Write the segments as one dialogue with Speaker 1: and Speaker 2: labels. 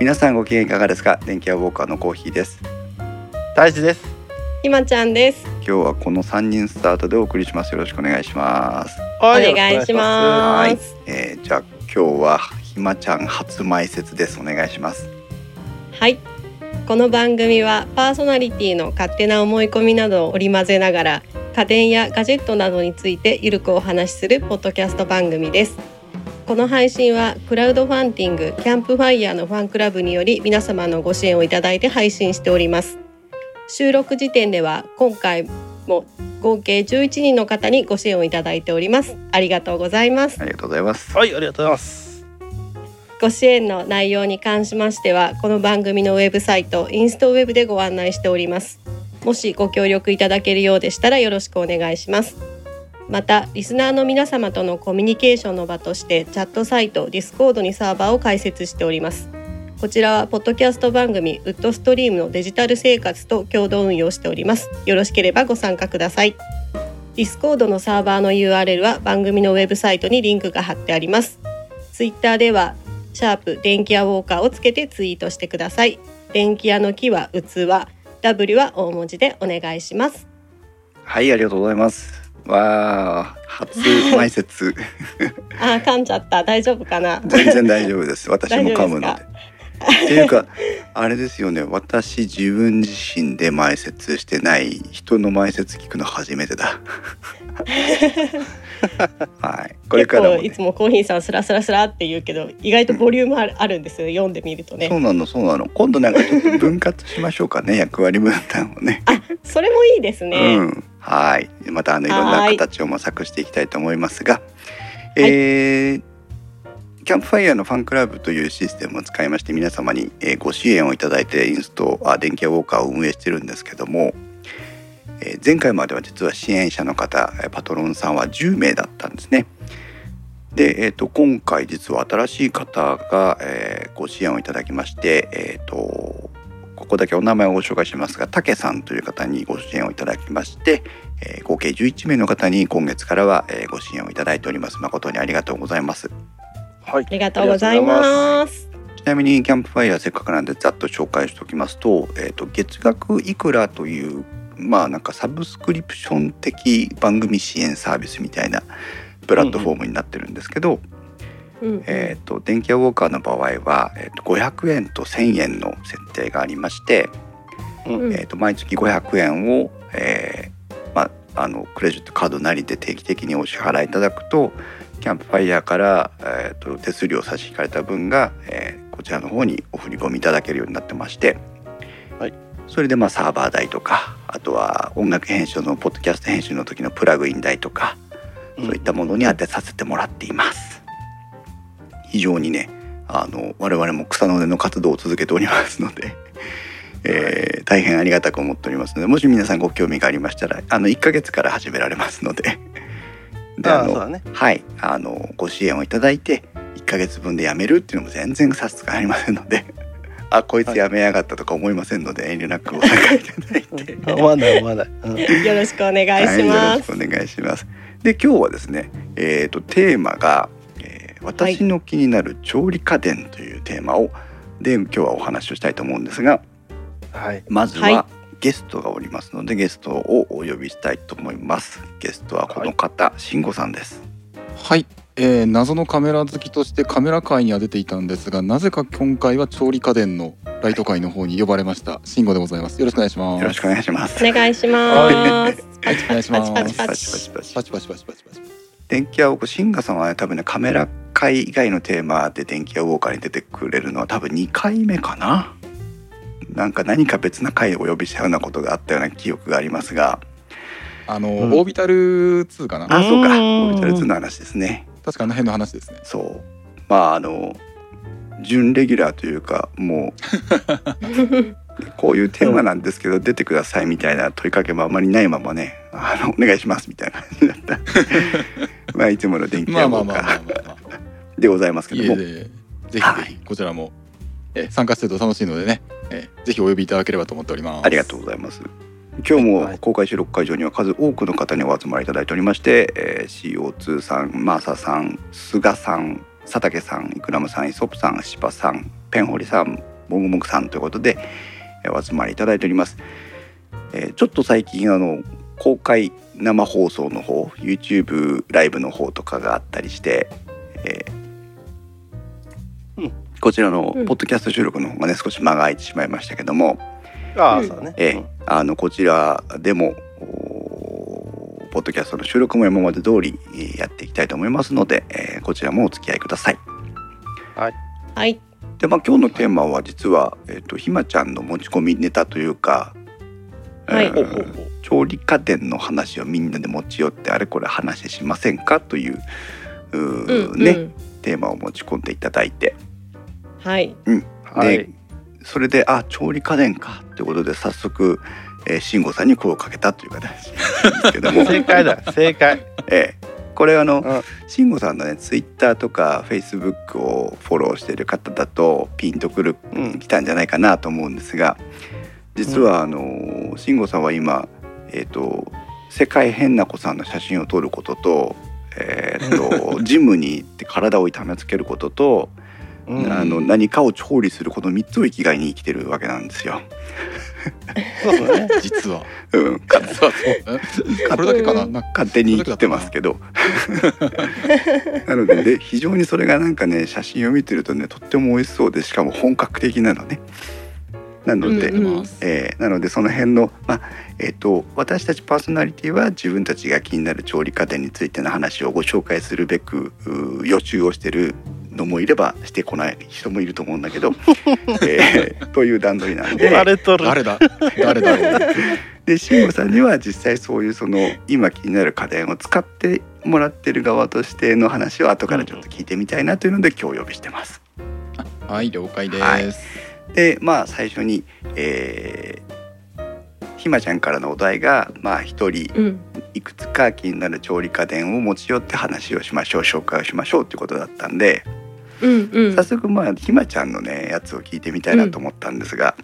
Speaker 1: 皆さんご機嫌いかがですか電気屋ウォーカーのコーヒーです大地です
Speaker 2: ひまちゃんです。
Speaker 1: 今日はこの三人スタートでお送りしますよろしくお願いします
Speaker 2: お
Speaker 3: は
Speaker 2: 願いし
Speaker 1: は
Speaker 2: ま
Speaker 1: い
Speaker 2: す。、
Speaker 1: えー、じゃあ今日はひまちゃん初埋設ですお願いします
Speaker 2: はい。この番組はパーソナリティの勝手な思い込みなどを織り交ぜながら家電やガジェットなどについてゆるくお話しするポッドキャスト番組ですこの配信はクラウドファンディングキャンプファイヤーのファンクラブにより皆様のご支援をいただいて配信しております収録時点では今回も合計11人の方にご支援をいただいておりますありがとうございます
Speaker 1: ありがとうございます
Speaker 3: はい、ありがとうございます。
Speaker 2: ご支援の内容に関しましてはこの番組のウェブサイトインストウェブでご案内しておりますもしご協力いただけるようでしたらよろしくお願いしますまたリスナーの皆様とのコミュニケーションの場としてチャットサイト Discord にサーバーを開設しておりますこちらはポッドキャスト番組ウッドストリームのデジタル生活と共同運用しておりますよろしければご参加ください Discord のサーバーの URL は番組のウェブサイトにリンクが貼ってありますツイッターではシャープ電気屋ウォーカーをつけてツイートしてください。電気屋の木は器、W は大文字でお願いします。
Speaker 1: はいありがとうございますわあ初埋設
Speaker 2: あー、噛んじゃった。大丈夫かな。
Speaker 1: 全然大丈夫 です私も噛むの
Speaker 2: 大丈
Speaker 1: でっていうかあれですよね私自分自身で埋設してない人の埋設聞くの初めて だはいこれからも、
Speaker 2: 結構い
Speaker 1: ね
Speaker 2: つ、もコーヒーさんスラスラスラって言うけど、意外とボリュームある,、あるんですよ。読んでみると
Speaker 1: そう
Speaker 2: ね。
Speaker 1: なのそうなの今度なんかちょっと分割しましょうかね役割分担をね
Speaker 2: それもいいですね。
Speaker 1: うん、はいまたあのいろんな
Speaker 2: はい
Speaker 1: 形を模索していきたいと思いますが、えーキャンプファイヤーのファンクラブというシステムを使いまして皆様に、えーご支援をいただいてインストあ電気屋ウォーカーを運営してるんですけども、えー前回までは実は支援者の方えーパトロンさんは10名だったんですね。で、えー、と今回実は新しい方が、えーご支援をいただきまして、えー、とここだけお名前をご紹介しますが、たけさんという方にご支援をいただきまして、えー合計11名の方に今月からは、えーご支援をいただいております。誠にありがとうございます。
Speaker 3: はい
Speaker 2: あ、りがとうございます。
Speaker 1: ちなみにキャンプファイヤーせっかくなんでざっと紹介しておきますと,、えー、と月額いくらというまあなんかサブスクリプション的番組支援サービスみたいなプラットフォームになってるんですけど、
Speaker 2: うん
Speaker 1: えー、と電気屋ウォーカーの場合は、えー、と500円と1,000円の設定がありまして、
Speaker 2: うん
Speaker 1: えー、と毎月500円を、えーまあ、あのクレジットカードなりで定期的にお支払いいただくとキャンプファイヤーから、えー、と手数料差し引かれた分が、えーこちらの方にお振り込みいただけるようになってまして、
Speaker 3: はい
Speaker 1: それでまあサーバー代とかあとは音楽編集のポッドキャスト編集の時のプラグイン代とか
Speaker 3: うん
Speaker 1: そういったものに当てさせてもらっています。非常にねあの我々も草の根の活動を続けておりますので、 えー大変ありがたく思っておりますのでもし皆さんご興味がありましたらあの1ヶ月から始められますので で
Speaker 3: あ
Speaker 1: あ
Speaker 3: あ、そう
Speaker 1: の
Speaker 3: だ ね。
Speaker 1: はいあのご支援をいただいて1ヶ月分でやめるっていうのも全然差し支えありませんので あこいつやめやがったとか思いませんので遠慮なくお参加いただいて。
Speaker 3: 思わない、思わない。うん
Speaker 2: よろしくお願いし
Speaker 1: はい、
Speaker 2: ま
Speaker 1: よろし
Speaker 2: す。
Speaker 1: くお願いします。で今日はですね、えー、とテーマが、えー私の気になる調理家電というテーマをで今日はお話をしたいと思うんですが、
Speaker 3: はい、
Speaker 1: まずは、
Speaker 2: はい
Speaker 1: ゲストがおりますのでゲストをお呼びしたいと思います。ゲストはこの方、慎吾さんです。
Speaker 4: はい、えー謎のカメラ好きとしてカメラ界には出ていたんですがなぜか今回は調理家電のライト界の方に呼ばれました慎吾でございますよろしくお願いします
Speaker 1: よろしくお願いしま
Speaker 2: お
Speaker 1: す。
Speaker 2: 願いします。パチ
Speaker 4: お願
Speaker 2: パ
Speaker 4: いし
Speaker 2: チパ
Speaker 4: ます
Speaker 2: チパ
Speaker 1: パチパチパ
Speaker 2: チパチ
Speaker 1: チ
Speaker 4: パチパチパチパチパチ
Speaker 1: 電気屋ウォーカー慎吾さんは、ね、多分ねカメラ界以外のテーマで電気屋ウォーカーに出てくれるのは多分2回目かななんか何か別な回でお呼びしたようなことがあったような記憶がありますが
Speaker 4: あの、
Speaker 3: うん
Speaker 4: オービタル2かな
Speaker 1: あそうか
Speaker 2: う
Speaker 1: オ
Speaker 2: ん
Speaker 1: ービタル2の話ですね
Speaker 4: 確かあの辺の話ですね
Speaker 1: そうまああの準レギュラーというかも うこういうテーマなんですけど出てくださいみたいな問いかけもあまりないままねあのお願いしますみたいな感じだった まあいつもの電気
Speaker 4: ま
Speaker 1: 屋
Speaker 4: あ
Speaker 1: ウォー
Speaker 4: まあま
Speaker 1: カ
Speaker 4: あまあ
Speaker 1: ー
Speaker 4: まあ、まあ、
Speaker 1: でございますけ
Speaker 4: いえ
Speaker 1: ど
Speaker 4: いえ
Speaker 1: も
Speaker 4: ぜひぜ
Speaker 1: はい
Speaker 4: ひこちらも、えー参加してると楽しいのでね、えーぜひお呼びいただければと思っております
Speaker 1: ありがとうございます。今日
Speaker 3: は
Speaker 1: も
Speaker 3: い
Speaker 1: 公開収録会場には数多くの方にお集まりいただいておりまして、えー CO2 さん、マーサさん、菅さん、佐竹さん、イクラムさん、イソップさん、シパさん、ペンホリさん、もぐもぐさんということでえーお集まりいただいております、えーちょっと最近あの公開生放送の方 YouTube ライブの方とかがあったりして、えー
Speaker 3: うん
Speaker 1: こちらの
Speaker 2: うん
Speaker 1: ポッドキャスト収録の方がね少し間が空いてしまいましたけども、
Speaker 3: ああ、
Speaker 2: うん
Speaker 3: そうだね。
Speaker 1: ええ
Speaker 3: うん
Speaker 1: あのこちらでもおーポッドキャストの収録も今まで通りえーやっていきたいと思いますので、えーこちらもお付き合いください。
Speaker 2: はい
Speaker 1: で、まあ、今日のテーマは実は、えっとひまちゃんの持ち込みネタというか、
Speaker 2: はい
Speaker 1: えー
Speaker 3: ほうほうほう
Speaker 1: 調理家電の話をみんなで持ち寄ってあれこれ話しませんかといううー
Speaker 2: うん
Speaker 1: ね、
Speaker 2: うん
Speaker 1: テーマを持ち込んでいただいて
Speaker 2: はい
Speaker 1: で
Speaker 3: はい。
Speaker 1: それであ調理家電かということで早速、えー、慎吾さんに声をかけたという形なんですけども、
Speaker 3: 正解だ。正解。
Speaker 1: ええこれあの、
Speaker 3: うん
Speaker 1: 慎吾さんのねツイッターとかフェイスブックをフォローしている方だとピンとくる、
Speaker 3: うん
Speaker 1: 来たんじゃないかなと思うんですが実はあのー慎吾さんは今えっ、と世界変な子さんの写真を撮ることと。えー とジムに行って体を痛めつけることと、
Speaker 3: うん
Speaker 1: あの何かを調理するこの3つを生きがいに生きてるわけなんですよ。
Speaker 3: そうですね。
Speaker 4: 実は
Speaker 1: うん、か
Speaker 4: 実はそうねこれだけかななんか
Speaker 1: 勝手に生きてますけ どなのでで非常にそれがなんかね写真を見てるとねとっても美味しそうでしかも本格的なのねなので、
Speaker 2: うんうん
Speaker 1: えーなのでその辺のまあえっ、と私たちパーソナリティは自分たちが気になる調理家電についての話をご紹介するべくうー予習をしてるのもいればしてこない人もいると思うんだ けど、えーという段取りなんで。
Speaker 3: あれとる。
Speaker 4: 誰だ誰だろう
Speaker 1: で慎吾さんには実際そういうその今気になる家電を使ってもらってる側としての話を後からちょっと聞いてみたいなというので今日お呼びしてます。
Speaker 4: はい了解です、
Speaker 1: はいでまあ最初に、えーひまちゃんからのお題がまあ一人
Speaker 2: うん
Speaker 1: いくつか気になる調理家電を持ち寄って話をしましょう紹介をしましょうということだったんで
Speaker 2: うんうん
Speaker 1: 早速まあひまちゃんのねやつを聞いてみたいなと思ったんですが、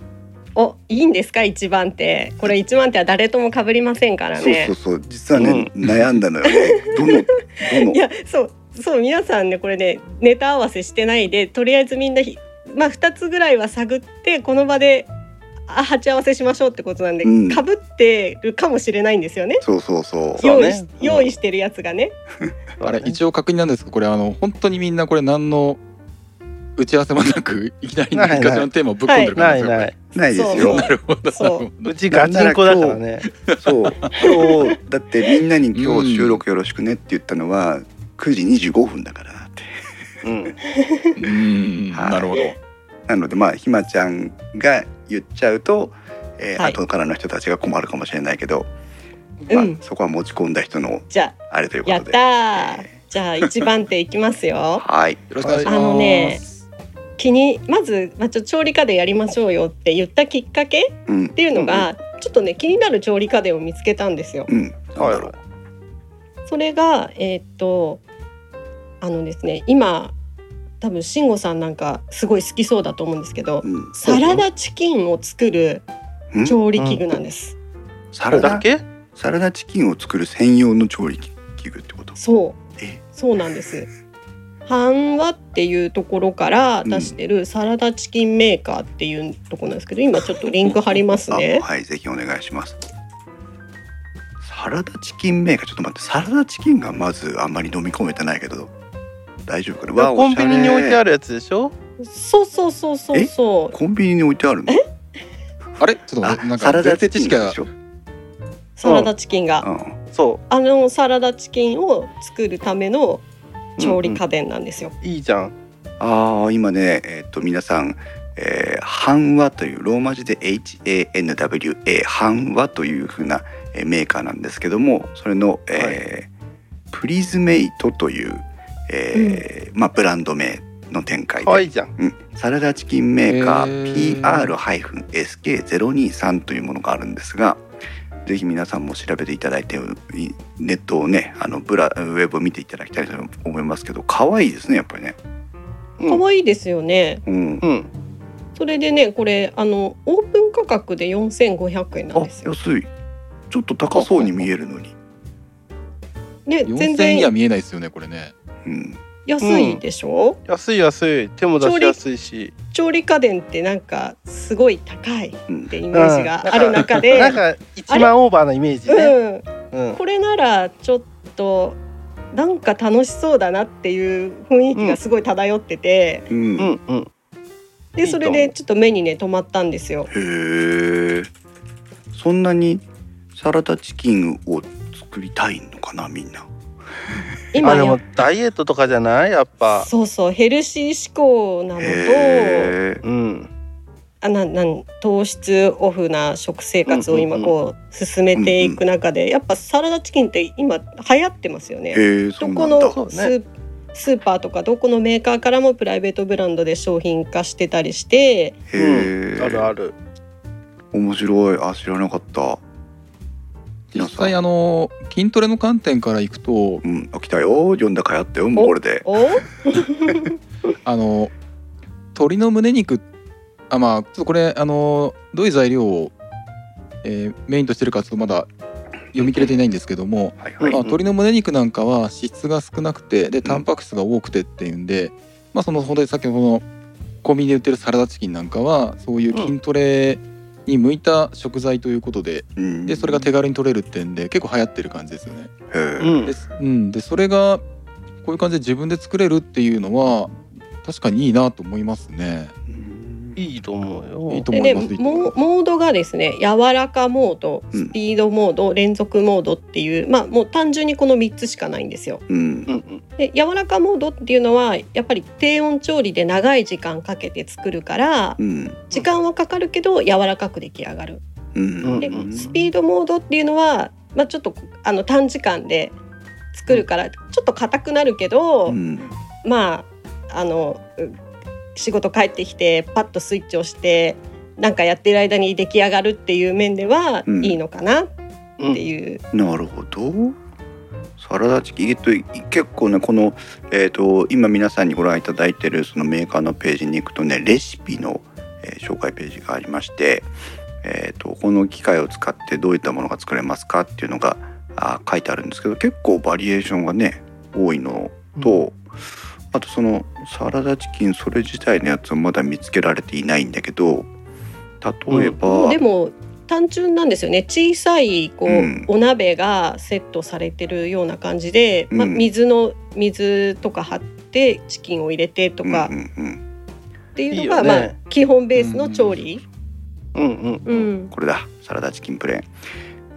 Speaker 2: おいいんですか一番手これ一番手は誰とも被りませんから
Speaker 1: そう
Speaker 2: ね
Speaker 1: そうそう実はね、悩んだのよねどのどの
Speaker 2: いやそうそう皆さんねこれねネタ合わせしてないでとりあえずみんなひまあ2つぐらいは探ってこの場であ鉢合わせしましょうってことなんで、
Speaker 1: うん
Speaker 2: かぶってるかもしれないんですよね
Speaker 1: そうそうそう
Speaker 3: そうね
Speaker 2: 用意し
Speaker 3: うん
Speaker 2: 用意してるやつがね。
Speaker 4: あれ一応確認なんですがこれあの本当にみんなこれ何の打ち合わせもな くいきなり何かしらのテーマをぶっ込んでる感
Speaker 3: な
Speaker 4: じ
Speaker 3: い
Speaker 4: ですよ、
Speaker 3: ない。
Speaker 1: ないです
Speaker 2: そう
Speaker 1: よ
Speaker 4: なるほど
Speaker 2: そう
Speaker 4: なるほど
Speaker 3: うちガチンコだからね。
Speaker 1: そう今日だってみんなに今日収録よろしくねって言ったのは9時25分だからなって
Speaker 3: うん。
Speaker 4: うん
Speaker 1: はい
Speaker 4: なるほど
Speaker 1: なのでまあひまちゃんが言っちゃうと、えー
Speaker 2: はい
Speaker 1: 後からの人たちが困るかもしれないけど、
Speaker 2: う
Speaker 1: ま
Speaker 2: ん
Speaker 1: あ、そこは持ち込んだ人の
Speaker 2: じゃ
Speaker 1: あれという
Speaker 2: あ
Speaker 1: こ
Speaker 2: やっ
Speaker 1: と
Speaker 2: た
Speaker 1: で
Speaker 2: ーじゃあ一番手いきますよ。
Speaker 1: はい
Speaker 4: よろしくお願いします。
Speaker 2: あのね気にまず、まあ、ちょ調理家電やりましょうよって言ったきっかけっ
Speaker 1: うん
Speaker 2: ていうのが、ちょっとね気になる調理家電を見つけたんですよ。
Speaker 1: うんなんだろう
Speaker 2: それがえーっとあのですね今多分慎吾さんなんかすごい好きそうだと思うんですけど
Speaker 1: うん
Speaker 2: サラダチキンを作る
Speaker 1: うん
Speaker 2: 調理器具なんです。
Speaker 1: サラ
Speaker 3: だ
Speaker 1: ダ
Speaker 3: け？
Speaker 1: サラダチキンを作る専用の調理器具ってこと
Speaker 2: そう
Speaker 1: え
Speaker 2: そうなんです。半和っていうところから出してるサラダチキンメーカーっていうところなんですけど、今ちょっとリンク貼ります
Speaker 1: あ
Speaker 2: ね。
Speaker 1: はいぜひお願いしますサラダチキンメーカーちょっと待ってサラダチキンがまずあんまり飲み込めてないけど大丈夫かなわあ
Speaker 3: コンビニに置いてあ
Speaker 1: る
Speaker 3: るやつでしょ？
Speaker 2: そうそうそうそうそう。
Speaker 1: コンビニに置いてあるの
Speaker 4: あれちょっと待ってなん
Speaker 1: あ
Speaker 4: か
Speaker 1: サラダ
Speaker 4: 全然
Speaker 1: チ
Speaker 4: 知
Speaker 1: キンで
Speaker 4: 識が
Speaker 1: しょ、
Speaker 2: サラダチキンが、
Speaker 1: うん、
Speaker 3: そ
Speaker 2: あのサラダチキンを作るための
Speaker 3: う。
Speaker 2: 調理
Speaker 3: うん
Speaker 2: 家電なんですよ。
Speaker 3: うん。いいじゃん。
Speaker 1: ああ今ねえっと皆さんえー、半和というローマ字で HANWA 半和というふうなえーメーカーなんですけどもそれの、えープリズメイトという、えーまあ、ブランド名の展開で
Speaker 3: 可愛いじゃん。
Speaker 1: うん、サラダチキンメーカー
Speaker 4: へー
Speaker 1: PR-SK023 というものがあるんですがぜひ皆さんも調べていただいていネットをねあのブラウェブを見ていただきたいと思いますけど可愛いですねやっぱりね。
Speaker 3: うん
Speaker 2: 可愛いですよね。
Speaker 1: うん、
Speaker 3: うん。
Speaker 2: それでね、これあのオープン価格で4500円な
Speaker 1: あ
Speaker 2: んですよ。
Speaker 1: 安いちょっと高そうに見えるのに、
Speaker 2: ね、全
Speaker 4: 4000円には
Speaker 2: 然
Speaker 4: 見えないですよねこれね
Speaker 1: うん、
Speaker 2: 安いでしょ。
Speaker 3: 安い安い。手も出しやすいし。
Speaker 2: 調理家電ってなんかすごい高いっ
Speaker 1: うん
Speaker 2: てイメージがある中で、
Speaker 3: なんか一万オーバーのイメージね。
Speaker 2: うん、
Speaker 3: うん。
Speaker 2: これならちょっとなんか楽しそうだなっていう雰囲気がすごい漂ってて、
Speaker 1: うん
Speaker 3: う
Speaker 1: へ
Speaker 3: んうん。
Speaker 2: でそれでちょっと目にね止まったんですよ。
Speaker 1: えそんなにサラダチキンを作りたいのかなみんな
Speaker 2: 今
Speaker 3: あで
Speaker 2: や
Speaker 3: もダイエットとかじゃないやっぱ。
Speaker 2: そうそうヘルシー志向なのと
Speaker 1: へえ
Speaker 3: うん。
Speaker 2: あななん糖質オフな食生活を今
Speaker 3: うんうん
Speaker 2: こう進めていく中で、やっぱサラダチキンって今流行ってますよね。
Speaker 1: へえそ
Speaker 2: ど
Speaker 1: う
Speaker 2: こ
Speaker 1: なんだ
Speaker 2: のス
Speaker 3: そう
Speaker 2: ー
Speaker 3: だね
Speaker 2: スーパーとかどこのメーカーからもプライベートブランドで商品化してたりして
Speaker 1: へえ、
Speaker 3: あるある。
Speaker 1: 面白いあ知らなかった
Speaker 4: 実際あの筋トレの観点からいくと
Speaker 1: うんあ来たよ読んだかやったよもうこれで
Speaker 2: お
Speaker 4: あの鶏の胸肉あまあちょっとこれあのどういう材料を、えーメインとしてるかちょっとまだ読み切れていないんですけども、
Speaker 1: はいは
Speaker 4: ま
Speaker 1: い、
Speaker 3: う
Speaker 4: あ、
Speaker 3: ん
Speaker 4: 鶏の胸肉なんかは脂質が少なくてでタンパク質が多くてっていうんで、まあそのほど先ほどのコンビニで売ってるサラダチキンなんかはそういう筋トレに向いた食材ということで、
Speaker 1: うん
Speaker 4: でそれが手軽に取れるってんで結構流行ってる感じですよね。
Speaker 1: へ
Speaker 3: う
Speaker 1: え
Speaker 3: ん
Speaker 4: で。うん、でそれがこういう感じで自分で作れるっていうのは確かにいいなと思いますね。
Speaker 1: うん
Speaker 3: いいと思うよ。
Speaker 4: いいと思
Speaker 2: でで
Speaker 4: います
Speaker 2: モモードがですね柔らかモード
Speaker 1: うん
Speaker 2: スピードモード、連続モードっていうまあもう単純にこの3つしかないんですよ。
Speaker 1: うん
Speaker 3: うんうん。
Speaker 2: で柔らかモードっていうのはやっぱり低温調理で長い時間かけて作るから
Speaker 1: うん
Speaker 2: 時間はかかるけど柔らかく出来上がる。
Speaker 1: うん
Speaker 2: で
Speaker 3: うん
Speaker 2: スピードモードっていうのは、まあ、ちょっとあの短時間で作るからちょっと硬くなるけど、
Speaker 1: うん
Speaker 2: まああのう仕事帰ってきてパッとスイッチをしてなんかやってる間に出来上がるっていう面では
Speaker 1: うん
Speaker 2: いいのかなっ
Speaker 3: うん
Speaker 2: ていう。
Speaker 1: なるほどサラダチキンえっとい結構ねこの、えっと今皆さんにご覧いただいてるそのメーカーのページに行くとねレシピの、えー紹介ページがありまして、えっとこの機械を使ってどういったものが作れますかっていうのがあ書いてあるんですけど結構バリエーションがね多いのと、あとそのサラダチキンそれ自体のやつはまだ見つけられていないんだけど例えば、
Speaker 2: もうでも単純なんですよね小さいこう、
Speaker 1: うん
Speaker 2: お鍋がセットされてるような感じで、まあ、
Speaker 1: うん
Speaker 2: 水の水とか張ってチキンを入れてとか
Speaker 1: うんうんうん
Speaker 2: っていうのが、
Speaker 3: いいよね
Speaker 2: まあ、基本ベースの調理。
Speaker 3: うん
Speaker 2: う
Speaker 3: うんん。
Speaker 1: これだサラダチキンプレーン。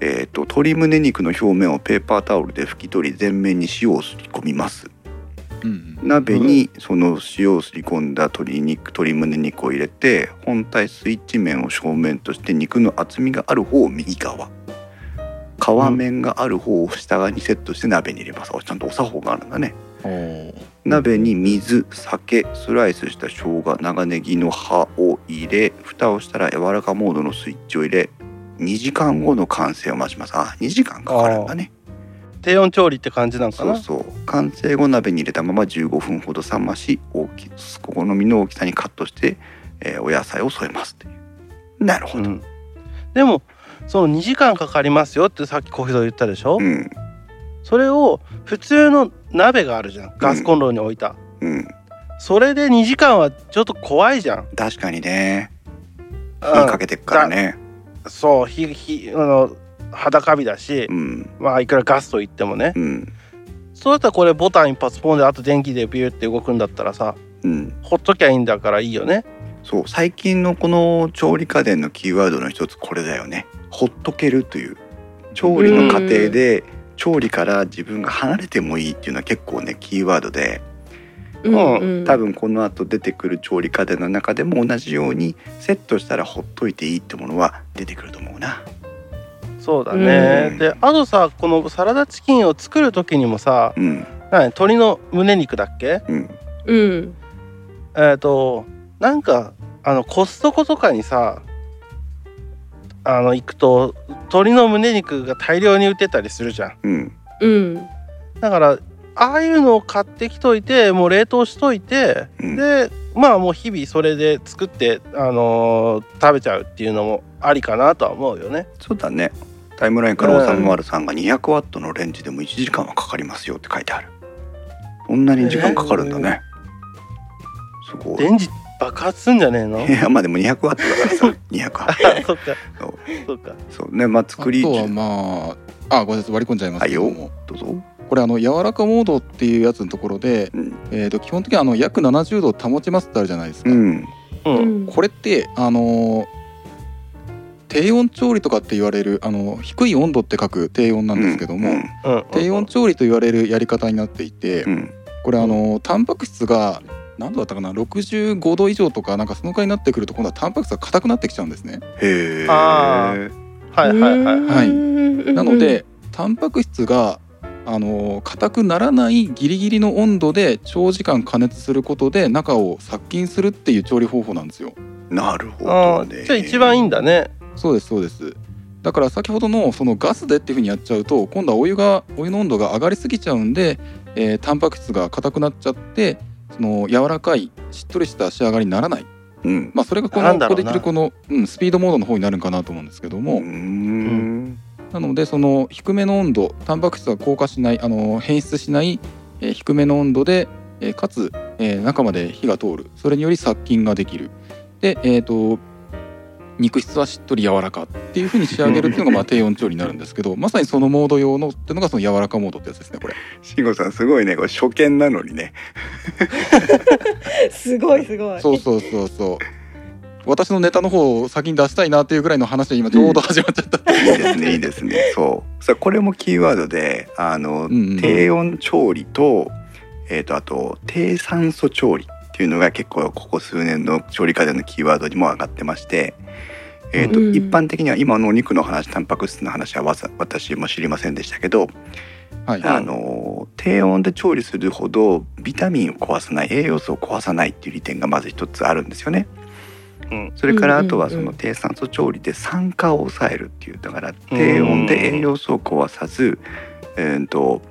Speaker 1: えー、と鶏胸肉の表面をペーパータオルで拭き取り全面に塩をすり込みます
Speaker 4: うんうん
Speaker 1: 鍋にその塩をすり込んだ鶏肉鶏胸肉を入れて本体スイッチ面を正面として肉の厚みがある方を右側皮面がある方を下側にセットして鍋に入れます、あちゃんとお作法があるんだね
Speaker 4: おー
Speaker 1: 鍋に水酒スライスした生姜長ネギの葉を入れ蓋をしたら柔らかモードのスイッチを入れ2時間後の完成を待ちますあ2時間かかるんだね
Speaker 3: 低温調理って感じなんか
Speaker 1: そう
Speaker 3: な。
Speaker 1: そう完成後鍋に入れたまま15分ほど冷まし大きお好みの大きさにカットして、えーお野菜を添えますっていうなるほ
Speaker 3: う
Speaker 1: ど、
Speaker 3: ん。でもその2時間かかりますよってさっき小日向言ったでしょ
Speaker 1: う。ん
Speaker 3: それを普通の鍋があるじゃん。ガスコンロに置いた。
Speaker 1: うん、
Speaker 3: それで2時間はちょっと怖いじゃん。
Speaker 1: 確かにね
Speaker 3: 火
Speaker 1: 火かけてくからね
Speaker 3: そう火火あの裸火だし
Speaker 1: う、ん
Speaker 3: まあいくらガスと言ってもね、
Speaker 1: うん
Speaker 3: そうだったらこれボタン一発ポンであと電気でビューって動くんだったらさ
Speaker 1: うん
Speaker 3: ほっときゃいいんだからいいよね
Speaker 1: そう最近のこの調理家電のキーワードの一つこれだよねほっとけるという調理の過程で調理から自分が離れてもいいっていうのは結構ねキーワードで
Speaker 3: うん
Speaker 1: 多分この後出てくる調理家電の中でも同じようにセットしたらほっといていいってものは出てくると思うな。
Speaker 3: そうだね、
Speaker 1: うん
Speaker 3: であとさこのサラダチキンを作る時にもさ
Speaker 1: うん
Speaker 3: 何鶏の胸肉だっけ
Speaker 1: うん
Speaker 2: うん
Speaker 3: えっ、となんかあのコストコとかにさあの行くと鶏の胸肉が大量に売ってたりするじゃん
Speaker 1: うん
Speaker 2: うん
Speaker 3: だからああいうのを買ってきといてもう冷凍しといて
Speaker 1: うん
Speaker 3: でまあもう日々それで作って、あのー食べちゃうっていうのもありかなとは思うよね。
Speaker 1: そうだねタイムラインからおさむまるさんが200ワットのレンジでも1時間はかかりますよって書いてある。そんなに時間かかるんだね。すごい。
Speaker 3: 電磁爆発すんじゃね えの
Speaker 1: いやまあでも200ワットだからさ200ワ
Speaker 3: あ
Speaker 1: ット
Speaker 3: そっか
Speaker 1: そう
Speaker 3: そっか
Speaker 1: そうねまあ
Speaker 4: あ
Speaker 1: 作り
Speaker 4: とは
Speaker 1: ど
Speaker 4: まああごめんなさい割り込んじゃいますけど
Speaker 1: はい
Speaker 4: も
Speaker 1: うぞ、
Speaker 4: これあの柔らかモードっていうやつのところで、
Speaker 1: うん
Speaker 4: えー、と基本的にあの約70度を保ちますってあるじゃないですか、
Speaker 1: うん、
Speaker 3: うん、
Speaker 2: うん
Speaker 4: これってあのー低温調理とかって言われるあの低い温度って書く低温なんですけども、
Speaker 1: うん
Speaker 3: うんうん
Speaker 4: 低温調理と言われるやり方になっていて、
Speaker 1: うん
Speaker 4: これあのタンパク質が何度だったかな65度以上とかなんかそのくらいになってくると今度はタンパク質が硬くなってきちゃうんですね。
Speaker 1: へえ
Speaker 3: あはいはいはい
Speaker 4: はい
Speaker 2: い
Speaker 4: なのでタンパク質があの硬くならないギリギリの温度で長時間加熱することで中を殺菌するっていう調理方法なんですよ。
Speaker 1: なるほ
Speaker 3: あ
Speaker 1: ど
Speaker 3: あ
Speaker 1: ね
Speaker 3: じゃあ一番いいんだね
Speaker 4: そうですそうです。だから先ほどのそのガスでっていうふうにやっちゃうと今度はお湯がお湯の温度が上がりすぎちゃうんで、えータンパク質が硬くなっちゃってその柔らかいしっとりした仕上がりにならない。
Speaker 1: うん
Speaker 4: まあそれがこ
Speaker 3: な
Speaker 4: の
Speaker 3: んだ
Speaker 4: こ
Speaker 3: ろ
Speaker 4: こ
Speaker 3: うな
Speaker 4: できるこの、うん、スピードモードの方になるんかなと思うんですけども、
Speaker 1: うーん
Speaker 4: なのでその低めの温度タンパク質が硬化しないあの変質しない、えー低めの温度で、えーかつ、えー中まで火が通るそれにより殺菌ができるでえっ、と肉質はしっとり柔らかっていうふうに仕上げるっていう のがまあ低温調理になるんですけどまさにそのモード用のっていうのがその柔らかモードってやつですねこれ。
Speaker 1: 慎吾さんすごいねこれ初見なのにね
Speaker 2: すごいすごい
Speaker 4: そうそうそうそう私のネタの方を先に出したいなっていうぐらいの話が今ちょうど始まっちゃ った。
Speaker 1: いいですねいいですねそうさあこれもキーワードであの、
Speaker 4: うんうん
Speaker 1: 低温調理と,、えー、とあと低酸素調理っていうのが結構ここ数年の調理家電のキーワードにも上がってまして、えーと
Speaker 2: うん
Speaker 1: 一般的には今のお肉の話タンパク質の話はわざ私も知りませんでしたけど、
Speaker 4: はい、
Speaker 1: あの低温で調理するほどビタミンを壊さない栄養素を壊さないっていう利点がまず一つあるんですよね。
Speaker 3: うん
Speaker 1: それから
Speaker 2: う
Speaker 1: あ
Speaker 2: んうんうん
Speaker 1: とはその低酸素調理で酸化を抑えるっていうだから低温で栄養素を壊さず、えー、と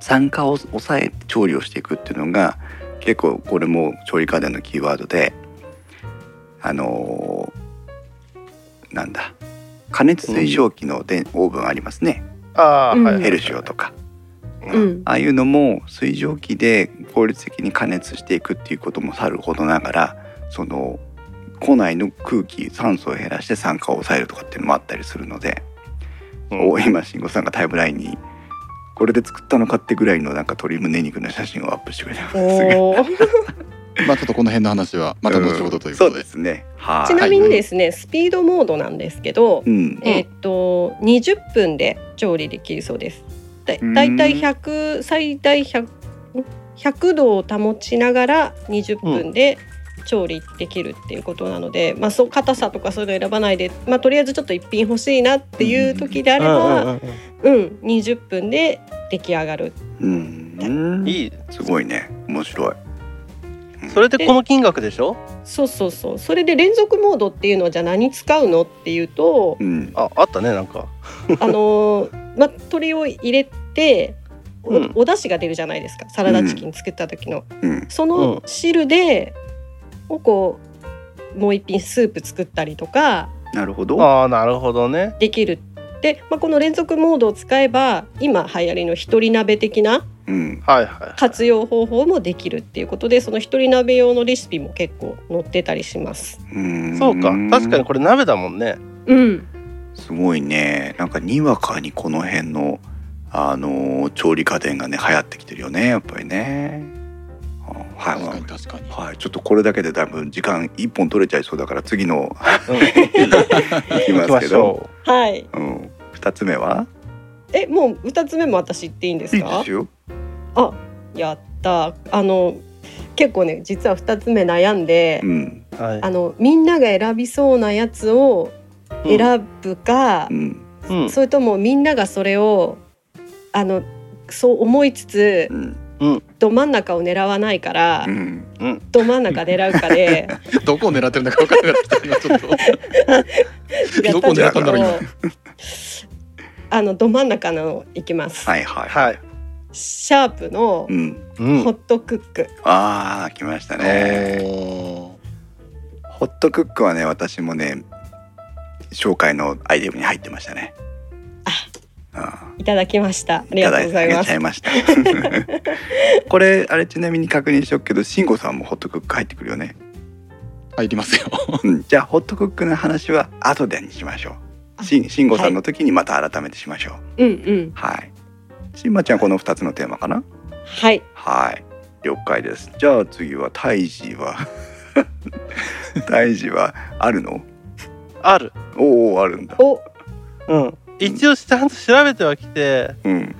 Speaker 1: 酸化を抑えて調理をしていくっていうのが結構これも調理家電のキーワードであのーなんだ加熱水蒸気ので、オーブンありますね
Speaker 3: ああ、はいはい
Speaker 1: ヘルシオとか。
Speaker 2: うん
Speaker 1: ああいうのも水蒸気で効率的に加熱していくっていうこともさるほどながらその庫内の空気酸素を減らして酸化を抑えるとかっていうのもあったりするので、
Speaker 3: うん
Speaker 1: お今慎吾さんがタイムラインにこれで作ったのかってぐらいのなんか鶏胸肉の写真をアップしてくれてますが
Speaker 2: おー
Speaker 4: まあちょっとこの辺の話はまた後ほどというこ
Speaker 1: んそう
Speaker 4: とで
Speaker 1: で。すねは、
Speaker 2: ちないみにですねスピードモードなんですけど
Speaker 1: うん、
Speaker 2: えーっと20分で調理できるそうです。だだいたい100最大100 100度を保ちながら20分で調理できるっていうことなので、まあそう硬さとかそういうの選ばないで、まあとりあえずちょっと一品欲しいなっていう時であ
Speaker 3: う
Speaker 2: れ
Speaker 3: んうん
Speaker 2: ば、
Speaker 3: うん
Speaker 2: うん20分で出来上がる。
Speaker 1: うん
Speaker 3: うん、いい
Speaker 1: すごいね面白い
Speaker 3: それでこの金額でしょ
Speaker 2: そうそうそう。それで連続モードっていうのはじゃあ何使うのっていうと
Speaker 1: う、ん
Speaker 3: ああったねなんか
Speaker 2: あのーまあ鶏を入れて。お
Speaker 3: うん
Speaker 2: お出汁が出るじゃないですかサラダチキン作った時の、
Speaker 1: うん
Speaker 2: そうの
Speaker 3: ん
Speaker 2: 汁で、をこうもう一品スープ作ったりとか
Speaker 1: なるほど
Speaker 3: ああなるほどね
Speaker 2: できるで、まあ、この連続モードを使えば今流行りの一人鍋的な
Speaker 1: うん
Speaker 3: はいはい
Speaker 2: 活用方法もできるっていうことでその一人鍋用のレシピも結構載ってたりします。
Speaker 1: うん
Speaker 3: そうか確かにこれ鍋だもん ね
Speaker 2: うん、
Speaker 1: すごいねなんかにわかにこの辺のあのー調理家電がね流行ってきてるよねやっぱりねは
Speaker 4: 確か
Speaker 1: い
Speaker 4: に、確かに。
Speaker 1: はい、ちょっとこれだけで多分時間一本取れちゃいそうだから次の
Speaker 3: うん
Speaker 1: いき
Speaker 3: 行
Speaker 1: ま
Speaker 3: きます
Speaker 1: け
Speaker 3: し
Speaker 1: ど
Speaker 3: ょ
Speaker 2: はい、
Speaker 1: う、ん、2つ目は
Speaker 2: えもう二つ目も私言っていいんです
Speaker 1: いい
Speaker 2: か
Speaker 1: ですよ
Speaker 2: やったあの結構ね実は二つ目悩んで、
Speaker 1: うん
Speaker 3: うはい
Speaker 2: あのみんなが選びそうなやつを選ぶか
Speaker 1: う、ん
Speaker 3: うん
Speaker 2: それともみんながそれをあのそう思いつつ
Speaker 1: うん
Speaker 2: ど真ん中を狙わないから、
Speaker 1: うん
Speaker 2: ど真ん中狙う かで
Speaker 4: どこを狙ってるんだか分からなくなってきた今ちょっと。どこを
Speaker 1: 狙ったんだろう
Speaker 2: やったんですけど あのど真ん中のいきます、
Speaker 1: はいはい
Speaker 3: はい
Speaker 2: シャープの
Speaker 1: うん
Speaker 3: うん
Speaker 2: ホットクック、
Speaker 1: あー来ましたね
Speaker 4: お
Speaker 1: ホットクックはね私もね紹介のアイテムに入ってましたねあ
Speaker 2: いただきましたあ
Speaker 1: い
Speaker 2: り
Speaker 1: た
Speaker 2: がと
Speaker 1: だ
Speaker 2: うご
Speaker 1: い
Speaker 2: ざい
Speaker 1: てあ
Speaker 2: ま
Speaker 1: げちゃ
Speaker 2: す
Speaker 1: いました これあれちなみに確認しとくけど慎吾さんもホットクック入ってくるよね
Speaker 4: 入 りますよ。
Speaker 1: うんじゃあホットクックの話は後でにしましょう。し慎吾さんの時にまた改めてしましょう。
Speaker 2: うんうん。
Speaker 1: はい。しんまちゃんこの二つのテーマかな。
Speaker 2: はい。
Speaker 1: はい。了解です。じゃあ次は胎児は 胎児はあるの？
Speaker 3: ある。
Speaker 1: おおあるんだ。
Speaker 2: お、
Speaker 3: うん。一応ちゃんと調べてはきて、
Speaker 1: うん。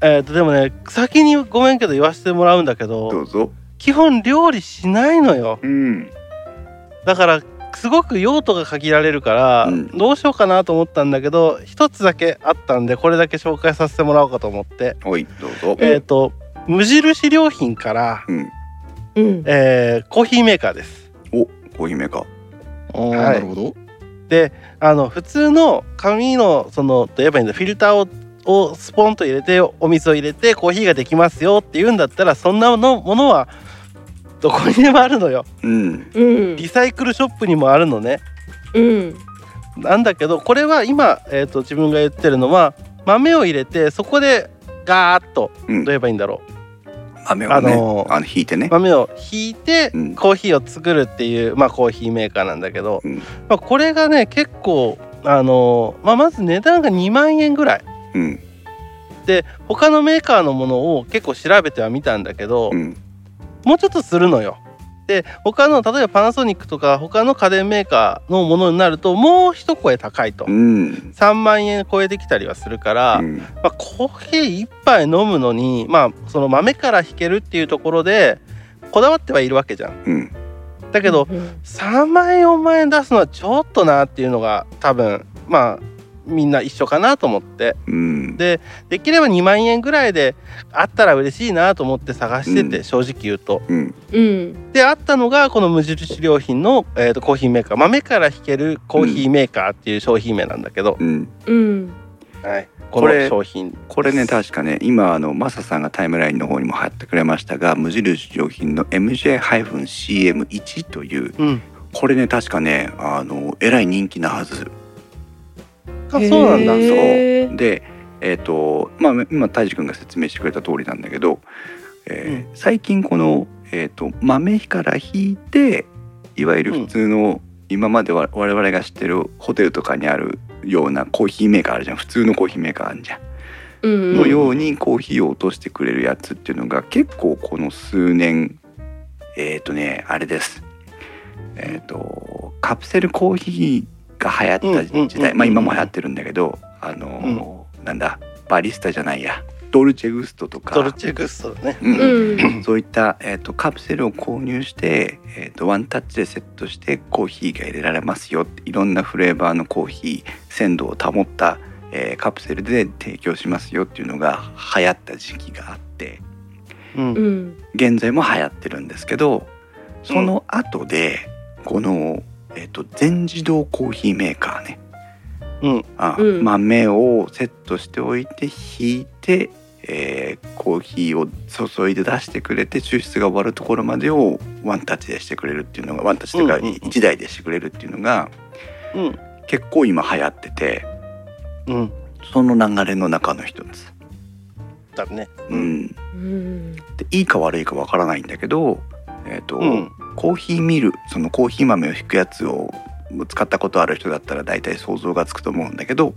Speaker 3: えっ、とでもね先にごめんけど言わせてもらうんだけ
Speaker 1: ど
Speaker 3: ど
Speaker 1: うぞ。
Speaker 3: 基本料理しないのよ
Speaker 1: うん。
Speaker 3: だからすごく用途が限られるから、
Speaker 1: うん
Speaker 3: どうしようかなと思ったんだけど一つだけあったんでこれだけ紹介させてもらおうかと思って、
Speaker 1: おいどうぞ。
Speaker 3: えっ、と無印良品から、
Speaker 1: うん。
Speaker 2: うん。
Speaker 3: えーコーヒーメーカーです
Speaker 1: おコーヒーメーカー。
Speaker 4: あー
Speaker 3: はい
Speaker 4: なるほど。
Speaker 3: であの普通の紙のそのと言えばいいんだフィルターををスポンと入れてお水を入れてコーヒーができますよって言うんだったらそんなのものはどこにでもあるのよ
Speaker 1: うん。
Speaker 2: うん。
Speaker 3: リサイクルショップにもあるのね
Speaker 2: うん。
Speaker 3: なんだけどこれは今、えー、と自分が言ってるのは豆を入れてそこでガーッと
Speaker 1: う。
Speaker 3: どうん言えばいいんだろ
Speaker 1: 豆をね、
Speaker 3: あ
Speaker 1: あ
Speaker 3: の
Speaker 1: の
Speaker 3: ー
Speaker 1: 引いて
Speaker 3: う
Speaker 1: ね。
Speaker 3: 豆をひいて
Speaker 1: うん
Speaker 3: コーヒーを作るっていう、まあ、コーヒーメーカーなんだけど、
Speaker 1: うん
Speaker 3: まあ、これがね結構、あのまあ、まず値段が2万円ぐらい
Speaker 1: うん。
Speaker 3: で他のメーカーのものを結構調べてはみたんだけど、
Speaker 1: うん。
Speaker 3: もうちょっとするのよ。で他の例えばパナソニックとか他の家電メーカーのものになるともう一声高いと。
Speaker 1: うん。
Speaker 3: 3万円超えてきたりはするから、
Speaker 1: うん
Speaker 3: まあ、コーヒー1杯飲むのに、まあ、その豆から引けるっていうところでこだわってはいるわけじゃん。
Speaker 1: うん。
Speaker 3: だけど
Speaker 2: うん
Speaker 3: 3万円4万円出すのはちょっとなっていうのが多分まあみんな一緒かなと思って
Speaker 1: うん。
Speaker 3: でできれば2万円ぐらいであったら嬉しいなと思って探してて、
Speaker 1: うん
Speaker 3: 正直言うと。
Speaker 1: うん。
Speaker 2: うん。
Speaker 3: であったのがこの無印良品の、えーとコーヒーメーカー豆から引けるコーヒーメーカーっていう商品名なんだけど、
Speaker 1: うん。
Speaker 2: うん。
Speaker 3: はい、
Speaker 1: こ
Speaker 3: この
Speaker 1: れ
Speaker 3: 商品です
Speaker 1: これね確かね今あのマサさんがタイムラインの方にも貼ってくれましたが無印良品の MJ-CM1 という
Speaker 3: うん
Speaker 1: これね確かねあのえらい人気なはず
Speaker 3: あそうなんだ
Speaker 2: へ
Speaker 3: そう
Speaker 2: ー
Speaker 1: でえっ、とまあ今泰治君が説明してくれた通りなんだけど、えー最近この、えー、と豆から引いていわゆる普通の、今までわ我々が知ってるホテルとかにあるようなコーヒーメーカーあるじゃん普通のコーヒーメーカーあるじゃん。
Speaker 2: うん。
Speaker 1: のようにコーヒーを落としてくれるやつっていうのが結構この数年えっ、とねあれですえっ、とカプセルコーヒーが流行った時代、
Speaker 3: うんうんうんうん
Speaker 1: まあ今も流行ってるんだけどあのー、なんだバリスタじゃないやドルチェグストとか
Speaker 3: ドルチェグッソだね。
Speaker 1: うん
Speaker 2: うん。
Speaker 1: そういった、えー、とカプセルを購入して、えー、とワンタッチでセットしてコーヒーが入れられますよっていろんなフレーバーのコーヒー鮮度を保った、えーカプセルで提供しますよっていうのが流行った時期があって
Speaker 3: うん
Speaker 2: うん。
Speaker 1: 現在も流行ってるんですけどその後で、この、えー、と全自動コーヒーメーカーね
Speaker 3: うん
Speaker 1: あ、
Speaker 2: うん
Speaker 1: 豆をセットしておいて引いて、えーコーヒーを注いで出してくれて抽出が終わるところまでをワンタッチでしてくれるっていうのがワンタッチというか
Speaker 3: うんうんうん
Speaker 1: 1台でしてくれるっていうのが
Speaker 3: うん
Speaker 1: 結構今流行ってて
Speaker 3: うん
Speaker 1: その流れの中の一つ。
Speaker 3: だね。
Speaker 1: う。ん、で
Speaker 2: うん。
Speaker 1: いいか悪いかわからないんだけど、えーと
Speaker 3: うん
Speaker 1: コーヒーミルそのコーヒー豆を引くやつを使ったことある人だったら大体想像がつくと思うんだけど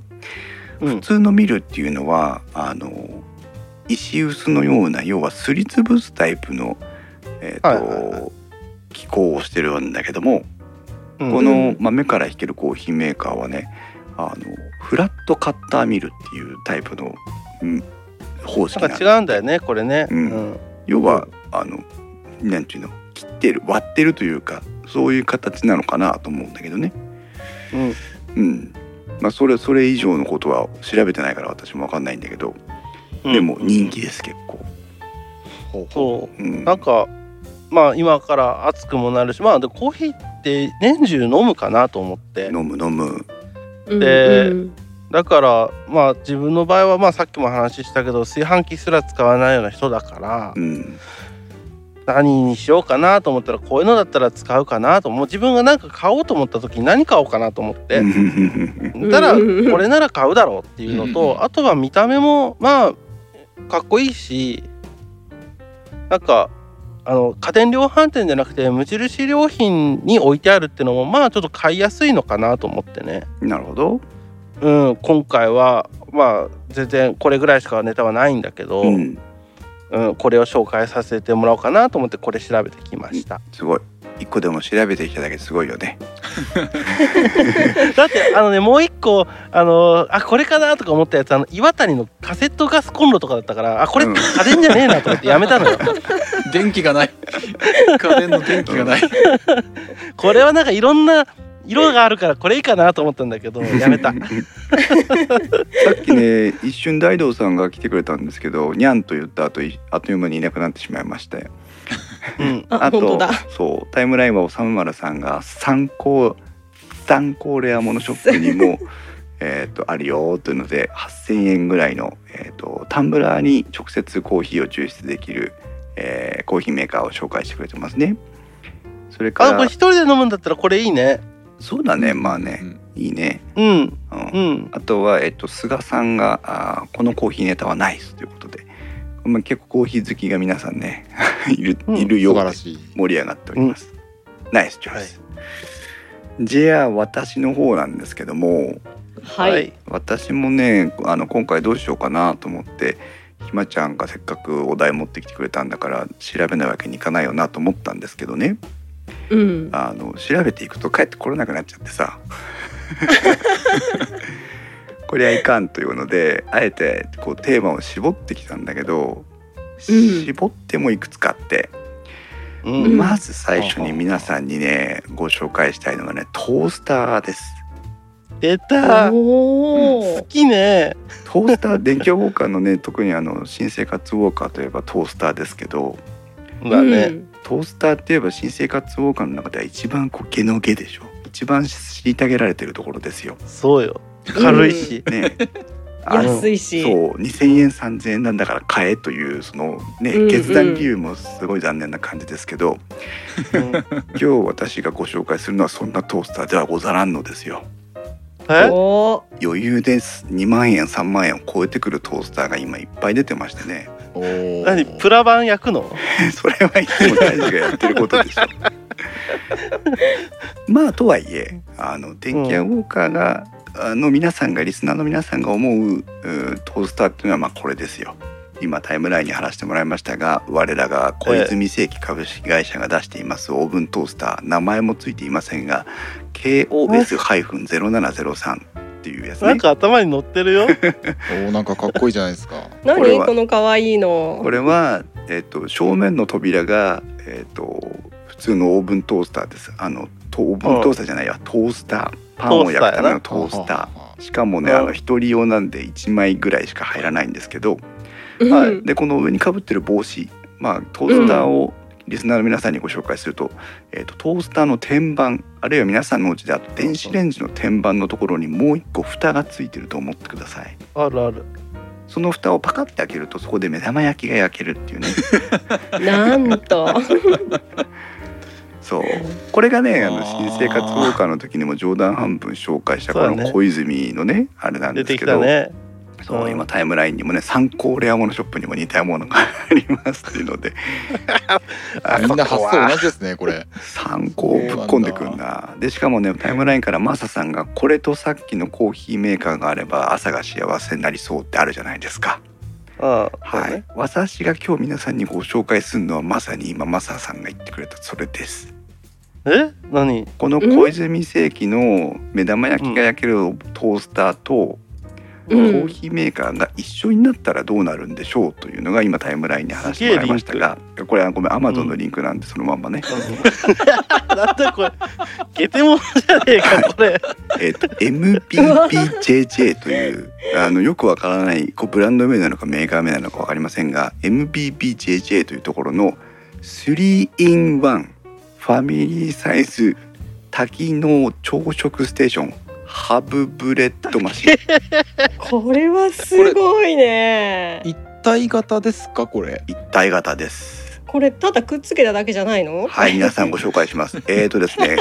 Speaker 3: うん
Speaker 1: 普通のミルっていうのはあの石臼のような要はすりつぶすタイプの、えーと
Speaker 3: はいはい
Speaker 1: 機構をしてるんだけども、
Speaker 3: うん
Speaker 1: こ
Speaker 2: う
Speaker 1: の
Speaker 2: ん
Speaker 1: 豆から引けるコーヒーメーカーはねあのフラットカッターミルっていうタイプの、うん、方式な
Speaker 3: な
Speaker 1: んん
Speaker 3: か違うんだよねこれね。
Speaker 1: うん
Speaker 3: うん
Speaker 1: 要はあのなんていうの切ってる割ってるというかそういう形なのかなと思うんだけどね。
Speaker 3: う
Speaker 1: う
Speaker 3: ん
Speaker 1: んまあ、それそれ以上のことは調べてないから私も分かんないんだけど、
Speaker 3: うん
Speaker 1: でも人気です結構。
Speaker 3: そううんなんかまあ今から暑くもなるしまあでコーヒーって年中飲むかなと思って
Speaker 1: 飲む飲む。
Speaker 2: うん
Speaker 3: で
Speaker 2: うん
Speaker 3: だからまあ自分の場合はまあさっきも話したけど炊飯器すら使わないような人だから
Speaker 1: うん
Speaker 3: 何にしようかなと思ったらこういうのだったら使うかなともう自分が何か買おうと思った時に何買おうかなと思って。たら
Speaker 2: う
Speaker 3: こ
Speaker 2: んうんうん
Speaker 3: れなら買うだろうっていうの
Speaker 4: うんう
Speaker 3: と
Speaker 4: ん
Speaker 3: あとは見た目もまあかっこいいしなんかあの家電量販店じゃなくて無印良品に置いてあるってのもまあちょっと買いやすいのかなと思ってね。
Speaker 1: なるほど。
Speaker 3: うん、今回はまあ全然これぐらいしかネタはないんだけど、う
Speaker 1: うんん、
Speaker 3: これを紹介させてもらおうかなと思ってこれ調べてきました。
Speaker 1: すごい。一個でも調べてきただけですごいよね。
Speaker 3: だってあのねもう一個あのあこれかなとか思ったやつあの岩谷のカセットガスコンロとかだったからあこれ
Speaker 1: うん
Speaker 3: 家電じゃねえなと思ってやめた のよ。
Speaker 4: 電気がない家電の電気がない
Speaker 3: これはなんかいろんな色があるからこれいいかなと思ったんだけどやめた。
Speaker 1: さっき ね、一瞬大道さんが来てくれたんですけど、にゃんと言った後、いあっという間にいなくなってしまいましたよ。
Speaker 3: うん、
Speaker 2: あ本当
Speaker 1: と
Speaker 2: だ。、
Speaker 1: そう、タイムラインはおさむまるさんが参考。参考レアものショップにも。えっと、あるよというので、8000円ぐらいの、えっ、と、タンブラーに直接コーヒーを抽出できる。えーコーヒーメーカーを紹介してくれてますね。それか
Speaker 3: あこれ
Speaker 1: ら
Speaker 3: 一、人で飲むんだったらこれいいね。
Speaker 1: そうだね、まあね、いいね。
Speaker 3: うん
Speaker 1: うん
Speaker 3: うん
Speaker 1: あとは、えっと、菅さんがあーこのコーヒーネタはナイスということで、まあ、結構コーヒー好きが皆さんね いる,、
Speaker 3: うん
Speaker 1: いるよう
Speaker 4: 素晴
Speaker 1: で
Speaker 4: らしい
Speaker 1: 盛り上がっております、ナイスチョイス、じゃあ私の方なんですけども
Speaker 2: はい。
Speaker 1: 私もねあの今回どうしようかなと思ってひまちゃんがせっかくお題持ってきてくれたんだから調べないわけにいかないよなと思ったんですけどね
Speaker 2: うん。
Speaker 1: あの調べていくと帰ってこれなくなっちゃって さこりゃいかんというのであえてこうテーマを絞ってきたんだけど、
Speaker 2: うん
Speaker 1: 絞ってもいくつかあって、
Speaker 3: うん
Speaker 2: うん
Speaker 1: まず最初に皆さんにねご紹介したいのはねトースターです。
Speaker 3: 出た。好
Speaker 2: おお。
Speaker 3: きね。
Speaker 1: トースター電気ウォーカーのね 特にあの新生活ウォーカーといえばトースターですけど
Speaker 3: だね。
Speaker 1: トースターっていえば新生活ウォーカーの中では一番こう毛の毛でしょ一番虐げられてるところですよ。
Speaker 3: そうよ。軽いし。
Speaker 1: ね
Speaker 2: うん。
Speaker 1: あの
Speaker 2: 安いし。
Speaker 1: そう2,000円3,000円なんだから買えというそのね
Speaker 2: うんうん
Speaker 1: 決断理由もすごい残念な感じですけど、
Speaker 3: うん
Speaker 1: 今日私がご紹介するのはそんなトースターではござらんのですよ
Speaker 3: え
Speaker 2: お
Speaker 1: 余裕です2万円3万円を超えてくるトースターが今いっぱい出てましてね
Speaker 4: おー
Speaker 3: 何プラ板焼くの？
Speaker 1: それはいつも大事がやってることでしょ まあとはいえあの電気屋ウォーカーが、あの皆さんがリスナーの皆さんが思ううートースターっていうのはまあこれですよ今タイムラインに貼らせてもらいましたが我らが小泉正規株式会社が出していますオーブントースター名前もついていませんが KOS-0703 っていうやつ
Speaker 3: な
Speaker 1: ね
Speaker 3: んか頭に乗ってるよ。
Speaker 4: おーなんかかっこいいじゃないですか
Speaker 1: これ
Speaker 2: 何
Speaker 1: は
Speaker 2: この可愛いの
Speaker 1: こ。れは、えっと正面の扉が、えっと普通のオーブントースターですあのとオーブントースターじゃないやトースターパンを焼くためのトースターしかもね
Speaker 3: うん
Speaker 1: あの一人用なんで1枚ぐらいしか入らないんですけど、
Speaker 2: うん
Speaker 1: はい、でこの上にかぶってる帽子、まあ、トースターをリスナーの皆さんにご紹介すると,、えっとトースターの天板あるいは皆さんのお家であと電子レンジの天板のところにもう一個蓋がついてると思ってください。
Speaker 3: あるある。
Speaker 1: その蓋をパカッて開けるとそこで目玉焼きが焼けるっていうね
Speaker 2: なんと。
Speaker 1: そうこれがねあの
Speaker 4: あー
Speaker 1: 新生活ウォーカーの時にも冗談半分紹介したこ
Speaker 3: そうだ
Speaker 1: の
Speaker 3: ね
Speaker 1: 小泉のねあれなんで
Speaker 3: 出
Speaker 1: すけ
Speaker 3: てきた
Speaker 1: ど、
Speaker 3: ね。
Speaker 1: そううん今タイムラインにもね参考レアものショップにも似たものがありますっていうのであ
Speaker 4: みんな
Speaker 1: そ
Speaker 4: 発
Speaker 1: こは
Speaker 4: 想同じですねこれ
Speaker 1: 参考をぶっ込んでくんなでしかもねタイムラインからマサさんがこれとさっきのコーヒーメーカーがあれば朝が幸せになりそうってあるじゃないですか。
Speaker 3: うん。
Speaker 1: は
Speaker 3: そう
Speaker 1: い
Speaker 3: ね、
Speaker 1: 私が今日皆さんにご紹介するのはまさに今マサさんが言ってくれたそれです。
Speaker 3: え？何？
Speaker 1: この小泉世紀の目玉焼きが焼けるトースターと、
Speaker 2: う
Speaker 1: コー
Speaker 2: ん。
Speaker 1: ヒーメーカーが一緒になったらどうなるんでしょうというのが今タイムラインに話してもらいましたがこれはごめんアマゾンのリンクなんでそのまんまね、
Speaker 3: なんだこれ。ゲテモンじゃねえかこれ。
Speaker 1: えっと MBBJJ というあのよくわからないこうブランド名なのかメーカー名なのかわかりませんが MBBJJ というところの 3-in-1 ファミリーサイズ多機能朝食ステーションハブブレッドマシン
Speaker 2: これはすごいね。
Speaker 4: 一体型ですかこれ
Speaker 1: 一体型です。
Speaker 2: これただくっつけただけじゃないの？
Speaker 1: はい、皆さんご紹介します。えーとですね、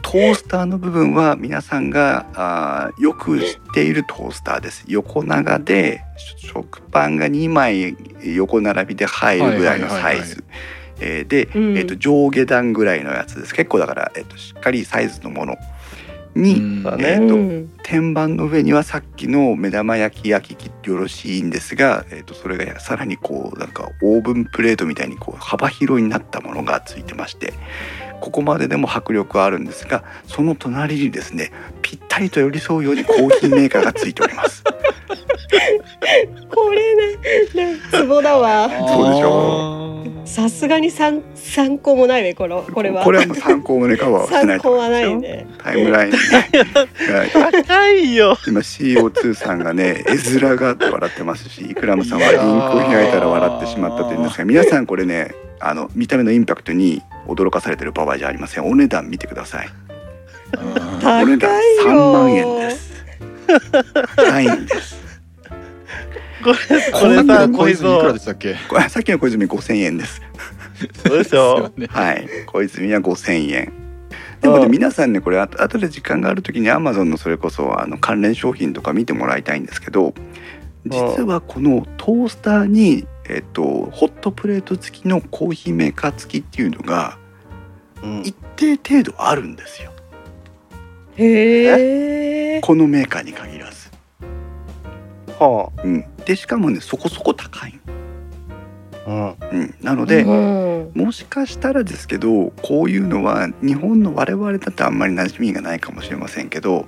Speaker 1: トースターの部分は皆さんがあーよく知っているトースターです。横長で食パンが2枚横並びで入るぐらいのサイズ。えーで、
Speaker 2: うん
Speaker 1: えー、と上下段ぐらいのやつです結構だから、えー、としっかりサイズのものに、
Speaker 4: うん
Speaker 3: そうだ
Speaker 1: え
Speaker 3: ね
Speaker 1: ーと
Speaker 2: うん
Speaker 1: 天板の上にはさっきの目玉焼き焼きよろしいんですが、えー、とそれがさらにこうなんかオーブンプレートみたいにこう幅広になったものがついてましてここまででも迫力はあるんですがその隣にですねぴったりと寄り添うようにコーヒーメーカーがついております。
Speaker 2: これね、ねツボだわ。
Speaker 1: そうでし
Speaker 2: さすがに三参考もないねこの これは。
Speaker 1: これはもう参考もねカバーはしない
Speaker 2: 参
Speaker 1: と
Speaker 2: 考
Speaker 1: 思
Speaker 2: はい
Speaker 1: ます
Speaker 2: な
Speaker 1: よ
Speaker 2: いね。
Speaker 1: タイムラインに、 はい
Speaker 3: 高いよ
Speaker 1: 今 CO2 さんがね絵面がって笑ってますしイクラムさんはインクを開いたら笑ってしまったというんですが皆さんこれねあの見た目のインパクトに驚かされてる場合じゃありませんお値段見てください
Speaker 4: あ
Speaker 2: 高
Speaker 1: お
Speaker 2: いよ
Speaker 1: 値段3万円です 高いんです
Speaker 3: これこれ
Speaker 4: な
Speaker 3: さ
Speaker 4: の小
Speaker 3: 小
Speaker 4: 泉いくら
Speaker 3: 泉
Speaker 4: でしたっけ
Speaker 1: これさっきの小泉5000円です
Speaker 3: そうでしょ
Speaker 4: ですよね
Speaker 1: はい小泉は5000円でもね
Speaker 3: うん
Speaker 1: 皆さんねこれあと後で時間がある時にアマゾンのそれこそあの関連商品とか見てもらいたいんですけど実はこのトースターに、えっと、ホットプレート付きのコーヒーメーカー付きっていうのが
Speaker 3: うん
Speaker 1: 一定程度あるんですよ
Speaker 2: へえ。
Speaker 1: このメーカーに限らず。
Speaker 3: は
Speaker 1: うん、でしかもねそこそこ高い、
Speaker 3: あうん
Speaker 1: うん、なので、
Speaker 2: うん
Speaker 1: もしかしたらですけどこういうのは日本の我々だとあんまり馴染みがないかもしれませんけど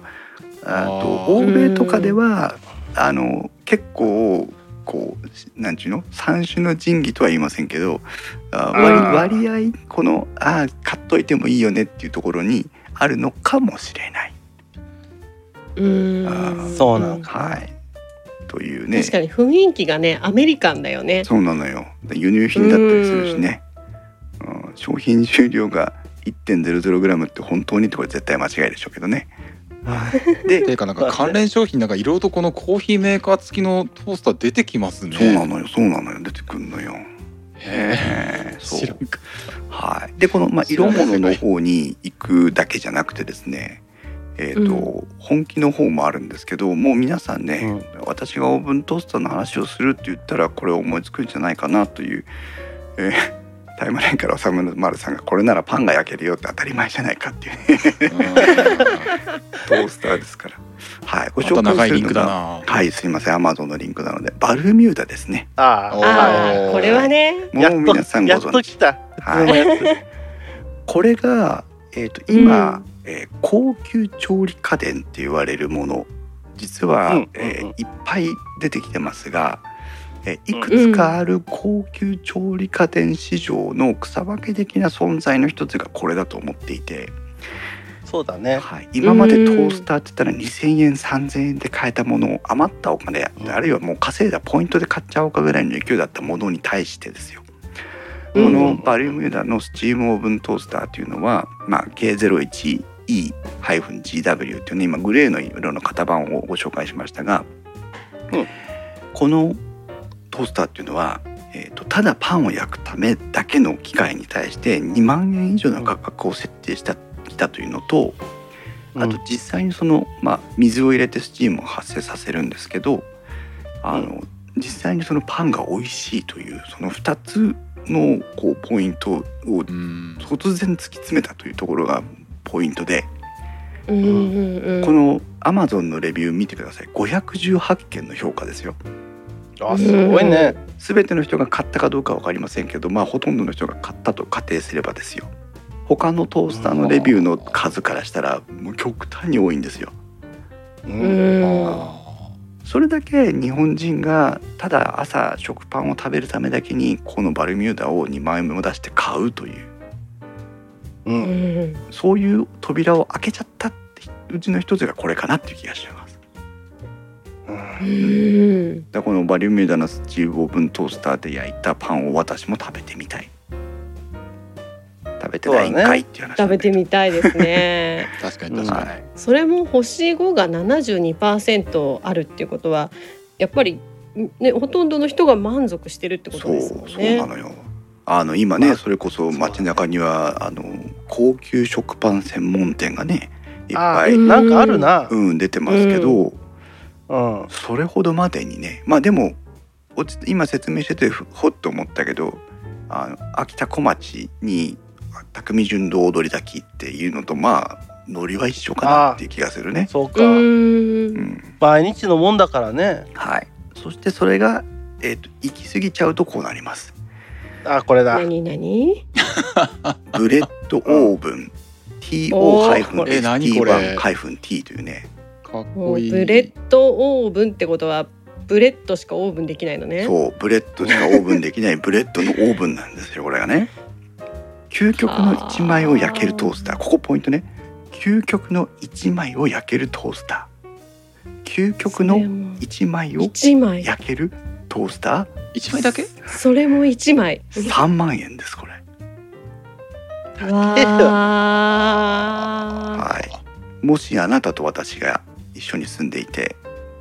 Speaker 1: あ
Speaker 4: あ
Speaker 1: と
Speaker 4: ー
Speaker 1: 欧米とかではあの結構こうしなんちゅうの三種の神器とは言いませんけどあ
Speaker 3: あー
Speaker 1: 割割合このあー買っといてもいいよねっていうところにあるのかもしれない。
Speaker 2: うん
Speaker 3: そうなん
Speaker 1: はい、というね
Speaker 2: 確かに雰囲気がねアメリカンだよね。
Speaker 1: そうなのよで輸入品だったりするしね、うん、商品重量が 1.00g って本当にってこれ絶対間違いでしょうけどね。で
Speaker 4: ていうかなんか関連商品なんかいろいろとこのコーヒーメーカー付きのトースター出てきますね。
Speaker 1: そうなのよそうなのよ出てくんのよ。
Speaker 4: へ
Speaker 1: えー
Speaker 4: え。
Speaker 1: そ
Speaker 4: 知ら
Speaker 1: うん
Speaker 4: か
Speaker 1: はい、でこの、まあ、
Speaker 4: 知ら
Speaker 1: 色
Speaker 4: ない
Speaker 1: 物の方に行くだけじゃなくてですねえーと本気の方もあるんですけどもう皆さんね、私がオーブントースターの話をするって言ったらこれ思いつくんじゃないかなという、えータイムラインからおさむまるさんがこれならパンが焼けるよって当たり前じゃないかっていうねトースターですから。はい、ご
Speaker 4: また
Speaker 1: 紹
Speaker 4: 長
Speaker 1: 介
Speaker 4: い
Speaker 1: す
Speaker 4: リ
Speaker 1: る
Speaker 4: ン
Speaker 1: の
Speaker 4: クだ
Speaker 1: が
Speaker 4: な。
Speaker 1: はいすいませんアマゾンのリンクなのでバルミューダですね。
Speaker 3: ああ
Speaker 4: おー
Speaker 3: は
Speaker 2: ああこれはね。
Speaker 3: い
Speaker 1: も
Speaker 3: や
Speaker 1: う皆
Speaker 3: っ
Speaker 1: さ
Speaker 3: と
Speaker 1: んご
Speaker 3: やっ
Speaker 1: 存
Speaker 3: と
Speaker 1: 知
Speaker 3: 来た普
Speaker 1: は
Speaker 3: 通
Speaker 1: い
Speaker 3: のやつ
Speaker 1: これが、えー、と今、えー高級調理家電って言われるもの実は、
Speaker 3: うんうんうん
Speaker 1: えーいっぱい出てきてますが、えーいくつかある高級調理家電市場の草分け的な存在の一つがこれだと思っていて、
Speaker 3: そうだね
Speaker 1: はい、今までトースターって言ったら2,000円3,000円で買えたものを余ったお金あるいはもう稼いだポイントで買っちゃおうかぐらいの勢いだったものに対してですよこ
Speaker 3: うん
Speaker 1: のバリューミューダのスチームオーブントースターというのは、まあ、K01E-GW っていうね今グレーの色の型番をご紹介しましたが、
Speaker 3: うん
Speaker 1: このトースターっていうのは、えーとただパンを焼くためだけの機械に対して2万円以上の価格を設定したきたというのとあと実際にその、まあ、水を入れてスチームを発生させるんですけどあの、実際にそのパンが美味しいというその2つのこうポイントを
Speaker 4: うん。
Speaker 1: 突然突き詰めたというところがポイントで、
Speaker 2: うんうんうん。
Speaker 1: この Amazon のレビュー見てください518件の評価ですよ。
Speaker 3: あすごいね
Speaker 1: 全ての人が買ったかどうかは分かりませんけど、まあ、ほとんどの人が買ったと仮定すればですよ他のトースターのレビューの数からしたらもう極端に多いんですよ。
Speaker 3: う
Speaker 2: うんん。
Speaker 4: あ
Speaker 1: それだけ日本人がただ朝食パンを食べるためだけにこのバルミューダを2万円も出して買うという
Speaker 3: う
Speaker 2: うんん
Speaker 1: そういう扉を開けちゃったってうちの一つがこれかなっていう気がします。
Speaker 3: う
Speaker 2: う
Speaker 3: ん
Speaker 2: ん。
Speaker 1: だからこのバルミューダのスチームオーブントースターで焼いたパンを私も食べてみたい。食べてないんかいっていう話な
Speaker 2: 食
Speaker 1: んだ
Speaker 2: べ
Speaker 1: け
Speaker 2: て
Speaker 1: ど、
Speaker 2: みたいですね。
Speaker 4: ー確かに確か
Speaker 1: はい、
Speaker 2: それも星5が72%あるっていうことはやっぱりねほとんどの人が満足してるってこと
Speaker 1: そう
Speaker 2: ですもん
Speaker 1: そうな
Speaker 2: ね。
Speaker 1: のよ。あの今ね、
Speaker 3: まあ
Speaker 1: それこそ街中にはあの高級食パン専門店がねいっぱい、
Speaker 3: あーなんかあるな
Speaker 1: うん、出てますけど、
Speaker 3: うん
Speaker 1: それほどまでにねまあでも落ち今説明しててふほっと思ったけどあの秋田小町に匠純堂踊り滝っていうのとまあノリは一緒かなっていう気がするね。
Speaker 3: そうか、
Speaker 2: ー。
Speaker 1: うんん
Speaker 3: 毎日のもんだからね
Speaker 1: はい、そしてそれが、えー、と行き過ぎちゃうとこうなります。
Speaker 3: あこれだ
Speaker 2: 何何？
Speaker 1: ブレッドオーブン
Speaker 4: おーえ何こ
Speaker 1: TO-ST
Speaker 4: れ
Speaker 1: 版 -T というね
Speaker 4: かっ
Speaker 2: も
Speaker 4: こ
Speaker 2: う
Speaker 4: いい
Speaker 2: ブレッドオーブンってことはブレッドしかオーブンできないのね。
Speaker 1: そうブレッドしかオーブンできないブレッドのオーブンなんですよこれがね究極の1枚を焼けるトースターここポイントね究極の1枚を焼けるトースター究極
Speaker 2: それ
Speaker 1: の
Speaker 2: も
Speaker 1: 1枚を
Speaker 2: 一枚。
Speaker 1: 焼けるトースタ
Speaker 4: 一枚だけ
Speaker 2: それも一枚。
Speaker 1: ー3万円ですこれ
Speaker 2: わあ。
Speaker 1: はい、もしあなたと私が一緒に住んでいて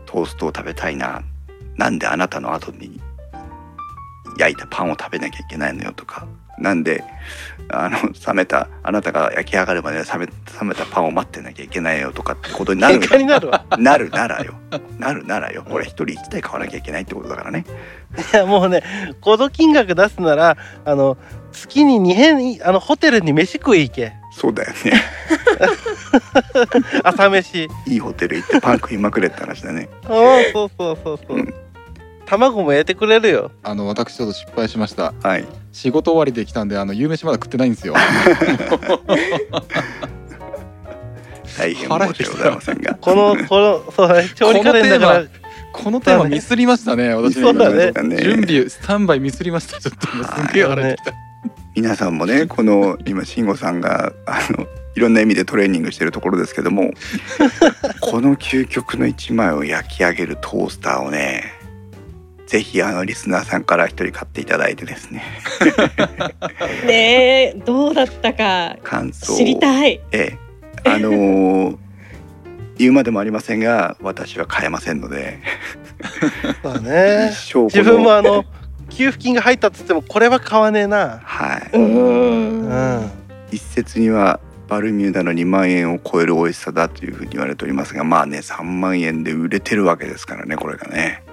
Speaker 1: トーストを食べたいななんであなたの後に焼いたパンを食べなきゃいけないのよとかなんであの冷めたあなたが焼き上がるまで冷め冷めたパンを待ってなきゃいけないよとかってことになる
Speaker 3: 喧嘩になるわ
Speaker 1: なるならよなるならよこれ一人一台買わなきゃいけないってことだからね
Speaker 3: いやもうねこの金額出すならあの月に2編あのホテルに飯食い行け
Speaker 1: そうだよね
Speaker 3: 朝飯
Speaker 1: いいホテル行ってパン食いまくれって話だね
Speaker 3: うんそうそうそうそう、
Speaker 1: うん
Speaker 3: 卵も焼いてくれるよ
Speaker 4: あの私ちょっと失敗しました
Speaker 1: はい
Speaker 4: 仕事終わりで来たんであの夕飯まだ食ってないんですよ
Speaker 1: 大変申し訳ございませんが
Speaker 3: このこのそうだね調理家電だから
Speaker 4: このテーマミスりましたね私
Speaker 3: そうだね
Speaker 1: そうだね
Speaker 4: 準備スタンバイミスりましたちょっと今すげえ腹減ってきた
Speaker 1: 皆さんも ねこの今慎吾さんがあのいろんな意味でトレーニングしてるところですけど もこの究極の一枚を焼き上げるトースターをねぜひあのリスナーさんから一人買っていただいてですね
Speaker 2: ねえどうだったか
Speaker 1: 感想を
Speaker 2: 知りたい。
Speaker 1: ええあの ー言うまでもありませんが私は買えませんので
Speaker 3: そうだね
Speaker 1: 一生
Speaker 3: 自
Speaker 1: こ
Speaker 3: 分もあの給付金が入ったっつってもこれは買わねえな
Speaker 1: はい、
Speaker 2: う。
Speaker 3: うんん
Speaker 1: 一説にはバルミューダの2万円を超える美味しさだというふうに言われておりますがまあね3万円で売れてるわけですからねこれがね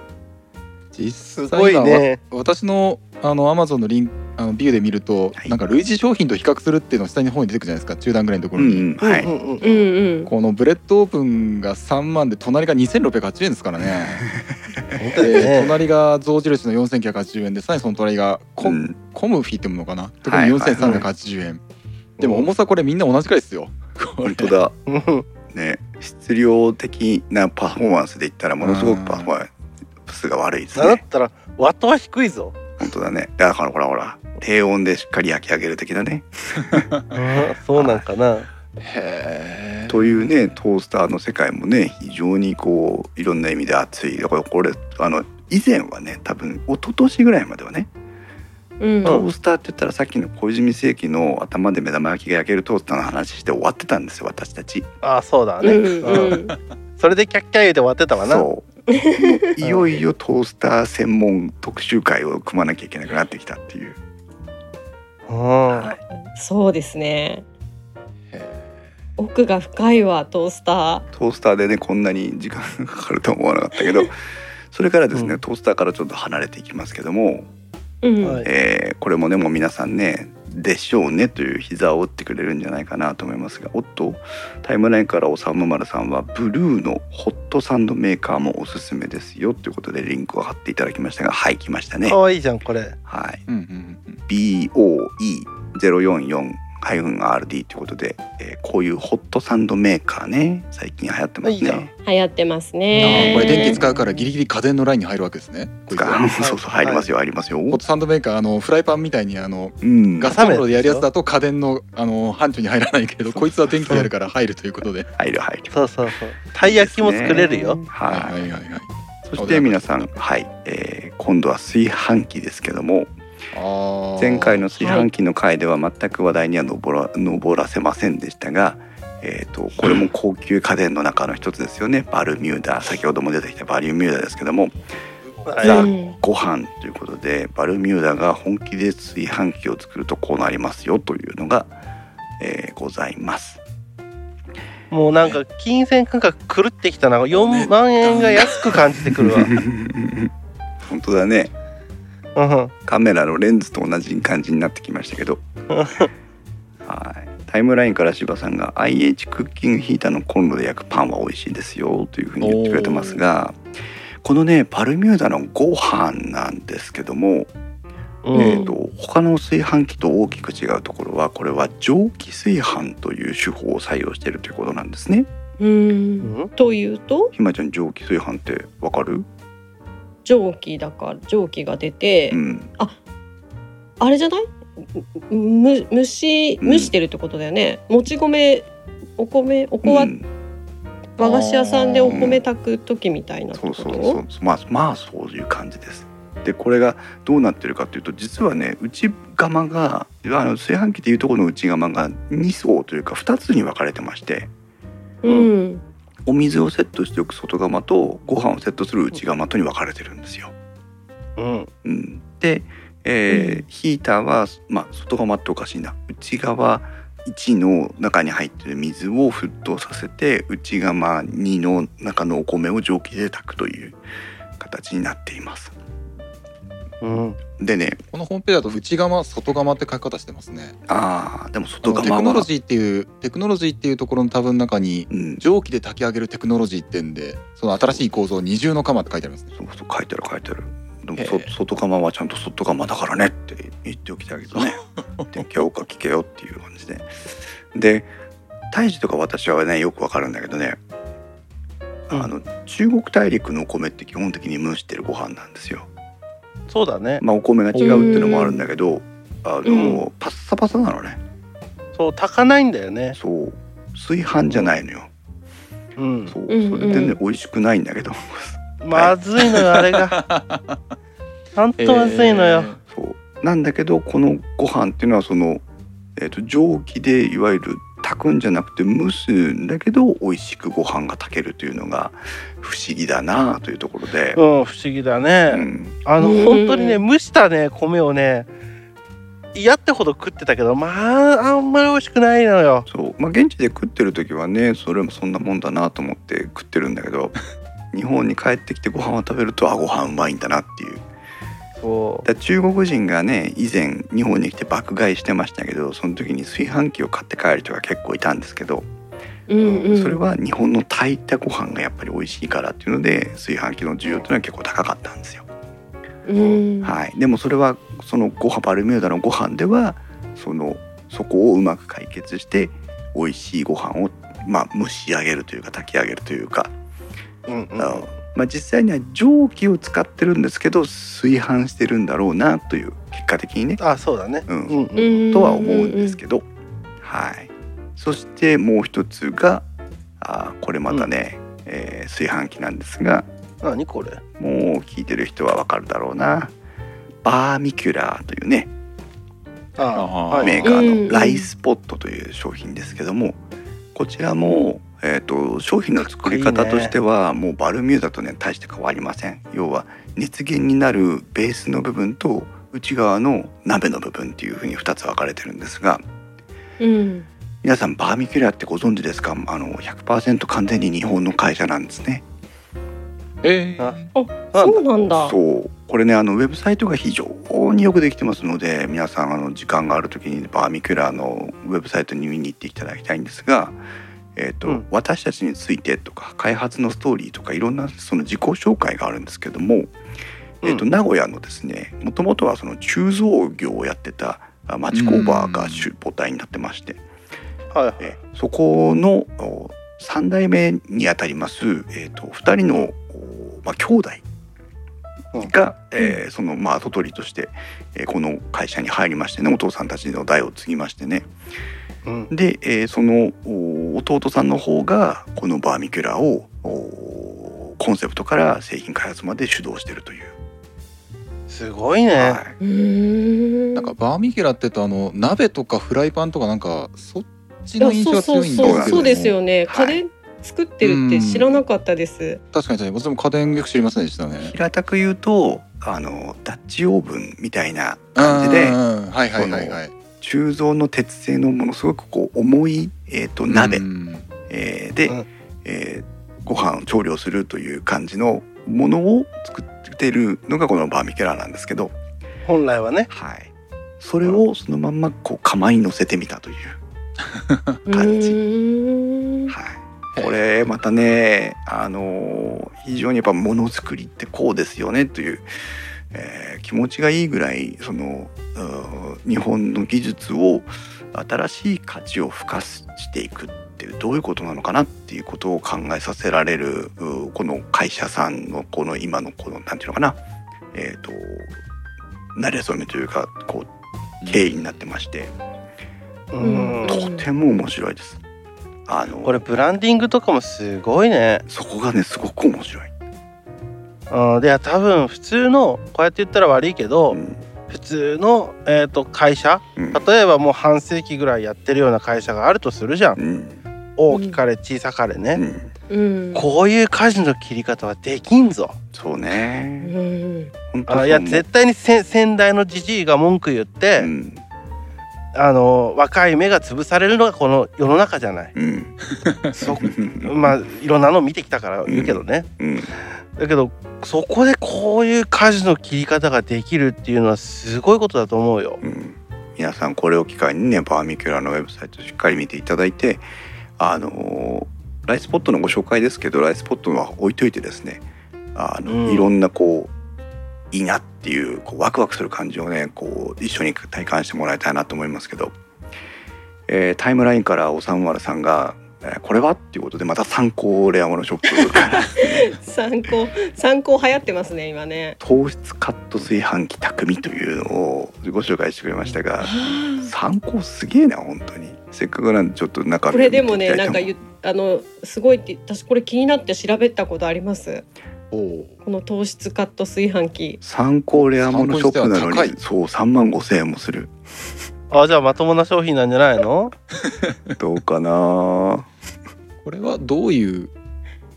Speaker 3: す
Speaker 4: 実
Speaker 3: ご
Speaker 4: 際
Speaker 3: い
Speaker 4: 今、
Speaker 3: ね
Speaker 4: わ私のあの Amazon のリンあのビューで見ると、
Speaker 1: はい
Speaker 4: なんか類似商品と比較するっていうのが下の方に出てくるじゃないですか中段ぐらいのとこ
Speaker 1: う
Speaker 4: ろに、
Speaker 1: ん、うん、はい、
Speaker 3: うんうんうん
Speaker 2: うんうん。
Speaker 4: このブレッドオーブンが3万で隣が2680円ですからねで隣が象印の4980円でさらにその隣がコ,、
Speaker 1: うん
Speaker 4: コムフィってものかな特に
Speaker 1: はいはいはい
Speaker 4: 4380円、でも重さこれみんな同じくらいですよこ
Speaker 1: 本
Speaker 4: れ
Speaker 1: 当だ
Speaker 3: うん
Speaker 1: ね質量的なパフォーマンスで言ったらものすごくパフォーマンスが悪いです
Speaker 3: だっ
Speaker 1: ね
Speaker 3: たらワットは低いぞ、
Speaker 1: 本当だねだからほらほら低温でしっかり焼き上げる的なね
Speaker 3: うん、そうなんかな
Speaker 4: へえ
Speaker 1: というねトースターの世界もね非常にこういろんな意味で熱いだからこれあの以前はね多分一昨年ぐらいまではね
Speaker 2: うん
Speaker 1: トースターって言ったらさっきの小泉世紀の頭で目玉焼きが焼けるトースターの話して終わってたんですよ私たち。
Speaker 3: あそうだ
Speaker 2: う
Speaker 3: ね、
Speaker 2: ん うん。
Speaker 3: それでキャッキャ言うて終わってたわな
Speaker 1: そう。 いよいよトースター専門特集会を組まなきゃいけなくなってきたっていう。
Speaker 3: うん
Speaker 1: はい
Speaker 2: そうですね
Speaker 4: へ。
Speaker 2: 奥が深いわトースタ
Speaker 1: トースターでねこんなに時間がかかるとは思わなかったけ どそれからですね、
Speaker 3: うん
Speaker 1: トースターからちょっと離れていきますけども、
Speaker 2: ー。うん。
Speaker 3: はい
Speaker 1: えーこれもねもう皆さんね「でしょうね」という膝を折ってくれるんじゃないかなと思いますがおっとタイムラインからおさむまるさんはブルーのホットサンドメーカーもおすすめですよということでリンクを貼っていただきましたがはい来ましたね
Speaker 3: か。わいいじゃんこれ
Speaker 1: はい
Speaker 4: うんうんうん
Speaker 1: BOE044-RD ということで、えーこういうホットサンドメーカーね最近流行ってますね。
Speaker 3: いいじゃん
Speaker 2: 流行ってます
Speaker 4: あー
Speaker 2: ね。
Speaker 4: これ電気使うからギリギリ家電のラインに入るわけですねこいつ
Speaker 1: 使
Speaker 4: は
Speaker 1: う そうそう入りますよ入りますよ。
Speaker 4: ホットサンドメーカーあのフライパンみたいにあの
Speaker 1: うん
Speaker 4: ガスコンロでやるやつだと家電のあの範疇に入らないけどこいつは電気でやるから入るということで
Speaker 1: 入る入る。
Speaker 3: そうそうそうたい焼きも作れるよ、
Speaker 1: はい。
Speaker 4: はいはいはい
Speaker 1: そして皆さんはい、えー今度は炊飯器ですけども
Speaker 4: あー
Speaker 1: 前回の炊飯器の回では全く話題には上ら上らせませんでしたが。えー、とこれも高級家電の中の一つですよねバルミューダ先ほども出てきたバルミューダですけども
Speaker 3: は
Speaker 1: ザ
Speaker 2: うん
Speaker 1: ご飯ということでバルミューダが本気で炊飯器を作るとこうなりますよというのが、えーございます。
Speaker 3: もうなんか金銭感覚狂ってきたな4万円が安く感じてくるわ
Speaker 1: 本当だね。
Speaker 3: ううん
Speaker 1: カメラのレンズと同じ感じになってきましたけどはいタイムラインから柴さんが IH クッキングヒーターのコンロで焼くパンは美味しいですよというふうに言ってくれてますがこのねパルミューダのご飯なんですけども、
Speaker 3: うん
Speaker 1: えー、と他の炊飯器と大きく違うところはこれは蒸気炊飯という手法を採用しているということなんですね。
Speaker 2: う。
Speaker 3: うんん
Speaker 2: というと
Speaker 1: ひまちゃん蒸気炊飯ってわかる、
Speaker 2: 蒸気だから蒸気が出て、
Speaker 1: うん、
Speaker 2: あれじゃない？む蒸し蒸してるってことだよね。もち米お米おこわ、
Speaker 1: うん
Speaker 2: 和菓子屋さんでお米炊く時みたいなって
Speaker 1: そ
Speaker 2: こ
Speaker 1: う
Speaker 2: と。
Speaker 1: そうそうまあまあそういう感じです。でこれがどうなってるかというと実はね内釜があの炊飯器でいうところの内釜が2層というか2つに分かれてまして
Speaker 2: うん。
Speaker 1: お水をセットしておく外釜とご飯をセットする内釜とに分かれてるんですよ。
Speaker 3: うん
Speaker 1: うん、で、えー
Speaker 2: う
Speaker 1: ヒーターは、まあ、外側っておかしいな内側1の中に入ってる水を沸騰させて内釜2の中のお米を蒸気で炊くという形になっています。
Speaker 3: うん
Speaker 1: でね
Speaker 4: このホームページだと内釜外釜って書き方してますね
Speaker 1: あーでも外
Speaker 4: テク
Speaker 1: 釜は
Speaker 4: ノロジーっていうテクノロジーっていうところの多分中に
Speaker 1: うん、
Speaker 4: 蒸気で炊き上げるテクノロジーってんでその新しい構造二重の釜って書いてありますね
Speaker 1: そうそう書いてある書いてある。でも、
Speaker 4: ええ
Speaker 1: そ外釜はちゃんと外釜だからねって言っておきてあげるとねで今日か聞けよっていう感じでで胎児とか私はねよくわかるんだけどねあの、中国大陸のお米って基本的に蒸してるご飯なんですよ。
Speaker 3: そうだね
Speaker 1: まあお米が違うっていうのもあるんだけどあの、パッサパサなのね
Speaker 3: そう炊かないんだよね
Speaker 1: そう炊飯じゃないのよ、
Speaker 3: うん
Speaker 1: そう
Speaker 2: うん
Speaker 1: それでね、
Speaker 2: うん
Speaker 1: 美味しくないんだけど
Speaker 3: まずいのよあれ がちゃんとまずいのよ、
Speaker 1: そうなんだけどこのご飯っていうのはその、えー、と蒸気でいわゆる炊くんじゃなくて蒸すんだけど美味しくご飯が炊けるというのが不思議だなというところで、
Speaker 3: うん不思議だね、
Speaker 1: うん
Speaker 3: あの
Speaker 2: うん
Speaker 3: 本当にね蒸したね米をね嫌ってほど食ってたけどまああんまり美味しくないのよ
Speaker 1: そうまあ、現地で食ってる時はねそれもそんなもんだなと思って食ってるんだけど日本に帰ってきてご飯を食べるとあご飯うまいんだなっていう
Speaker 3: そ
Speaker 1: だから中国人がね以前日本に来て爆買いしてましたけどその時に炊飯器を買って帰る人が結構いたんですけど
Speaker 2: うんうん。
Speaker 1: それは日本の炊いたご飯がやっぱり美味しいからっていうので炊飯器の需要というのは結構高かったんですよ。
Speaker 2: うん。
Speaker 1: はい、でもそれはそのご飯バルミューダのご飯ではそのそこをうまく解決して美味しいご飯をまあ蒸し上げるというか炊き上げるというか、
Speaker 3: う、うんう
Speaker 1: あ
Speaker 3: ん
Speaker 1: の、まあ、実際には蒸気を使ってるんですけど炊飯してるんだろうなという結果的にね、
Speaker 3: あそうだね
Speaker 1: うん
Speaker 3: うん
Speaker 2: う
Speaker 3: うん
Speaker 2: ん。
Speaker 1: とは思うんですけど、はい、そしてもう一つがあーこれまたね、えー炊飯器なんですが
Speaker 3: 何これ
Speaker 1: もう聞いてる人はわかるだろうなバーミキュラーというね
Speaker 3: ああ
Speaker 4: あー
Speaker 3: はい
Speaker 1: メーカー
Speaker 2: うん
Speaker 1: のライスポットという商品ですけどもこちらも、えー、と商品の作り
Speaker 3: かっ
Speaker 1: 方
Speaker 3: こいい
Speaker 1: と
Speaker 3: ね
Speaker 1: してはもうバルミューダとね大して変わりません要は熱源になるベースの部分と内側の鍋の部分っていうふうに2つ分かれてるんですが
Speaker 2: うん。
Speaker 1: 皆さんバーミキュラーってご存知ですかあの100%完全に日本の会社なんですね
Speaker 4: えー
Speaker 3: あ
Speaker 2: そうなんだ。
Speaker 1: そうこれねあのウェブサイトが非常によくできてますので皆さんあの時間がある時にバーミキュラーのウェブサイトに見に行っていただきたいんですが、えーと
Speaker 3: うん
Speaker 1: 私たちについてとか開発のストーリーとかいろんなその自己紹介があるんですけども、えー、と
Speaker 3: うん
Speaker 1: 名古屋のですねもともとはその鋳造業をやってたあ町工場が主母体になってまして、
Speaker 3: はいはい
Speaker 1: えーそこのお3代目にあたります、えー、と2人の、おまあ、兄弟が、えーそのまあ跡取りとして、えーこの会社に入りましてねお父さんたちの代を継ぎましてね
Speaker 3: うん
Speaker 1: で、えーそのお弟さんの方がこのバーミキュラーをおコンセプトから製品開発まで主導してるという、
Speaker 3: すごいね
Speaker 1: はい、
Speaker 2: うーん。
Speaker 4: なんかバーミキュラって言うとあの鍋とかフライパンとかなんかそっちの印象が強いんです
Speaker 2: そ
Speaker 4: け
Speaker 2: う
Speaker 4: ど
Speaker 2: そうそうそうですよね、
Speaker 1: はい
Speaker 2: 家電作ってるって知らなかったです、
Speaker 4: 確かに確かに私も家電よく知りませんでしたね
Speaker 1: 平たく言うとあのダッチオーブンみたいな感じで
Speaker 4: うんうんうんはいはいはいはい
Speaker 1: 鋳造の鉄製のものすごくこう重い、えー、と鍋、
Speaker 4: うん
Speaker 1: えーで、
Speaker 3: うん
Speaker 1: えーご飯を調理をするという感じのものを作ってるのがこのバーミキュラーなんですけど
Speaker 3: 本来はね
Speaker 1: はい、それをそのまんまこう釜に乗せてみたという、感じ
Speaker 2: うーん
Speaker 1: はい、これまたね、あのー非常にやっぱものづくりってこうですよねという、えー気持ちがいいぐらいそのうー日本の技術を新しい価値を付加していくっていうどういうことなのかなっていうことを考えさせられるうーこの会社さんのこの今のこのなんていうのかなえっ、と慣れ初めというかこう経緯になってまして、
Speaker 3: うん
Speaker 2: うん
Speaker 1: とても面白いです。あの
Speaker 3: これブランディングとかもすごいね
Speaker 1: そこがねすごく面白い。
Speaker 3: うんで多分普通のこうやって言ったら悪いけど、
Speaker 1: うん
Speaker 3: 普通の、えー、と会社
Speaker 1: うん
Speaker 3: 例えばもう半世紀ぐらいやってるような会社があるとするじゃん
Speaker 1: うん
Speaker 3: 大きかれ小さかれね、
Speaker 1: うん
Speaker 2: うん
Speaker 3: こういう舵の切り方はできんぞ
Speaker 1: そう
Speaker 2: う
Speaker 1: ね。
Speaker 2: ん
Speaker 1: 本当そう思
Speaker 3: あ
Speaker 1: う
Speaker 3: いや絶対にせ先代のじじいが文句言って、
Speaker 1: うん
Speaker 3: あの若い目が潰されるのがこの世の中じ ゃない
Speaker 1: うん
Speaker 3: そま
Speaker 1: ま
Speaker 3: あいろんなの見てきたから言うけどね、
Speaker 1: うん
Speaker 3: だけどそこでこういう舵の切り方ができるっていうのはすごいことだと思うよ。
Speaker 1: うん皆さんこれを機会にねバーミキュラのウェブサイトしっかり見ていただいてあのーライスポットのご紹介ですけどライスポットは置いといてですねあの、
Speaker 3: うん
Speaker 1: いろんなこういいなっていうこうワクワクする感じをねこう一緒に体感してもらいたいなと思いますけど、えータイムラインからおさんまるさんが「えーこれは?」っていうことでまた参考レアモノショップから
Speaker 2: 参考参考流行ってますね今ね
Speaker 1: 糖質カット炊飯器匠というのをご紹介してくれましたが参考すげえな本当にせっかくなんでちょっと中
Speaker 2: こ
Speaker 1: 身を
Speaker 2: れ
Speaker 1: 見て
Speaker 2: で
Speaker 1: いきたいと思
Speaker 2: もねな
Speaker 1: うん
Speaker 2: かゆあのすごいって私これ気になって調べたことあります
Speaker 4: お
Speaker 2: この糖質カット炊飯器
Speaker 1: 参考レアモノショップなの
Speaker 4: 参考にし
Speaker 1: に
Speaker 4: て
Speaker 1: そう3万5千円もする
Speaker 3: あじゃあまともな商品なんじゃないの
Speaker 1: どうかな
Speaker 4: これはどういう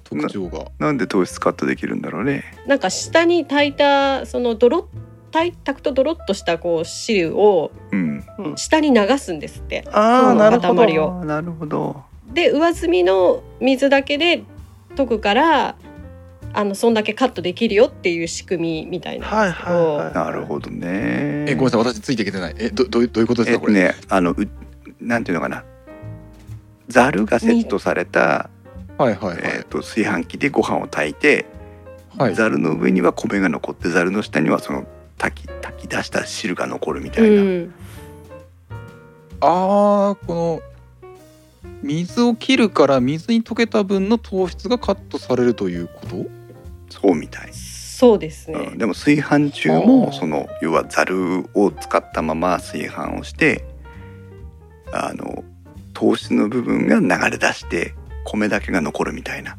Speaker 4: 特徴が
Speaker 1: なんで糖質カットできるんだろうね
Speaker 2: なんか下に炊いたそのドロッ炊くとドロッとしたこう汁を
Speaker 1: うん
Speaker 2: 下に流すんですって
Speaker 3: あ
Speaker 2: そ
Speaker 3: あ
Speaker 2: う
Speaker 3: なるほど。
Speaker 2: 塊を
Speaker 1: あーなるほど
Speaker 2: で上澄みの水だけで溶くからあのそんだけカットできるよっていう仕組みみたいな
Speaker 3: はいはいはい。
Speaker 1: なるほどね
Speaker 4: えごめんなさい私ついていけてないえどどういうどういうことです
Speaker 1: えっ
Speaker 4: かことれ、
Speaker 1: ねあのうなんていうのかなざるがセットされた、
Speaker 4: はいはいはい、
Speaker 1: えっと炊飯器でご飯を炊いて
Speaker 4: はい
Speaker 1: ざるの上には米が残ってざるの下にはその炊き炊き出した汁が残るみた
Speaker 2: う
Speaker 1: いな、
Speaker 2: ん
Speaker 4: あーこの水を切るから水に溶けた分の糖質がカットされるということ
Speaker 1: そうみたい、
Speaker 2: そうですね、
Speaker 1: うん、でも炊飯中
Speaker 4: あー
Speaker 1: もその要はざるを使ったまま炊飯をしてあの糖質の部分が流れ出して米だけが残るみたいな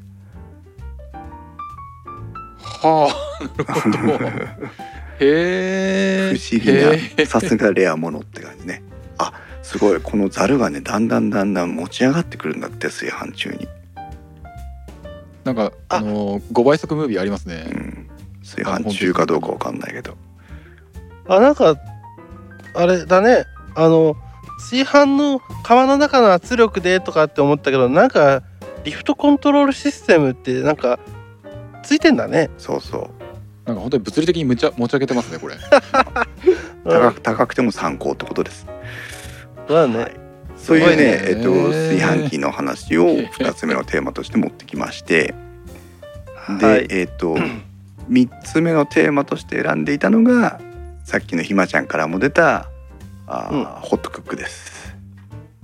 Speaker 4: はあ なるほどへえ
Speaker 1: 不思議なさすがレアものって感じねあすごいこのざるがねだんだんだんだん持ち上がってくるんだって炊飯中に、
Speaker 4: なんかあのー5倍速ムービーあります
Speaker 1: う
Speaker 4: ね
Speaker 1: ん、炊飯中かどうかわかんないけど
Speaker 3: あなんかあれだねあの炊飯の釜の中の圧力でとかって思ったけどなんかリフトコントロールシステムってなんかついてんだね。
Speaker 1: そうそう
Speaker 4: なんか本当に物理的にむちゃ持ち上げてますねこれ
Speaker 3: うん
Speaker 1: 高く高くても参考ってことです。
Speaker 3: そうだね。
Speaker 1: はいそういうね、え
Speaker 4: すご
Speaker 1: っと、
Speaker 4: いね
Speaker 1: 炊飯器の話を2つ目のテーマとして持ってきまして、で、
Speaker 3: はい
Speaker 1: えっ と、3つ目のテーマとして選んでいたのが、さっきのひまちゃんからも出た、あー
Speaker 3: うん
Speaker 1: ホットクックです。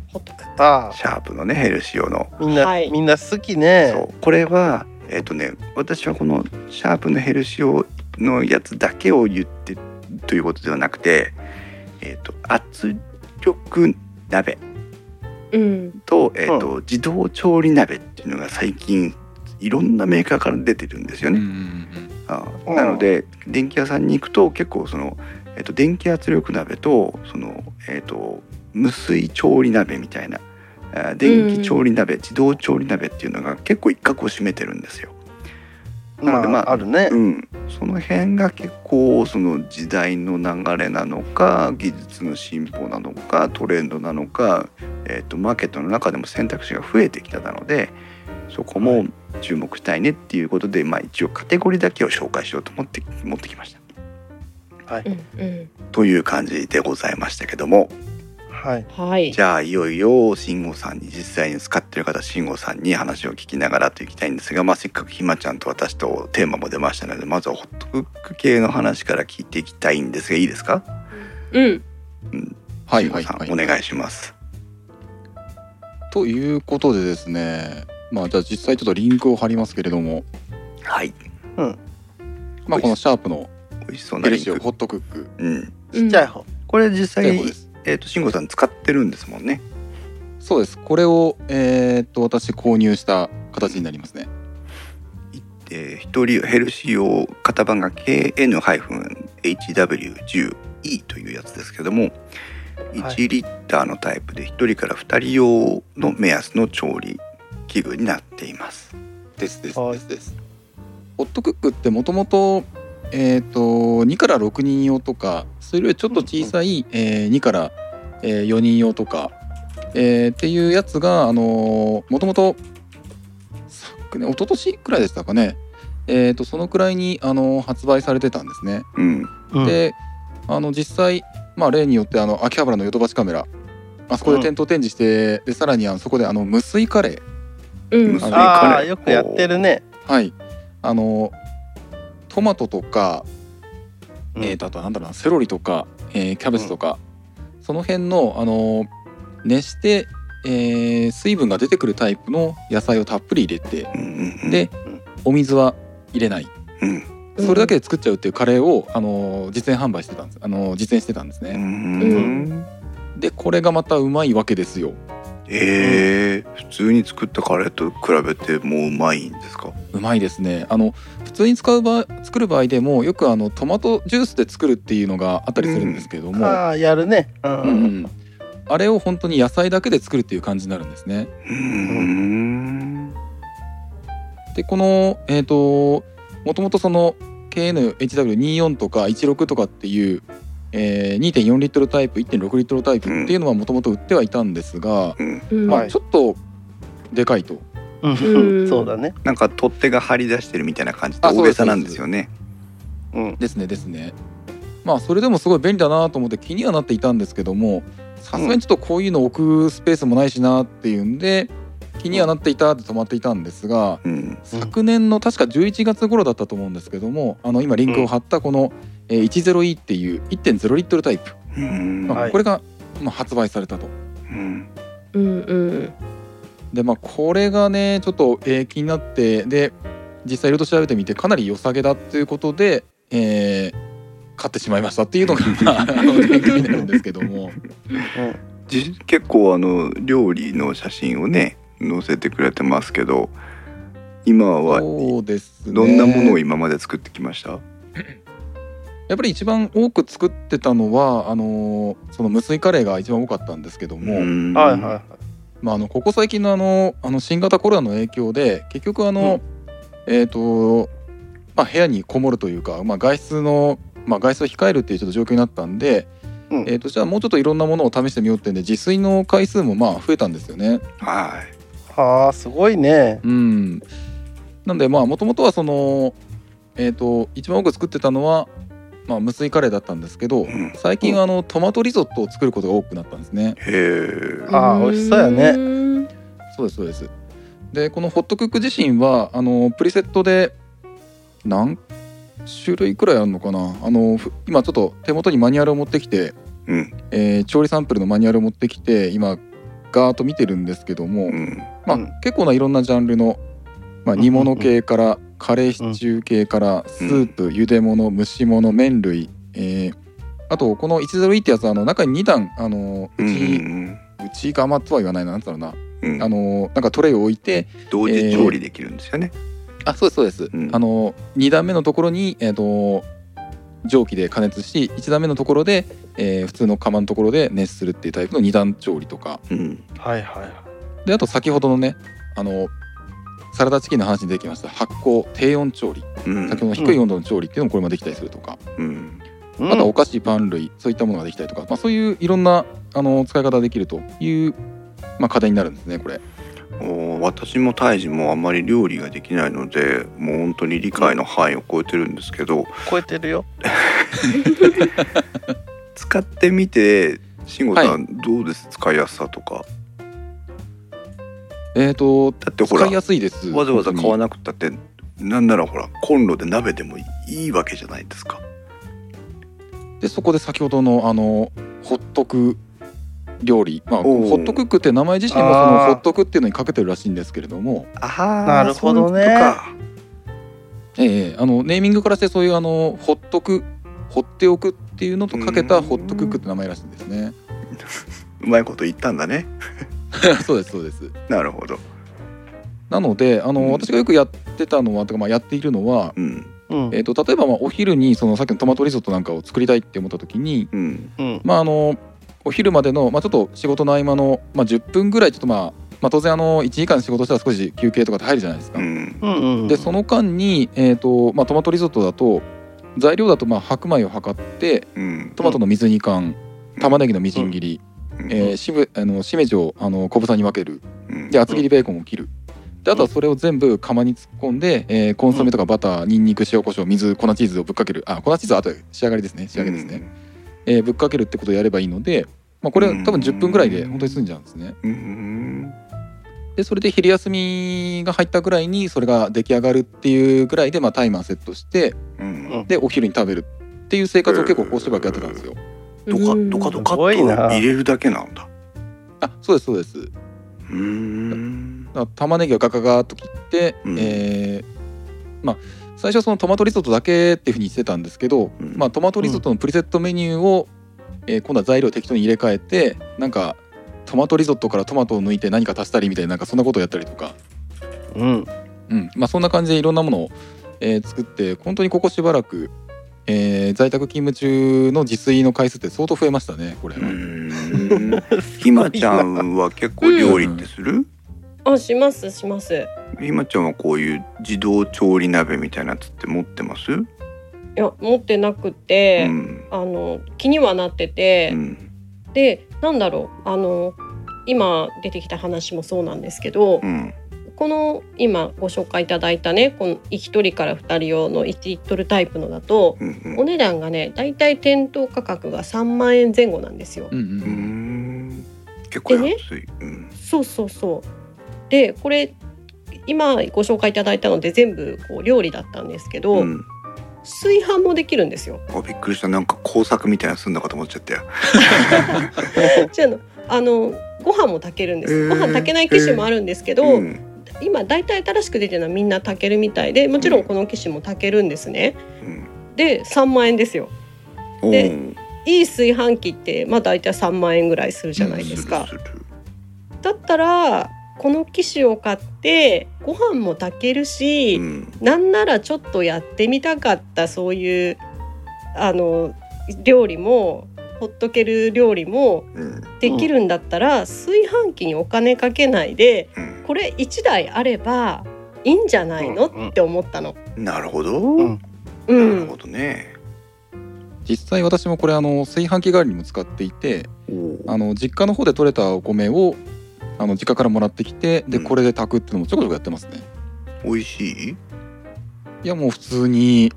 Speaker 2: ホットクッ
Speaker 3: あ
Speaker 1: シャープのね、ヘルシオの。
Speaker 3: みんな、
Speaker 2: はい
Speaker 3: みんな好きね。
Speaker 1: そうこれは、えっとね、私はこのシャープのヘルシオのやつだけを言ってということではなくて、えっと、圧力鍋。
Speaker 2: クうん
Speaker 1: と,、えーと自動調理鍋っていうのが最近いろんなメーカーから出てるんですよ
Speaker 4: うんう
Speaker 1: ね。
Speaker 4: ん
Speaker 1: あ
Speaker 3: うん
Speaker 1: なので電気屋さんに行くと結構その、えー、と電気圧力鍋とその、えー、と無水調理鍋みたいなあー電気調理鍋、自動調理鍋っていうのが結構一角を占めてるんですよ。な
Speaker 3: ま
Speaker 1: の
Speaker 3: あ、
Speaker 1: でまあ
Speaker 3: あるね
Speaker 1: う。ん、その辺が結構その時代の流れなのか技術の進歩なのかトレンドなのか、えー、とマーケットの中でも選択肢が増えてきたなのでそこも注目したいねっていうことで、まあ、一応カテゴリーだけを紹介しようと思って持ってきました。
Speaker 2: うんうん
Speaker 1: という感じでございましたけども
Speaker 3: はい
Speaker 2: はい
Speaker 1: じゃあいよいよ慎吾さんに実際に使ってる方慎吾さんに話を聞きながらといきたいんですが、まあ、せっかくひまちゃんと私とテーマも出ましたのでまずはホットクック系の話から聞いていきたいんですがいいですか
Speaker 2: うん
Speaker 4: はい
Speaker 1: 慎
Speaker 4: は
Speaker 1: 吾
Speaker 4: い
Speaker 1: さん、
Speaker 4: はい
Speaker 1: お願いします。
Speaker 4: ということでですねまあじゃあ実際ちょっとリンクを貼りますけれども、
Speaker 1: はい
Speaker 4: まあ、このシャープの
Speaker 1: 美味しそうな
Speaker 4: デリ
Speaker 1: リン
Speaker 4: シオ
Speaker 1: ク、
Speaker 4: ホットクック
Speaker 1: うん、
Speaker 3: ちっちゃい方、
Speaker 1: これ実
Speaker 4: と
Speaker 1: 際
Speaker 4: いうこ
Speaker 1: に
Speaker 4: とです。
Speaker 1: えー、と慎吾さん使ってるんですもんね。
Speaker 4: そうですこれをえーっと私購入した形になりますね
Speaker 1: で一人ヘルシーを型番が KN-HW10E というやつですけども
Speaker 3: はい
Speaker 1: 1リッターのタイプで一人から二人用の目安の調理器具になっています。
Speaker 4: ですです
Speaker 3: はい
Speaker 4: ですですホットクックってもともとえーっと2から6人用とかそれよりちょっと小さい、えー2から、え4人用とか、えーっていうやつがあのもともと昨年一昨年くらいでしたかねえーっとそのくらいに、あの発売されてたんですね
Speaker 1: うん、
Speaker 3: うん
Speaker 4: であの実際、まあ、例によってあの秋葉原のヨドバシカメラあそこで店頭展示して、でさらにあのそこであの無水カレ
Speaker 2: うん
Speaker 1: あの
Speaker 3: あ
Speaker 1: カ
Speaker 3: あ
Speaker 1: レー
Speaker 3: よくやってるね、
Speaker 4: ーはいあのトマトとか、
Speaker 3: うん
Speaker 4: えーとあとなんだろうなセロリとか、えーキャベツとか、その辺のあの熱して、えー水分が出てくるタイプの野菜をたっぷり入れて
Speaker 1: うんうんうん、
Speaker 4: で
Speaker 3: うん
Speaker 4: お水は入れない
Speaker 1: うん
Speaker 2: うん
Speaker 4: それだけで作っちゃうっていうカレーをあの実演販売してたんですあの実演してたんです
Speaker 1: う
Speaker 4: ね。
Speaker 1: ん
Speaker 2: う
Speaker 4: でこれがまたうまいわけですよ。
Speaker 1: えー、普通に作ったカレーと比べてもううまいんですか
Speaker 4: うまいですねあの普通に使う場合作る場合でもよくあのトマトジュースで作るっていうのがあったりするんですけれども、
Speaker 3: ああやるねうん、
Speaker 4: うんうんあれを本当に野菜だけで作るっていう感じになるんですね。
Speaker 1: うん
Speaker 4: でこのえっ、ともともとその KNHW24 とか16とかっていう、えー2.4リットルタイプ1.6リットルタイプっていうのはもともと売ってはいたんですが、
Speaker 2: うん
Speaker 4: ま
Speaker 3: は
Speaker 4: あ、
Speaker 3: い
Speaker 4: ちょっとでかいと。
Speaker 3: うん
Speaker 2: うん
Speaker 3: そうだね
Speaker 1: なんか取っ手が張り出してるみたいな感じで
Speaker 4: あそ
Speaker 1: 大
Speaker 4: う
Speaker 1: げ
Speaker 4: です
Speaker 1: さなんですよね。
Speaker 3: うん
Speaker 4: ですねですねまあそれでもすごい便利だなと思って気にはなっていたんですけどもさすがにちょっとこういうの置くスペースもないしなっていうんで気にはなっていたって止まっていたんですが
Speaker 1: うん
Speaker 3: うん
Speaker 4: 昨年の確か11月頃だったと思うんですけどもあの今リンクを貼ったこのえー 10E っていう1.0リットルタイプ
Speaker 1: うん
Speaker 4: まあ
Speaker 3: はい
Speaker 4: これがまあ発売されたと。
Speaker 1: うん
Speaker 2: うんうん
Speaker 4: でまあこれがねちょっとえー気になってで実際いろいろと調べてみてかなり良さげだっていうことで、えー買ってしまいましたっていう のがあの展開になるんですけども
Speaker 1: じ結構あの料理の写真をね載せてくれてますけど今は
Speaker 4: そうですね
Speaker 1: どんなものを今まで作ってきました、
Speaker 4: やっぱり一番多く作ってたのはあのーその無水カレーが一番多かったんですけども、
Speaker 1: ん
Speaker 3: はいはいはい
Speaker 4: まあ、あのここ最近のあのあの新型コロナの影響で結局あの、えっ、と、まあ、部屋にこもるというか、まあ、外出の、まあ、外出を控えるっていうちょっと状況になったんで、
Speaker 3: うん
Speaker 4: えっとじゃあもうちょっといろんなものを試してみようってんで自炊の回数もまあ増えたんですよね。
Speaker 1: はい
Speaker 3: はあすごいね
Speaker 4: うん、なんでまあもともとはその、えっと一番多く作ってたのは、まあ、無水カレーだったんですけど
Speaker 1: うん
Speaker 4: 最近はあのトマトリゾットを作ることが多くなったんですね。
Speaker 1: へえ
Speaker 3: あー美味しそうやね
Speaker 2: うん
Speaker 4: そうですそうです。でこのホットクック自身はあのプリセットで何種類くらいあるのかなあのふ今ちょっと手元にマニュアルを持ってきて、
Speaker 1: うん
Speaker 4: えー調理サンプルのマニュアルを持ってきて今ガーッと見てるんですけども、
Speaker 1: うん
Speaker 4: ま
Speaker 3: う
Speaker 4: あ
Speaker 3: ん
Speaker 4: 結構ないろんなジャンルの、まあ、
Speaker 3: うんうん
Speaker 4: 煮物系から、カレーシチュー系から、スープ茹で物蒸し物麺類、えーあとこの101ってやつはあの中に2段あの
Speaker 1: う
Speaker 4: う
Speaker 1: んう
Speaker 4: ち、
Speaker 1: ん
Speaker 4: うち釜とは言わないななんつうのな
Speaker 1: うん
Speaker 4: あのなんかトレイを置いて
Speaker 1: 同時調理できるんですよね、
Speaker 4: あそうですそうです、
Speaker 1: うん
Speaker 4: あの2段目のところに、えー、と蒸気で加熱し1段目のところで、えー普通の釜のところで熱するっていうタイプの2段調理とか
Speaker 1: うん
Speaker 3: はいはいはい
Speaker 4: であと先ほどのねあのサラダチキンの話に出てきました発酵低温調理
Speaker 1: うん
Speaker 4: 先ほどの低い温度の調理っていうのもこれもできたりするとか、
Speaker 1: うん
Speaker 3: うん
Speaker 4: あとはお菓子パン類そういったものができたりとか、まあ、そういういろんなあの使い方ができるという、まあ、家電になるんですねこれ。
Speaker 1: お私も胎児もあんまり料理ができないのでもう本当に理解の範囲を超えてるんですけど、
Speaker 3: 超えてるよ
Speaker 1: 使ってみて慎吾さん、
Speaker 4: は
Speaker 1: どうです使いやすさとか
Speaker 4: えっ、と
Speaker 1: だってほら
Speaker 4: 使いやすいです
Speaker 1: わざわざ買わ
Speaker 4: な
Speaker 1: なくったってなんならほらコンロで鍋でもいいわけじゃないですか
Speaker 4: でそこで先ほどのあのホットク料理、まあ、
Speaker 1: おう
Speaker 4: ホットクックって名前自身もそ
Speaker 3: あ
Speaker 4: の
Speaker 3: ー
Speaker 4: ホットクっていうのにかけてるらしいんですけれども
Speaker 1: あ
Speaker 3: なるほどね
Speaker 4: ええあのネーミングからしてそういうあのホットク放っておくっていうのとかけ
Speaker 1: う
Speaker 4: た
Speaker 1: ん
Speaker 4: ホットクックって名前らしいんですね
Speaker 1: うまいこと言ったんだね
Speaker 4: そうですそうです
Speaker 1: なるほど
Speaker 4: なのであの、
Speaker 1: うん
Speaker 4: 私がよくやってたのはとか、まあ、やっているのは、
Speaker 1: うん
Speaker 3: うん
Speaker 4: えー、と例えばまあお昼にそのさっきのトマトリゾットなんかを作りたいって思った時に、
Speaker 1: うん
Speaker 3: うん
Speaker 4: まあ、あのお昼までの、まあ、ちょっと仕事の合間の、まあ、10分ぐらいちょっとまあ、まあ、当然あの1時間仕事したら少し休憩とかって入るじゃないですか。
Speaker 1: うん
Speaker 3: うんうん
Speaker 4: でその間に、えーとまあ、トマトリゾットだと材料だとまあ白米を測って
Speaker 1: うん
Speaker 4: トマトの水煮缶、
Speaker 1: うん
Speaker 4: 玉ねぎのみじん切り、
Speaker 1: うん
Speaker 4: えーしぶあのしめじをあの小房に分ける
Speaker 1: うん
Speaker 4: で厚切りベーコンを切るであとはそれを全部釜に突っ込んで、えーコンソメとかバターにんにく塩コショウ水粉チーズをぶっかけるあ粉チーズはあとで仕上がりですね仕上げですね、えーぶっかけるってことをやればいいので、まあ、これ
Speaker 1: うん
Speaker 4: 多分10分ぐらいで本当に済んじゃうんですね
Speaker 1: うんうん
Speaker 4: でそれで昼休みが入ったぐらいにそれが出来上がるっていうぐらいで、まあ、タイマーセットして
Speaker 1: うん
Speaker 3: うん
Speaker 4: でお昼に食べるっていう生活を結構こうしばらくやってたんですよ
Speaker 1: ドカドカドカっと
Speaker 3: すごいな
Speaker 1: 入れるだけなんだ
Speaker 4: あそうですそうです
Speaker 1: うーん
Speaker 4: だから玉ねぎをガガガーっと切って、
Speaker 1: うん
Speaker 4: えーまあ最初はそのトマトリゾットだけっていうふうにしてたんですけど、
Speaker 1: うん
Speaker 4: まあ、トマトリゾットのプリセットメニューを、えー今度は材料を適当に入れ替えてなんかトマトリゾットからトマトを抜いて何か足したりみたいななんかそんなことをやったりとか、
Speaker 3: うん
Speaker 4: うんまあ、そんな感じでいろんなものを、えー作って本当にここしばらく、えー在宅勤務中の自炊の回数って相当増えましたねこれ
Speaker 1: う
Speaker 4: は。
Speaker 1: ーんひまちゃんは結構料理ってする
Speaker 2: あしますします
Speaker 1: ひまちゃんはこういう自動調理鍋みたいなやつって持ってますう
Speaker 2: いや持ってなくて、
Speaker 1: ん
Speaker 2: あの気にはなってて
Speaker 1: う、ん
Speaker 2: でなんだろうあの今出てきた話もそうなんですけど、
Speaker 1: うん
Speaker 2: この今ご紹介いただいたねこの1人から2人用の1リットルタイプのだと
Speaker 1: うん
Speaker 2: お値段がねだいたい店頭価格が3万円前後なんですよ。
Speaker 4: うんうん
Speaker 1: う
Speaker 4: うん
Speaker 1: ん結構安いうん
Speaker 2: そうそうそうでこれ今ご紹介いただいたので全部こう料理だったんですけど、
Speaker 1: うん
Speaker 2: 炊飯もできるんですよ。
Speaker 1: あびっくりしたなんか工作みたいなのすんのかと思っちゃったよ
Speaker 2: 違うのあのご飯も炊けるんです、
Speaker 1: へー
Speaker 2: ご飯炊けない機種もあるんですけど、
Speaker 1: ん
Speaker 2: 今大体新しく出てるのはみんな炊けるみたいでもちろんこの機種も炊けるんですね。
Speaker 1: うん
Speaker 2: で3万円ですよ。
Speaker 1: お
Speaker 2: で
Speaker 1: ー
Speaker 2: いい炊飯器ってまあ大体3万円ぐらいするじゃないですか。
Speaker 1: るる
Speaker 2: だったらこの機種を買ってご飯も炊けるし、
Speaker 1: うん
Speaker 2: なんならちょっとやってみたかったそういうあの料理もほっとける料理も
Speaker 1: うん
Speaker 2: できるんだったら、炊飯器にお金かけないで
Speaker 1: うん
Speaker 2: これ1台あればいいんじゃないの、
Speaker 3: うんうん
Speaker 2: って思ったの。
Speaker 1: なるほど
Speaker 3: うん
Speaker 2: う
Speaker 1: なるほ
Speaker 2: ん、
Speaker 1: どね
Speaker 4: 実際私もこれあの炊飯器代わりにも使っていて、
Speaker 1: おー
Speaker 4: あの実家の方で採れたお米をあの実家からもらってきてで
Speaker 1: うん
Speaker 4: これで炊くっていうのもちょこちょこやってますね。
Speaker 1: 美味しい
Speaker 4: いやもう普通に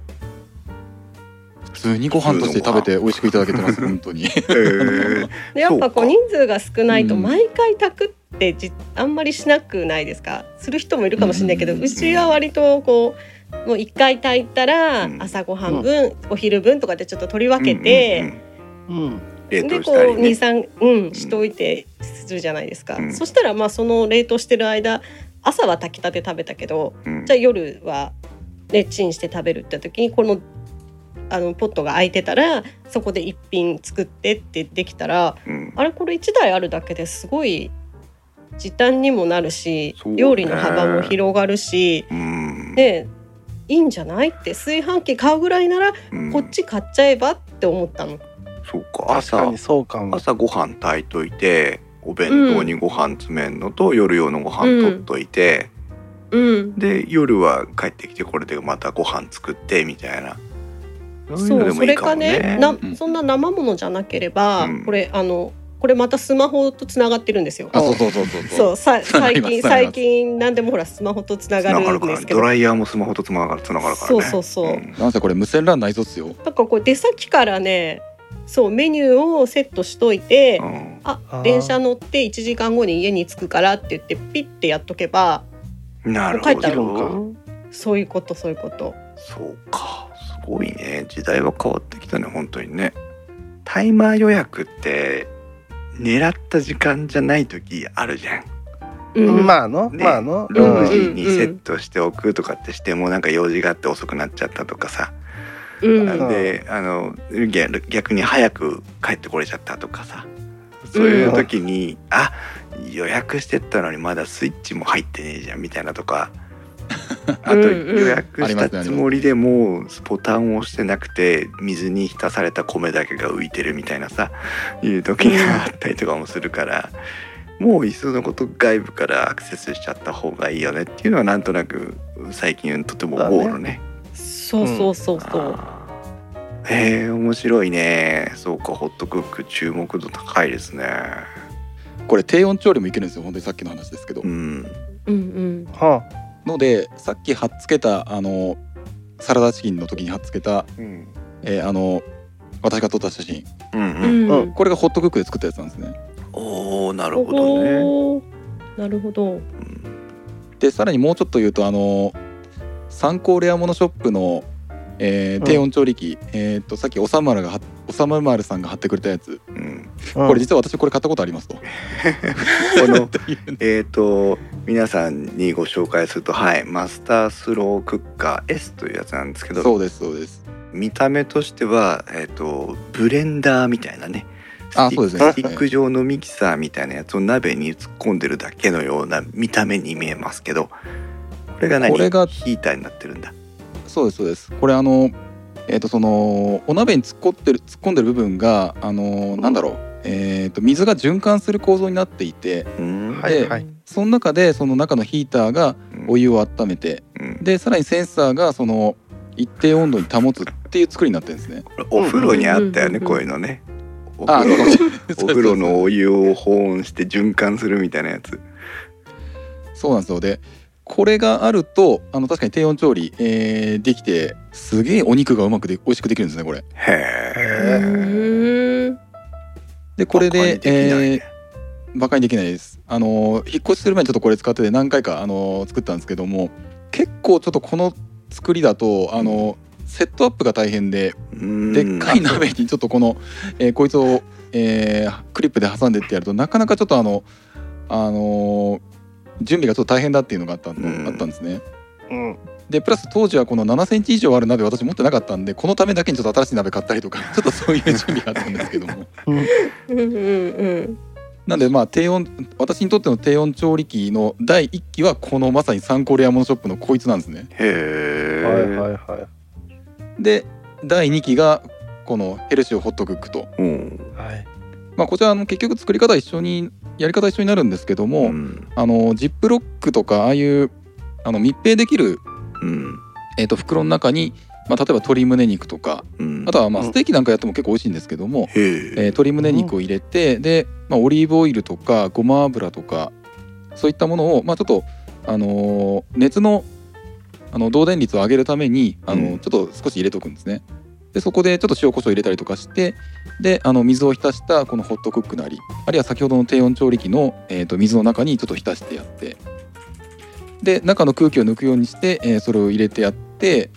Speaker 4: 普通にご飯として食べて美味しくいただけて ます本当に。
Speaker 1: えー
Speaker 2: でやっぱこ
Speaker 1: そう
Speaker 2: う
Speaker 1: か
Speaker 2: 人数が少ないと
Speaker 4: うん
Speaker 2: 毎回炊くってじあんまりしなくないですかする人もいるかもしれないけど、
Speaker 4: うん
Speaker 2: うちは割とこうもう1回炊いたら
Speaker 1: うん
Speaker 2: 朝ごはん分、お昼分とかでちょっと取り分けて。
Speaker 1: うんうんうん
Speaker 3: うん
Speaker 1: 冷
Speaker 2: で
Speaker 1: 凍し
Speaker 2: こ
Speaker 1: たり
Speaker 2: う
Speaker 1: ね
Speaker 2: 二三うんしといてするじゃないですか。
Speaker 1: うん
Speaker 2: そしたらまあその冷凍してる間朝は炊きたて食べたけど、
Speaker 1: うん
Speaker 2: じゃあ夜はねチンして食べるって時にこのあのポットが空いてたらそこで一品作ってってできたら
Speaker 1: うん
Speaker 2: あれこれ一台あるだけですごい時短にもなるし、
Speaker 1: そうね
Speaker 2: 料理の幅も広がるし
Speaker 1: うん
Speaker 2: でいいんじゃないって炊飯器買うぐらいなら
Speaker 1: うん
Speaker 2: こっち買っちゃえばって思ったの。
Speaker 1: そうか
Speaker 3: 確か
Speaker 1: 朝
Speaker 3: にそうかも
Speaker 1: 朝ご飯炊いといてお弁当にご飯詰めんのと、夜用のご飯取っといて、
Speaker 2: うん
Speaker 1: で夜は帰ってきてこれでまたご飯作ってみたいなそういう
Speaker 2: そ
Speaker 1: ので
Speaker 2: う
Speaker 1: も
Speaker 2: そ
Speaker 1: いい
Speaker 2: れ
Speaker 1: かも
Speaker 2: か
Speaker 1: ね
Speaker 2: ねな
Speaker 4: うん
Speaker 2: そんな生ものじゃなければ、
Speaker 1: うん
Speaker 2: これあのこれまたスマホとつながってるんですよ。
Speaker 4: あそうそうそうそう
Speaker 2: そう さ最
Speaker 4: 繋がり
Speaker 2: 近
Speaker 4: ます
Speaker 2: 最近何でもほらスマホとつな
Speaker 1: つ
Speaker 2: が
Speaker 1: なが
Speaker 2: る
Speaker 1: る
Speaker 2: ん
Speaker 1: か
Speaker 2: で
Speaker 1: ら
Speaker 2: すけ
Speaker 1: ド
Speaker 2: ど
Speaker 1: ライヤーもスマホとつながるつながるからね
Speaker 2: そうそうそう
Speaker 4: なんせこれ無線 LAN ないぞっすよ
Speaker 2: なんかこう出先からねそうメニューをセットしといて、
Speaker 1: うんうん
Speaker 2: あ
Speaker 3: あー
Speaker 2: 電車乗って1時間後に家に着くからって言ってピッてやっとけば
Speaker 1: なる
Speaker 2: もう
Speaker 1: ほ
Speaker 2: 帰ったら
Speaker 1: ど
Speaker 2: そういうことそういうこと
Speaker 1: そうかすごいね時代は変わってきたね本当にねタイマー予約って狙った時間じゃない時あるじゃん
Speaker 2: うん
Speaker 3: まあの、
Speaker 1: ね
Speaker 3: まあの、う
Speaker 1: 6
Speaker 3: ん、
Speaker 1: 時にセットしておくとかってしてもなんか用事があって遅くなっちゃったとかさ、
Speaker 2: うん
Speaker 3: あの
Speaker 1: であの逆逆に早く帰ってこれちゃったとかさそういう時に、あ予約してったのにまだスイッチも入ってねえじゃんみたいなとかあと
Speaker 2: うんうん
Speaker 1: 予約
Speaker 4: あり
Speaker 1: し
Speaker 4: ま
Speaker 1: た
Speaker 4: すね
Speaker 1: つもりでもボタンを押してなくて水に浸された米だけが浮いてるみたいなさいう時があったりとかもするから。もういっそのこと外部からアクセスしちゃった方がいいよねっていうのはなんとなく最近とても思うのね。
Speaker 2: そうそうそうそう、
Speaker 1: あーへえ面白いねそうかホットクック注目度高いですね
Speaker 4: これ低温調理もいけるんですよ本当にさっきの話ですけど
Speaker 1: うん
Speaker 2: うん
Speaker 3: は
Speaker 4: のでさっき貼っつけたあのサラダチキンの時に貼っつけた、
Speaker 1: うん
Speaker 4: えーあの私が撮った写真
Speaker 1: う
Speaker 2: うんん
Speaker 3: うん
Speaker 4: これがホットクックで作ったやつなんですね
Speaker 1: おおなる
Speaker 2: お
Speaker 1: ほどね
Speaker 2: ーなるほど
Speaker 1: うん
Speaker 4: でさらにもうちょっと言うとあの参考レアモノショップの、えー
Speaker 3: うん
Speaker 4: 低温調理器、えーっとさっきおさまるが貼っおさまるまるさんが貼ってくれたやつ
Speaker 1: うん
Speaker 3: い、
Speaker 4: これ実は私これ買ったことありますと。
Speaker 1: この
Speaker 4: いう
Speaker 1: えっと皆さんにご紹介するとはいマスタースロークッカー S というやつなんですけ
Speaker 4: そ
Speaker 1: ど
Speaker 4: うですそうです。
Speaker 1: 見た目としてはえっ、とブレンダーみたいなねス
Speaker 4: あ
Speaker 1: ティック
Speaker 4: そうです
Speaker 1: ステ
Speaker 4: ね
Speaker 1: ィック状のミキサーみたいなやつを鍋に突っ込んでるだけのような見た目に見えますけどこれが何
Speaker 4: これが
Speaker 1: ヒーターになってるんだ
Speaker 4: そうですそうです。これあのえっ、とそのお鍋に突っ込ってる突っ込んでる部分があのなんだろうえっ、と水が循環する構造になっていて
Speaker 1: うん
Speaker 3: は
Speaker 4: で
Speaker 3: いはい、
Speaker 4: その中でその中のヒーターがお湯を温めて
Speaker 1: うん
Speaker 4: でさらにセンサーがその一定温度に保つっていう作りになってるんですね。
Speaker 1: これお風呂にあったよね、
Speaker 2: うん
Speaker 1: こういうのねお
Speaker 4: あ
Speaker 1: 風呂の お風呂の
Speaker 4: おお
Speaker 1: お湯を保温して循環するみたいなやつ
Speaker 4: そうなんですよでこれがあるとあの確かに低温調理、えーできてすげえお肉がうまくで美味しくできるんですねこれ。
Speaker 2: う
Speaker 1: へえ
Speaker 2: ーん
Speaker 4: でこれでえー
Speaker 1: え
Speaker 4: バカにできないです。あの引っ越しする前にちょっとこれ使ってて何回かあの作ったんですけども結構ちょっとこの作りだとあのセットアップが大変ででっかい鍋にちょっとこの、えーこいつを、えークリップで挟んでってやるとなかなかちょっとあのあの準備がちょっと大変だっていうのがあったの、
Speaker 1: うん
Speaker 4: あったんですね。
Speaker 3: うん、
Speaker 4: でプラス当時はこの7センチ以上ある鍋私持ってなかったんでこのためだけにちょっと新しい鍋買ったりとか ちょっとそういう準備があったんですけど も
Speaker 2: うんうん
Speaker 4: なんでまあ低温私にとっての低温調理器の第1期はこのまさに参考レアモノショップのこいつなんですね
Speaker 1: へえ
Speaker 3: はいはいは
Speaker 4: で第2期がこのヘルシオホットクックと、
Speaker 1: うん
Speaker 3: いはい、
Speaker 4: まあ、こちらあの結局作り方一緒にやり方一緒になるんですけど
Speaker 1: う
Speaker 4: も、
Speaker 1: ん
Speaker 4: あのジップロックとかああいうあの密閉できる、
Speaker 1: うん
Speaker 4: えー、と袋の中に、まあ、例えば鶏胸肉とか
Speaker 1: うん
Speaker 4: あとはまあ
Speaker 3: うん
Speaker 4: ステーキなんかやっても結構美味しいんですけども、
Speaker 1: へえ
Speaker 4: えー鶏胸肉を入れて、で、まあ、オリーブオイルとかごま油とかそういったものを、まあ、ちょっと、あのー熱のあの導電率を上げるために、あのー
Speaker 1: うん
Speaker 4: ちょっと少し入れとくんですね。でそこでちょっと塩コショウ入れたりとかしてであの水を浸したこのホットクックなりあるいは先ほどの低温調理器の、えー、と水の中にちょっと浸してやってで中の空気を抜くようにして、えーそれを入れてやって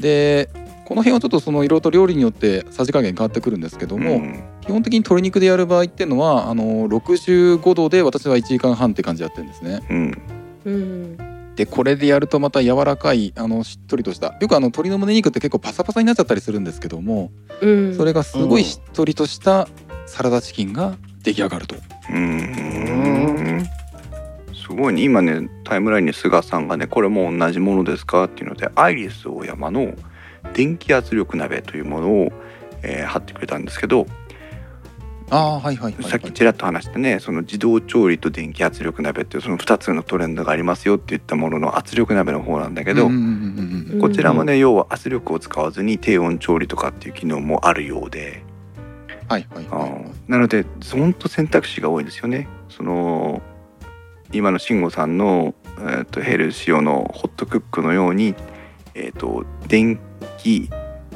Speaker 4: でこの辺はちょっとその色々と料理によってさじ加減変わってくるんですけど
Speaker 1: う
Speaker 4: も、
Speaker 1: ん
Speaker 4: 基本的に鶏肉でやる場合っていうのはあの65度で私は1時間半って感じでやってるんですね
Speaker 1: うん
Speaker 2: うんうん
Speaker 4: でこれでやるとまた柔らかいあのしっとりとしたよくあの鶏の胸肉って結構パサパサになっちゃったりするんですけども
Speaker 2: うん
Speaker 4: それがすごいしっとりとしたサラダチキンが出来上がると
Speaker 1: うんすごいね今ねタイムラインに菅さんがねこれも同じものですかっていうのでアイリス大山の電気圧力鍋というものを、えー貼ってくれたんですけど
Speaker 4: ああはいはいはい、
Speaker 1: さっきちらっと話したねその自動調理と電気圧力鍋っていうその2つのトレンドがありますよって言ったものの圧力鍋の方なんだけど、
Speaker 4: うんうんうんうんうん
Speaker 1: こちらもね要は圧力を使わずに低温調理とかっていう機能もあるようで
Speaker 4: はいはい
Speaker 1: あ
Speaker 4: はい
Speaker 1: ーなので本当選択肢が多いですよね。その今の慎吾さんの、えー、とヘルシオのホットクックのように、えー、と電気、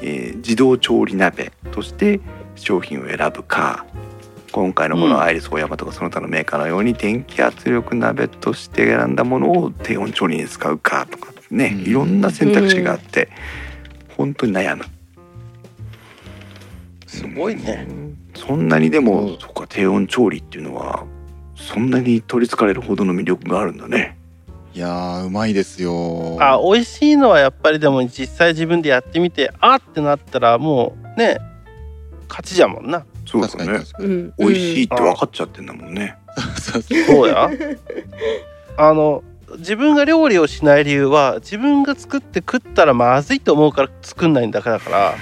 Speaker 1: えー自動調理鍋として商品を選ぶか今回のこ
Speaker 3: うん
Speaker 1: のアイリスオーヤマとかその他のメーカーのように電気圧力鍋として選んだものを低温調理に使うかとかね、
Speaker 4: うん
Speaker 1: いろんな選択肢があって、本当に悩む。
Speaker 3: すごいね。
Speaker 1: そんなにでも、
Speaker 4: うん
Speaker 1: そっか低温調理っていうのはそんなに取りつかれるほどの魅力があるんだね。
Speaker 4: いやーうまいですよ
Speaker 3: あ美味しいのはやっぱりでも実際自分でやってみてあってなったらもうね勝ちじゃもんな。
Speaker 1: そうだ
Speaker 4: 確かに
Speaker 1: ね。
Speaker 4: 確かに
Speaker 2: うん、
Speaker 1: 美味しいっ
Speaker 2: い。
Speaker 1: て分かっちゃってんだもんね。
Speaker 4: そうそう
Speaker 3: そう や。あの自分が料理をしない理由は自分が作って食ったらまずいと思うから作んないんだからだか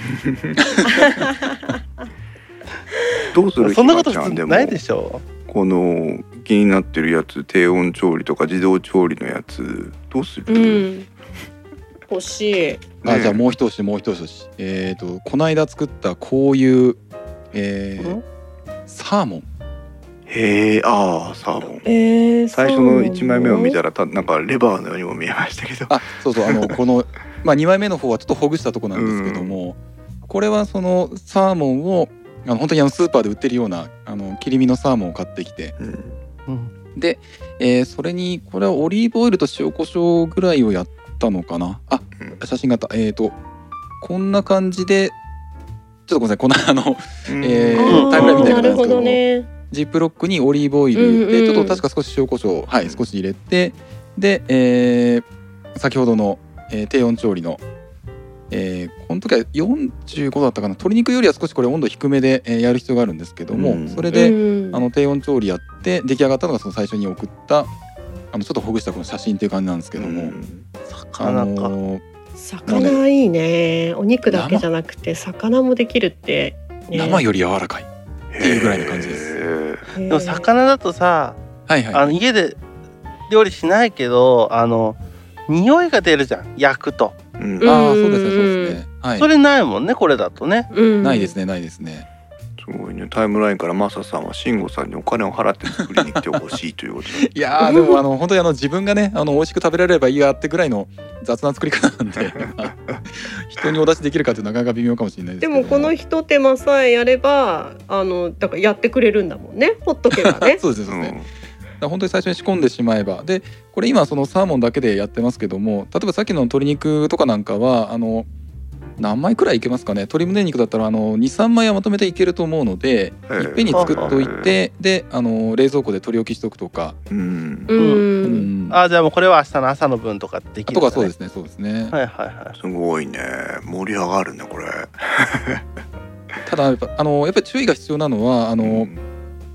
Speaker 1: どうする
Speaker 3: らそんなこと
Speaker 1: ひ
Speaker 3: 普
Speaker 1: まちゃんで
Speaker 3: 通
Speaker 1: も
Speaker 3: ないでしょ
Speaker 1: この気になってるやつ低温調理とか自動調理のやつどうする、
Speaker 2: う
Speaker 1: ね
Speaker 2: ん。欲しい。
Speaker 4: あじゃあもう一押しもう一押しえっ、とこないだ作ったこういう、えー
Speaker 3: ん
Speaker 4: サーモン
Speaker 1: へえああサーモン。
Speaker 2: ええー、
Speaker 1: 最初の1枚目を見
Speaker 2: ら。
Speaker 1: たらたなんかレバーのようにも見えました けど。
Speaker 4: あそうそう あのこの、まあ、2枚目の方はちょっとほぐしたとこなんですけども、これはそのサーモンをあの本当にあのスーパーで売ってるようなあの切り身のサーモンを買ってきて
Speaker 1: うん
Speaker 3: うん
Speaker 4: で、えーそれにこれはオリーブオイルと塩コショウぐらいをやったのかなあ
Speaker 1: うん
Speaker 4: 写真があったえっ、とこんな感じでちょっとごめんなさいこのあのえー
Speaker 2: あ
Speaker 4: タイムラインみたいな
Speaker 2: あ、な
Speaker 4: 感じ
Speaker 2: るほどね。
Speaker 4: ジップロックにオリーブオイル、
Speaker 2: うんうん
Speaker 4: でちょっと確か少し塩コショウは
Speaker 1: う
Speaker 4: い
Speaker 1: ん
Speaker 4: 少し入れてで、えー先ほどの、えー低温調理の、えーこの時は45度だったかな鶏肉よりは少しこれ温度低めで、えーやる必要があるんですけども、
Speaker 1: うん
Speaker 4: それで、
Speaker 2: うん
Speaker 4: あの低温調理やって出来上がったのがその最初に送ったあのちょっとほぐしたこの写真っていう感じなんですけども、
Speaker 1: うん
Speaker 4: あ
Speaker 3: 魚か。
Speaker 4: のー
Speaker 2: 魚いいね。お肉だけじゃなくて、魚もできるって。ね、
Speaker 4: 生より柔らかい。ていうぐらいの感じです
Speaker 1: へー
Speaker 2: へー
Speaker 3: でも魚だとさ
Speaker 4: はいはい。
Speaker 3: あの家で料理しないけどあの匂いが出るじゃん焼くと、
Speaker 1: うん
Speaker 2: うん
Speaker 4: ああそうですねそうですね。はい。
Speaker 3: それないもんねこれだとね
Speaker 2: うん、
Speaker 4: ないです
Speaker 2: ね。
Speaker 4: ねないですね。
Speaker 1: すごいねタイムラインからマサさんは慎吾さんにお金を払って作りに来てほしいということで
Speaker 4: いやーでもあの本当にあの自分がねあの美味しく食べられればいいやってぐらいの雑な作り方なんで 人にお出しできるかってなかなか微妙かもしれないですけ
Speaker 2: で
Speaker 4: ど。
Speaker 2: もこのひと手間さえやればあのだからやってくれるんだもんねほっとけばね
Speaker 4: そうですねそうですね、だから本当に最初に仕込んでしまえばでこれ今そのサーモンだけでやってますけども例えばさっきの鶏肉とかなんかはあの何枚くらいいけますかね鶏胸肉だったらあの23枚はまとめていけると思うので
Speaker 1: ええ
Speaker 4: いっぺんに作っといてであの冷蔵庫で取り置きしとくとか、
Speaker 1: うん、うん
Speaker 2: うん、
Speaker 4: うん
Speaker 3: あじゃあもうこれは明日の朝の分とかできる
Speaker 4: とかそうですすねそうですね、
Speaker 3: はいはいはい
Speaker 1: すごいね盛り上がるねこれ
Speaker 4: ただやっぱあのやっぱり注意が必要なのはあの、
Speaker 1: うん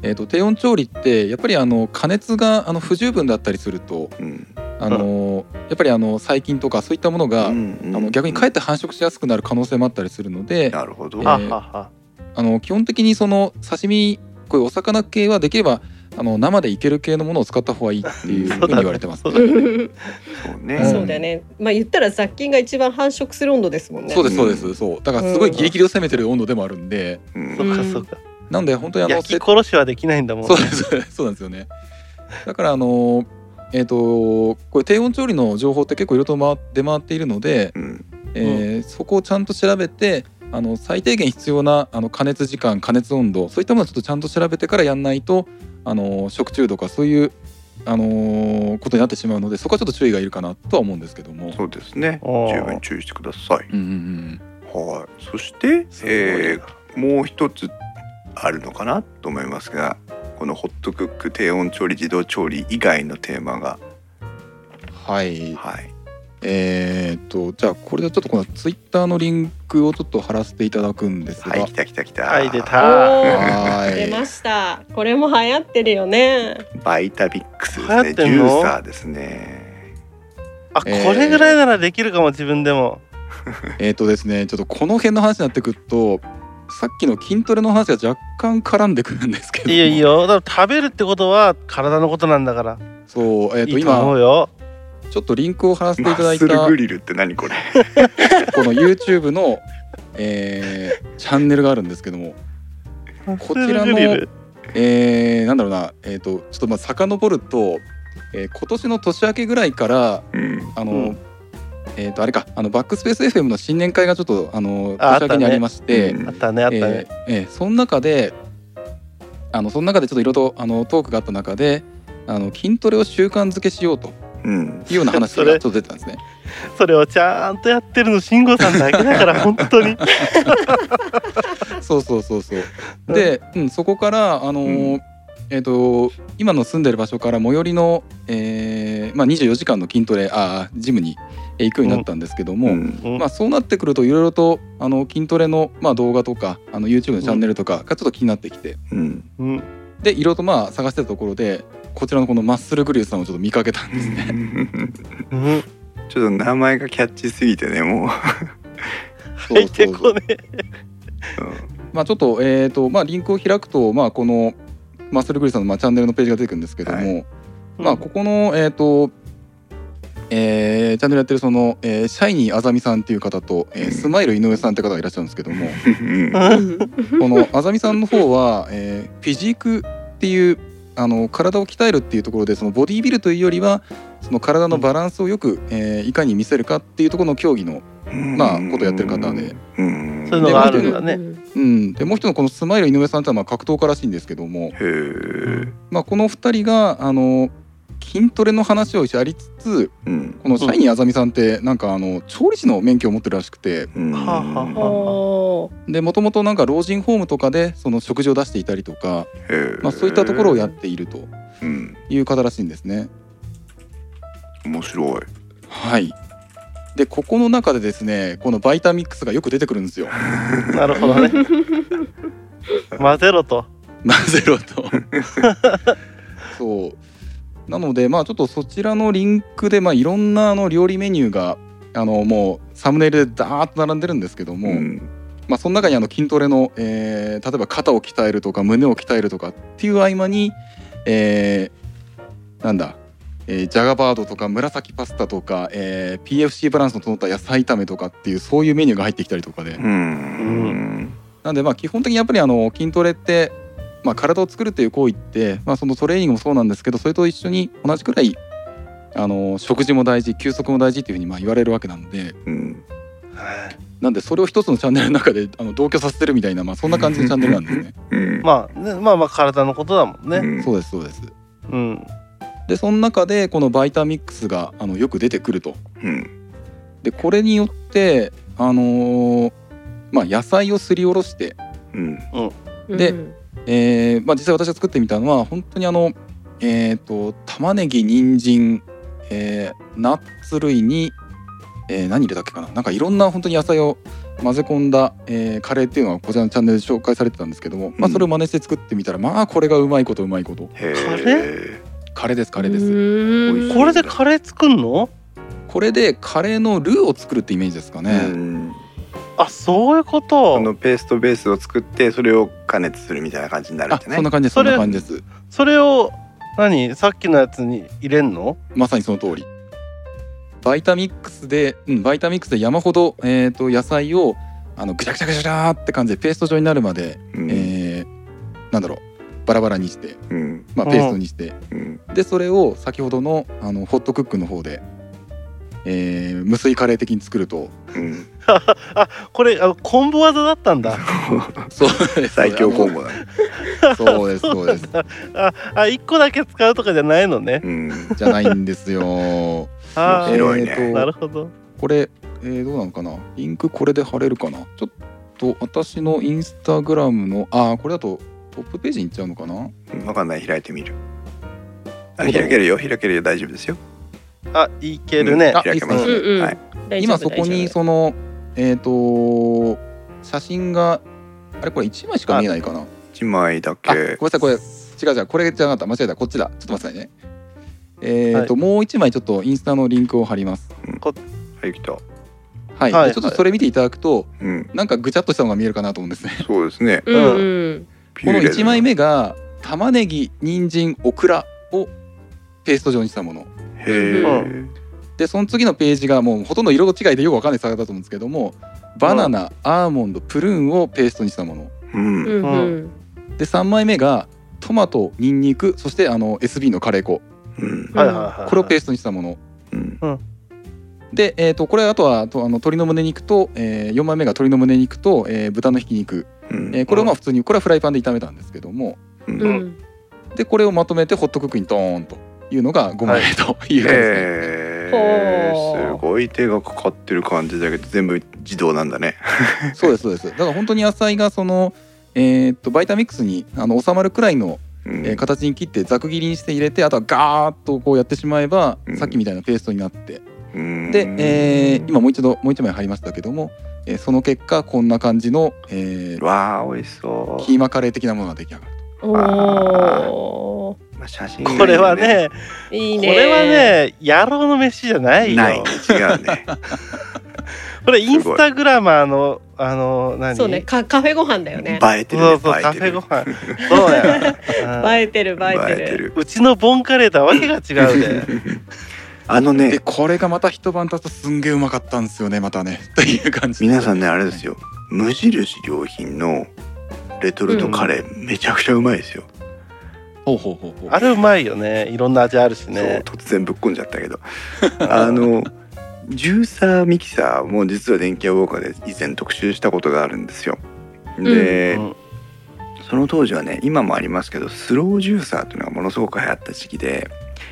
Speaker 4: えー、と低温調理ってやっぱりあの加熱があの不十分だったりすると
Speaker 1: うん
Speaker 4: あの、やっぱりあの細菌とかそういったものが、
Speaker 1: うん
Speaker 4: あの逆にかえって繁殖しやすくなる可能性もあったりするので、
Speaker 1: なるほど、
Speaker 4: えー
Speaker 3: はっはっは
Speaker 4: あの基本的にその刺身こういうお魚系はできればあの生でいける系のものを使った方がいいっていうふうに言われてます。
Speaker 3: そうだね
Speaker 2: うん
Speaker 1: そうね、
Speaker 4: ん
Speaker 2: そうだよね。まあ言ったら雑菌が一番繁殖する温度ですもんね。
Speaker 4: そうですそうで
Speaker 1: う
Speaker 4: す
Speaker 1: ん
Speaker 4: そうだからすごいギリギリを攻めてる温度でもあるんで
Speaker 1: う
Speaker 3: そ
Speaker 1: ん
Speaker 3: うかそうか、
Speaker 4: なんで本当にあの
Speaker 3: 焼き殺しはできないんだもんね
Speaker 4: そうですそうなんですよね。だからあのえっ、とこれ低温調理の情報って結構いろいろと回出回っているので、
Speaker 1: うん
Speaker 4: えーそこをちゃんと調べてあの最低限必要なあの加熱時間加熱温度そういったものをちょっとちゃんと調べてからやんないとあの食中毒かそういうあのことになってしまうのでそこはちょっと注意がいるかなとは思うんですけども。
Speaker 1: そうですね
Speaker 3: おー
Speaker 1: 十分注意してください
Speaker 4: うんうん
Speaker 1: はいそして
Speaker 3: すごい
Speaker 1: えーもう一つあるのかなと思いますがこのホットクック低温調理自動調理以外のテーマが
Speaker 4: うん、はい
Speaker 1: はい
Speaker 4: えーっとじゃあこれでちょっとこのツイッターのリンクをちょっと貼らせていただくんですが、
Speaker 1: はい来た来た来た
Speaker 3: はい出
Speaker 2: お
Speaker 3: た
Speaker 4: は
Speaker 2: ー
Speaker 4: い
Speaker 2: 出ました。これも流行ってるよね。
Speaker 1: バイタビックスです
Speaker 3: 流行
Speaker 1: ね
Speaker 3: っ
Speaker 1: ジ
Speaker 3: てんの
Speaker 1: ューサーですね
Speaker 3: あこ
Speaker 4: えー
Speaker 3: れぐらいならできるかも自分でも
Speaker 4: えーとですね、ちょっとこの辺の話になってくるとさっきの筋トレの話が若干絡んでくるんですけど
Speaker 3: いいよいいよだから食べるってことは体のことなんだから
Speaker 4: そう、えー、
Speaker 3: い
Speaker 4: と
Speaker 3: いと思
Speaker 4: 今
Speaker 3: うよ
Speaker 4: ちょっとリンクを貼らせてい
Speaker 1: マ
Speaker 4: ただ
Speaker 1: ッ
Speaker 4: いた
Speaker 1: スルグ
Speaker 4: こ
Speaker 1: リルって何これ
Speaker 4: の YouTube の、えーチャンネルがあるんですけどもこちらの
Speaker 3: グリル
Speaker 4: えー、なんだろうな、えー、とちょっとまあ遡ると、えー今年の年明けぐらいから
Speaker 1: うん
Speaker 4: あの、
Speaker 3: うん
Speaker 4: えー、とあれかあのバックスペース FM の新年会がちょっとあの
Speaker 3: あ
Speaker 4: 年明けにありまして、
Speaker 1: うん
Speaker 3: あったねあったね、
Speaker 4: えーえーその中であのその中でちょっといろいろとあのトークがあった中であの筋トレを習慣づけしようと
Speaker 1: うん
Speaker 4: いうような話
Speaker 3: そ
Speaker 4: が
Speaker 3: れ
Speaker 4: ちょっと出てたんですね。
Speaker 3: それをちゃんとやってるの慎吾さんだけだから 本当に
Speaker 4: そうそうそうそう。で、うん、そこからあのー
Speaker 1: う
Speaker 4: えっ、と今の住んでる場所から最寄りの、えーまあ24時間の筋トレあージムにえー行くようになったんですけども。
Speaker 1: うん
Speaker 3: うん
Speaker 4: まあ、そうなってくるといろいろとあの筋トレの、まあ、動画とかあの YouTube のチャンネルとかがちょっと気になってきて、
Speaker 1: うん
Speaker 3: うん
Speaker 4: でいろいろとまあ探してたところでこちらのこのマッスルグリューさんをちょっと見かけたんですね。
Speaker 3: うん
Speaker 1: ちょっと名前がキャッチすぎてねもう
Speaker 3: 入ってこね
Speaker 4: まあ、ちょっと,、えーとまあ、リンクを開くと、まあ、このマッスルグリさんの、まあ、チャンネルのページが出てくるんですけども、
Speaker 1: はい
Speaker 4: まあ、ここの、えーとえーチャンネルやってるその、えーシャイニーあざみさんっていう方と、えー
Speaker 1: うん
Speaker 4: スマイル井上さんって方がいらっしゃるんですけども
Speaker 1: うん
Speaker 3: う
Speaker 2: うんん
Speaker 4: このあざみさんの方は、えーフィジークっていうあの体を鍛えるっていうところでそのボディービルというよりはその体のバランスをよく、えーいかに見せるかっていうところの競技の、
Speaker 1: うん
Speaker 4: まあ、ことをやってる方で。
Speaker 1: うん
Speaker 3: そういうのがあるんだね
Speaker 4: うん、でもう一人のこのスマイル井上さんってのはまあ格闘家らしいんですけども、
Speaker 1: へえ
Speaker 4: まあ、この2人があの筋トレの話をやりつつ
Speaker 1: うん
Speaker 4: このシャイニーあざみさんってなんかあの調理師の免許を持ってるらしくて
Speaker 1: うん
Speaker 3: はあはあ
Speaker 2: うんおー
Speaker 4: でもともとなんか老人ホームとかでその食事を出していたりとか、
Speaker 1: へえ
Speaker 4: まあ、そういったところをやっていると
Speaker 1: うん
Speaker 4: いう方らしいんですね。
Speaker 1: 面白い
Speaker 4: はいでここの中でですねこのバイタミックスがよく出てくる んですよ。
Speaker 3: なるほど ね混ぜろと
Speaker 4: なぜ ろとそうなのでまあちょっとそちらのリンクで、まあ、いろんなあの料理メニューがあのもうサムネイルでダーッと並んでるんですけども、
Speaker 1: うん
Speaker 4: まあ、その中にあの筋トレの、えー例えば肩を鍛えるとか胸を鍛えるとかっていう合間に、えーなんだ、えージャガバードとか紫パスタとか、えー PFC バランスの整った野菜炒めとかっていうそういうメニューが入ってきたりとかで、
Speaker 1: うん
Speaker 4: なんでまあ基本的にやっぱりあの筋トレって、まあ、体を作るっていう行為って、まあ、そのトレーニングもそうなんですけどそれと一緒に同じくらいあの食事も大事休息も大事っていうふうにまあ言われるわけなので
Speaker 1: うん
Speaker 4: なんでそれを一つのチャンネルの中であの同居させてるみたいな、まあ、そんな感じのチャンネルなんですね。
Speaker 1: うん
Speaker 3: まあ、ね、まあまあ体のことだもんね。
Speaker 4: そうですそうです
Speaker 3: うん。
Speaker 4: でその中でこのバイタミックスがあのよく出てくると。
Speaker 1: うん
Speaker 4: でこれによってあのーまあ、野菜をすりおろして
Speaker 1: うん
Speaker 4: でえーまあ、実際私が作ってみたのは本当にあのえっ、と玉ねぎ人参、えー、ナッツ類に、えー何入れたっけかななんかいろんな本当に野菜を混ぜ込んだ、えーカレーっていうのがこちらのチャンネルで紹介されてたんですけども、ま
Speaker 1: う
Speaker 4: あ、
Speaker 1: ん
Speaker 4: それを真似して作ってみたら、まあこれがうまいことうまいこと
Speaker 1: へ
Speaker 3: カ
Speaker 1: え
Speaker 4: カレーですカ
Speaker 2: あ
Speaker 4: レーです、
Speaker 1: 美味しい
Speaker 3: これでカレー作んの？
Speaker 4: これでカレーのルーを作るってイメージですかね、
Speaker 1: うん
Speaker 3: あ、そういうこ。
Speaker 1: ことのペーストベースを作ってそれを加熱するみたいな感じになるっ
Speaker 4: あ
Speaker 1: てね
Speaker 4: そんな感じです
Speaker 3: そ
Speaker 4: そん
Speaker 3: れ
Speaker 4: な感じです
Speaker 3: それを何？さっきのやつに入れんの？
Speaker 4: まさにその通り。バイタミックスで、うん、バイタミックスで山ほど、えー、と野菜をあのぐちゃぐちゃぐちゃぐちゃって感じでペースト状になるまで、
Speaker 1: うん
Speaker 4: えーなんだろうバラバラにして、
Speaker 1: うん
Speaker 4: まあ、
Speaker 3: うん
Speaker 4: ペーストにして、
Speaker 1: うん
Speaker 4: でそれを先ほどのあのホットクックの方で、えー無水カレー的に作ると
Speaker 1: うん
Speaker 3: これあのコンボ技だった んだ。
Speaker 4: そうです
Speaker 1: 最強コン
Speaker 4: ボ
Speaker 1: ボだ
Speaker 4: そうですそうです
Speaker 3: あ、あ一個だけ使うとかじゃないのね。
Speaker 1: うん面
Speaker 4: じゃないんです よ。
Speaker 3: あー
Speaker 1: 面白いね
Speaker 4: えーと
Speaker 3: なるほど。
Speaker 4: これ、えーどうなのかなリンクこれで貼れるかなちょっと私のインスタグラムのああこれだとトップページに行っちゃうのかな
Speaker 1: わかんない開いてみるあ開けるよ開けるよ大丈夫ですよ
Speaker 3: あ、いけるね
Speaker 1: うん。開けます
Speaker 2: うんうん
Speaker 1: はい
Speaker 4: 今そこにそのえっ、と写真があれこれ1枚しか見えないかなあ
Speaker 1: 一枚だ
Speaker 4: ごめん
Speaker 1: け
Speaker 4: なさいこれ違う違うこれじゃなかった間違えたこっちだちょっと待ってくださいねえっ、と、もう1枚ちょっとインスタのリンクを貼ります
Speaker 1: はい来た
Speaker 4: はい、
Speaker 3: はい
Speaker 4: でちょっとそれ見ていただくと
Speaker 1: うん
Speaker 4: なんかぐちゃっとしたのが見えるかなと思うんですね
Speaker 1: そうですね
Speaker 2: うんうん
Speaker 1: ピ
Speaker 4: こ
Speaker 1: ュー
Speaker 4: の
Speaker 1: レだ
Speaker 4: 1枚目が玉ねぎ人参オクラをペースト状にしたもの
Speaker 1: へえ
Speaker 3: う
Speaker 4: でその次のページがもうほとんど色違いでよくわかんない差だと思うんですけどもバナナ、アーモンドプルーンをペーストにしたもの
Speaker 1: うん
Speaker 2: うんうん
Speaker 4: で3枚目がトマトニンニクそしてあの SB のカレー粉
Speaker 1: うん
Speaker 3: はいはいはいはい
Speaker 4: これをペーストにしたもの
Speaker 1: うん
Speaker 4: で、えー、とこれあとはとあの鶏の胸肉と、え4枚目が鶏の胸肉と、えー豚のひき肉、
Speaker 1: うん
Speaker 4: えーこれをまあ普通にこれはフライパンで炒めたんですけども
Speaker 1: うん
Speaker 2: うん。
Speaker 4: でこれをまとめてホットクックにドーンというのが5枚目ということですね。
Speaker 1: へ
Speaker 2: ほ
Speaker 1: え
Speaker 2: う
Speaker 1: すごい手がかかってる感じだけど全部自動なんだね。
Speaker 4: そうですそうです。だから本当に野菜がそのえーっとバイタミックスにあの収まるくらいの、
Speaker 1: うん
Speaker 4: えー形に切ってざく切りにして入れてあとはガーッとこうやってしまえば、
Speaker 1: うん
Speaker 4: さっきみたいなペーストになって
Speaker 1: うん
Speaker 4: で、えー今もう一度もう一枚入りましたけども、えーその結果こんな感じの、えー
Speaker 1: わあ美味しそう
Speaker 4: キーマカレー的なものが出来上がる
Speaker 2: おお。
Speaker 1: まあ写真がいい
Speaker 3: これはね
Speaker 2: いい
Speaker 3: こ
Speaker 2: ね。
Speaker 3: れは。ね野郎の飯じゃないよ
Speaker 1: ないね違うね
Speaker 3: これインスタグラマーのあの何
Speaker 2: そうね、かカフェご飯だよね。
Speaker 1: 映えてるね
Speaker 3: そうそうカフ
Speaker 1: 映えてる
Speaker 3: ェご飯そうや、 うん
Speaker 2: 映えてる映えてる。
Speaker 3: うちのボンカレーとはわけが違うで
Speaker 1: あの
Speaker 4: で
Speaker 1: ね
Speaker 4: これがまた一晩経つとすんげえうまかったんですよねまたね という感じ
Speaker 1: 皆さんね
Speaker 4: ね
Speaker 1: あれですよ無印良品のレトルトカレー、めちゃくちゃうまいですよ、
Speaker 4: ほうほうほうほう
Speaker 3: あれうまいよねいろんな味あるしね
Speaker 1: そう突然ぶっこんじゃったけどあのジューサーミキサーも実は電気屋ウォーカーで以前特集したことがあるんですよで、
Speaker 3: うん
Speaker 1: その当時はね今もありますけどスロージューサーっていうのがものすごく流行った時期で、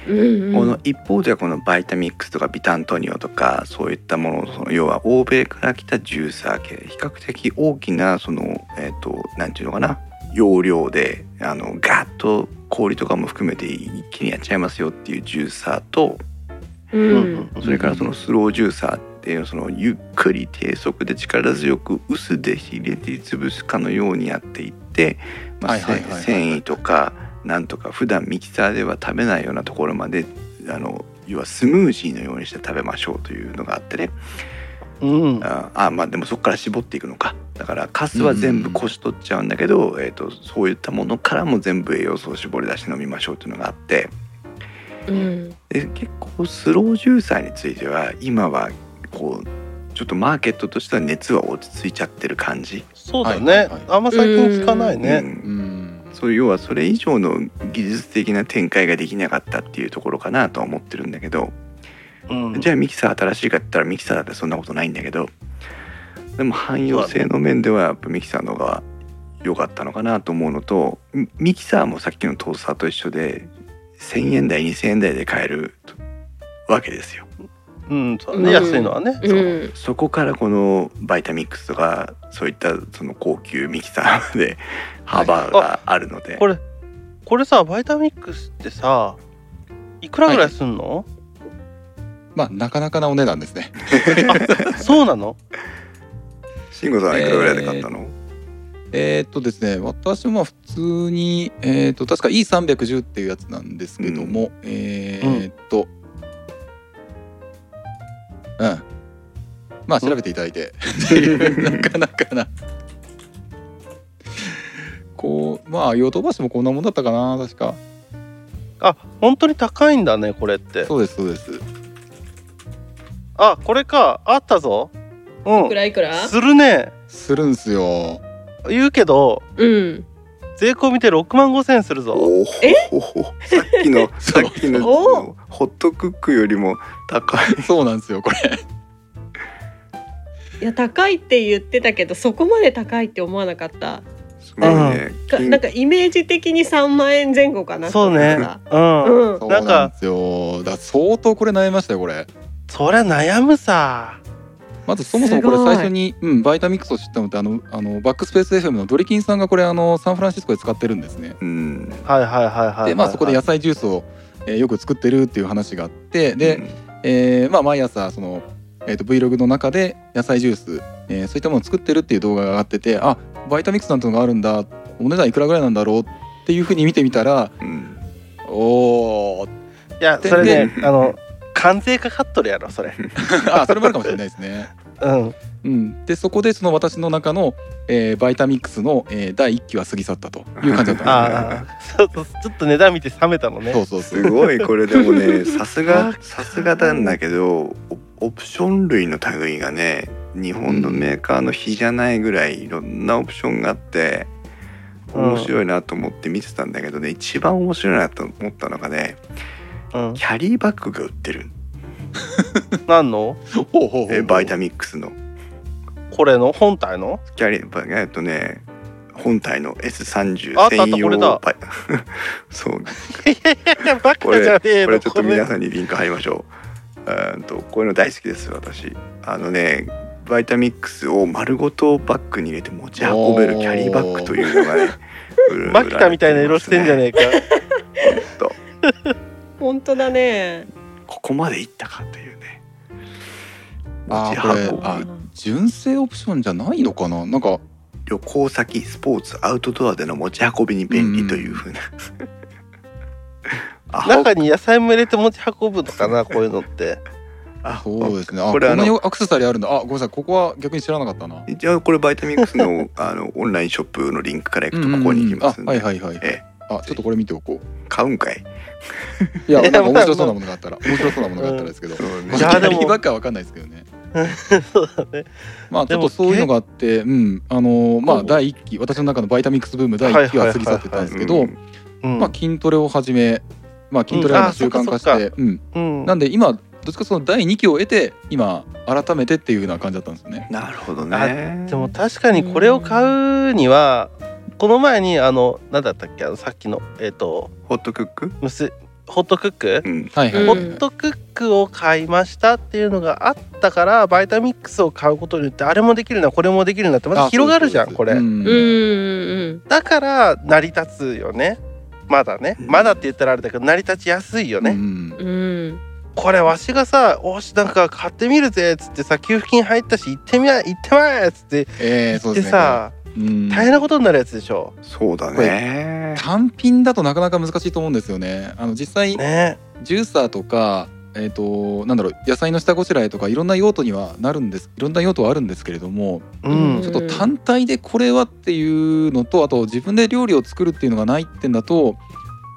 Speaker 2: うん
Speaker 1: こ
Speaker 2: う
Speaker 1: の
Speaker 2: ん。
Speaker 1: 一方ではこのバイタミックスとかビタントニオとかそういったものその要は欧米から来たジューサー系比較的大きなそのえっ、となんていうのかな容量であのガッと氷とかも含めて一気にやっちゃいますよっていうジューサーと
Speaker 2: う
Speaker 3: うん
Speaker 2: ん。
Speaker 1: それからそのスロージューサーっていうそのゆっくり低速で力強く薄で入れて潰すかのようにやっていって、ま
Speaker 4: は
Speaker 1: あ、
Speaker 4: いはい
Speaker 1: せ
Speaker 4: はいはい
Speaker 1: 繊維とかなんとか普段ミキサーでは食べないようなところまであの要はスムージーのようにして食べましょうというのがあってね
Speaker 3: うん
Speaker 1: ああまあでもそこから絞っていくのかだからカスは全部こし取っちゃうんだけど、えー、とそういったものからも全部栄養素を絞り出して飲みましょうというのがあって。
Speaker 2: うん。
Speaker 1: で結構スロージューサーについては今はこうちょっとマーケットとしては熱は落ち着いちゃってる感じ、
Speaker 3: そうだ
Speaker 4: はいはい
Speaker 3: ね
Speaker 4: はい
Speaker 3: あんま最近聞かないうね
Speaker 1: ん
Speaker 4: うん
Speaker 1: そういう要はそれ以上の技術的な展開ができなかったっていうところかなとは思ってるんだけど、
Speaker 3: うん
Speaker 1: じゃあミキサー新しいかって言ったらミキサーだってそんなことないんだけどでも汎用性の面ではやっぱミキサーの方が良かったのかなと思うのとミミキサーもさっきのトースターと一緒で1,000円台2,000円台で買えるわけですよ。
Speaker 3: うんそうね安いのはね
Speaker 2: うん。
Speaker 1: そこからこのバイタミックスとかそういったその高級ミキサーまで幅があるので、
Speaker 3: これこれさバイタミックスってさいくらぐらいすんの、
Speaker 4: まあなかなかなお値段ですね
Speaker 3: そうなの
Speaker 1: 慎吾さんはいくらぐらいで買ったの、
Speaker 4: えーっとですね私もまあ普通にえーっと確か E310 っていうやつなんですけども、えーっとうん、まあ調べていただいて なかなかなこうまあヨドバシもこんなもんだったかな確か
Speaker 3: あ本当に高いんだねこれって
Speaker 4: そうですそうです
Speaker 3: あこれかあったぞう
Speaker 2: いく
Speaker 3: ん
Speaker 2: らいくら？
Speaker 3: するね
Speaker 4: するんすよ
Speaker 3: 言うけど
Speaker 2: うん。
Speaker 3: 税込みで6万5千するぞ
Speaker 1: おおほほほさっき のさっきの
Speaker 2: お
Speaker 1: ホットクックよりも高い
Speaker 4: そうなんですよこれ
Speaker 2: いや高いって言ってたけどそこまで高いって思わなかった
Speaker 1: すごいね
Speaker 2: か
Speaker 1: 金
Speaker 2: なんかイメージ的に3万円前後かな
Speaker 3: そうね
Speaker 2: と思っ
Speaker 3: う
Speaker 2: たうん
Speaker 3: ん、
Speaker 4: そうなんですよだから相当これ悩みましたよこれ
Speaker 3: そりゃ悩むさ
Speaker 4: まずそもそもこれ最初に、うん、バイタミックスを知ったのってあのあのバックスペース FM のドリキンさんがこれあのサンフランシスコで使ってるんですね。
Speaker 1: うん
Speaker 3: はいはいはいはいはい
Speaker 4: でまあそこで野菜ジュースを、えーよく作ってるっていう話があってで、えーまあ、毎朝その、えー、と Vlog の中で野菜ジュース、えーそういったものを作ってるっていう動画が上がっててあバイタミックスなんてのがあるんだお値段いくらぐらいなんだろうっていうふうに見てみたら
Speaker 1: うん
Speaker 4: おー
Speaker 3: いやそれねあの関税かかっとるやろそれ
Speaker 4: あそれもあるかもしれないですね。
Speaker 3: うん
Speaker 4: うん、でそこでその私の中の、えーバイタミックスの、えー第1期は過ぎ去ったという感じだったんですね。
Speaker 3: ああそうそうちょっと値段見て冷めたのね
Speaker 4: そうそうそう
Speaker 1: すごいこれでも ねさすがさすがなんだけどオオプション類の類がね日本のメーカーの比じゃないぐらいいろんなオプションがあって
Speaker 3: うん
Speaker 1: 面白いなと思って見てたんだけどね、一番面白いなと思ったのがね
Speaker 3: うん、
Speaker 1: キャリーバッグが売ってる、
Speaker 3: 何の
Speaker 4: ほうほうほ
Speaker 1: え
Speaker 4: う
Speaker 1: ーバイタミックスの
Speaker 3: これの本体の
Speaker 1: キャリーバッグえっとね本体の S30
Speaker 3: あったあった
Speaker 1: 専
Speaker 3: これ
Speaker 1: 用
Speaker 3: だ
Speaker 1: バイ そう
Speaker 3: バ
Speaker 1: こ
Speaker 3: カ
Speaker 1: れ
Speaker 3: じゃねえ
Speaker 1: これ
Speaker 3: の
Speaker 1: ちょっ
Speaker 3: ことれ
Speaker 1: 皆さんにリンク貼りましょう。うーんとこういうの大好きです私。あのねバイタミックスを丸ごとバッグに入れて持ち運べるキャリーバッグというのが ね。
Speaker 3: マキタみたいな色してんじゃね
Speaker 1: え
Speaker 3: えか
Speaker 1: と
Speaker 2: 本当だね。
Speaker 1: ここまでいったかというね。
Speaker 4: あ
Speaker 1: 持ち
Speaker 4: ーこれ
Speaker 1: 運ぶ
Speaker 4: あ純正オプションじゃないのかななんか
Speaker 1: 旅行先スポーツアウトドアでの持ち運びに便利というふう な。あ
Speaker 3: 中に野菜も入れて持ち運ぶのかなこういうの って
Speaker 1: あ
Speaker 4: そうですねあ
Speaker 1: こ
Speaker 4: こ
Speaker 1: れあ
Speaker 4: ん
Speaker 1: の
Speaker 4: なにアクセサリーあるんだあごめんなさいここは逆に知らなかったな
Speaker 1: じゃあこれバイタミックスのあのオンラインショップのリンクから行くとここに行きますん
Speaker 4: あはい
Speaker 1: で。
Speaker 4: はいはい
Speaker 1: え
Speaker 4: あちょっとこれ見ておこ う
Speaker 1: 買うんかい。
Speaker 4: いや
Speaker 3: い
Speaker 4: な
Speaker 3: や
Speaker 4: んか
Speaker 3: まあ
Speaker 4: 面白そうなものがあったら面白そうなものがあったらですけど、
Speaker 1: そうね
Speaker 4: まあ、
Speaker 3: いやでも
Speaker 4: キャリーバッグは分かんないですけどね
Speaker 3: そうだね
Speaker 4: まあち
Speaker 3: で
Speaker 4: ょっ
Speaker 3: も
Speaker 4: とそういうのがあってうんあのーま
Speaker 3: そ
Speaker 4: あ
Speaker 3: う
Speaker 4: 第1期私の中のバイタミックスブーム第1期は過ぎ去ってたんですけ
Speaker 1: う
Speaker 4: ど
Speaker 1: ん
Speaker 3: うん
Speaker 4: まあ筋トレを始めまあ筋トレ
Speaker 3: うん
Speaker 4: が
Speaker 3: あ
Speaker 4: 習慣化し
Speaker 3: そっかそ
Speaker 4: てうん
Speaker 3: うん
Speaker 4: なんで今どっちかその第2期を得て今改めてっていうような感じだったんですよね
Speaker 1: なるほど
Speaker 3: あ
Speaker 1: ね。
Speaker 3: でも確かにこれを買うにはこの前にあの何だったっけあのさっきのえっ、と
Speaker 1: ホットクック？
Speaker 3: むすホットクック、
Speaker 1: うん。
Speaker 4: はいはい
Speaker 2: うん
Speaker 4: は
Speaker 3: ホ
Speaker 4: い
Speaker 3: ットクックを買いましたっていうのがあったからバイタミックスを買うことによってあれもできるなこれもできるなってまた
Speaker 4: あ
Speaker 3: 広がるじゃん
Speaker 4: そう
Speaker 3: これ、
Speaker 4: です
Speaker 2: うんうん
Speaker 3: だから成り立つよねまだね
Speaker 1: うん
Speaker 3: まだって言ったらあれだけど成り立ちやすいよね、
Speaker 4: うん
Speaker 2: うんうん。
Speaker 3: これわしがさ「おしなんか買ってみるぜ」っつってさ給付金入ったし行ってみや行ってまえっつって
Speaker 4: ええそう
Speaker 3: で
Speaker 4: ですね
Speaker 3: さ、
Speaker 4: うん
Speaker 3: 大変なことになるやつでしょ
Speaker 1: そうだ
Speaker 4: こ
Speaker 1: ね。
Speaker 4: 単品だとなかなか難しいと思うんですよねあの実際
Speaker 3: ね
Speaker 4: ジューサーとかえっ、となんだろう野菜の下ごしらえとかいろんな用途にはなるんですいろんな用途はあるんですけれども
Speaker 3: うん
Speaker 4: ちょっと単体でこれはっていうのとあと自分で料理を作るっていうのがないってんだと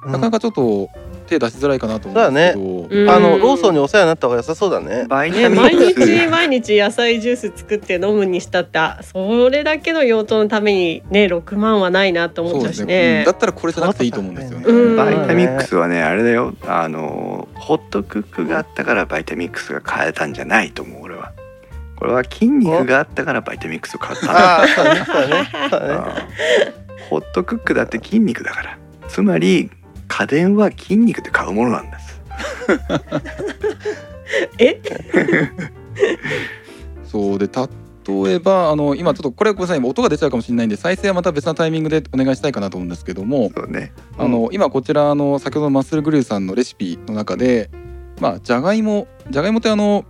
Speaker 4: なかなかちょっと手出しづらいかなと思うんですけど、
Speaker 2: うん
Speaker 3: あのローソンにお世話になった方が良さそうだ ね
Speaker 1: バイ
Speaker 2: ね、
Speaker 1: タミ
Speaker 2: 毎
Speaker 1: ック
Speaker 2: 日
Speaker 1: ス。
Speaker 2: 毎日野菜ジュース作って飲むにしたってあそれだけの用途のためにね6万はないなと思
Speaker 4: そう
Speaker 2: っ
Speaker 4: で
Speaker 2: たし
Speaker 4: すね、うん
Speaker 2: ね
Speaker 4: だ。ったらこれじゃなくていいと思うんですよね。
Speaker 2: うん
Speaker 1: バイタミックスはねあれだよあのホットクックがあったからバイタミックスが買えたんじゃないと思う俺は。これは筋肉があったからバイタミックスを買ったんだ。
Speaker 3: ああそうだねそうだねそうだね
Speaker 1: うんホットクックだって筋肉だから。つまり家電は筋肉で買うものなんです。
Speaker 2: え、
Speaker 4: そうで例えばあの今ちょっとこれはごめんなさい音が出ちゃうかもしれないんで再生はまた別なタイミングでお願いしたいかなと思うんですけども、
Speaker 1: そうね。
Speaker 4: あの今こちらあの先ほどのマッスルグリルさんのレシピの中でまあじゃがいもじゃがいもってあの、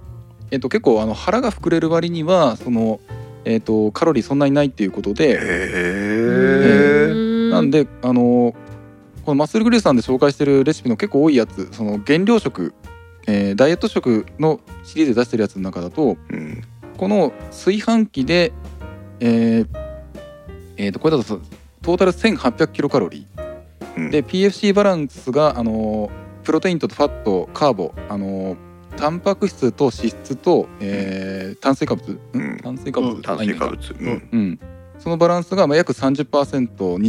Speaker 4: えっと、結構あの腹が膨れる割にはその、えっと、カロリーそんなにないっていうこと
Speaker 1: へ
Speaker 4: で、
Speaker 1: え。
Speaker 4: なんであのこのマッスルグリルさんで紹介してるレシピの結構多いやつその減量食、えーダイエット食のシリーズで出してるやつの中だと
Speaker 1: うん。
Speaker 4: この炊飯器でえーえーとこれだとそうトータル1800キロカロリー。
Speaker 1: うん
Speaker 4: で PFC バランスが、あのープロテインとファットカーボ、あのータンパク質と脂質と、えー炭水化物、
Speaker 1: うん
Speaker 4: 炭水化物、
Speaker 3: うん
Speaker 1: 炭水化物。う。
Speaker 3: うん
Speaker 4: うんそのバランスがまあ約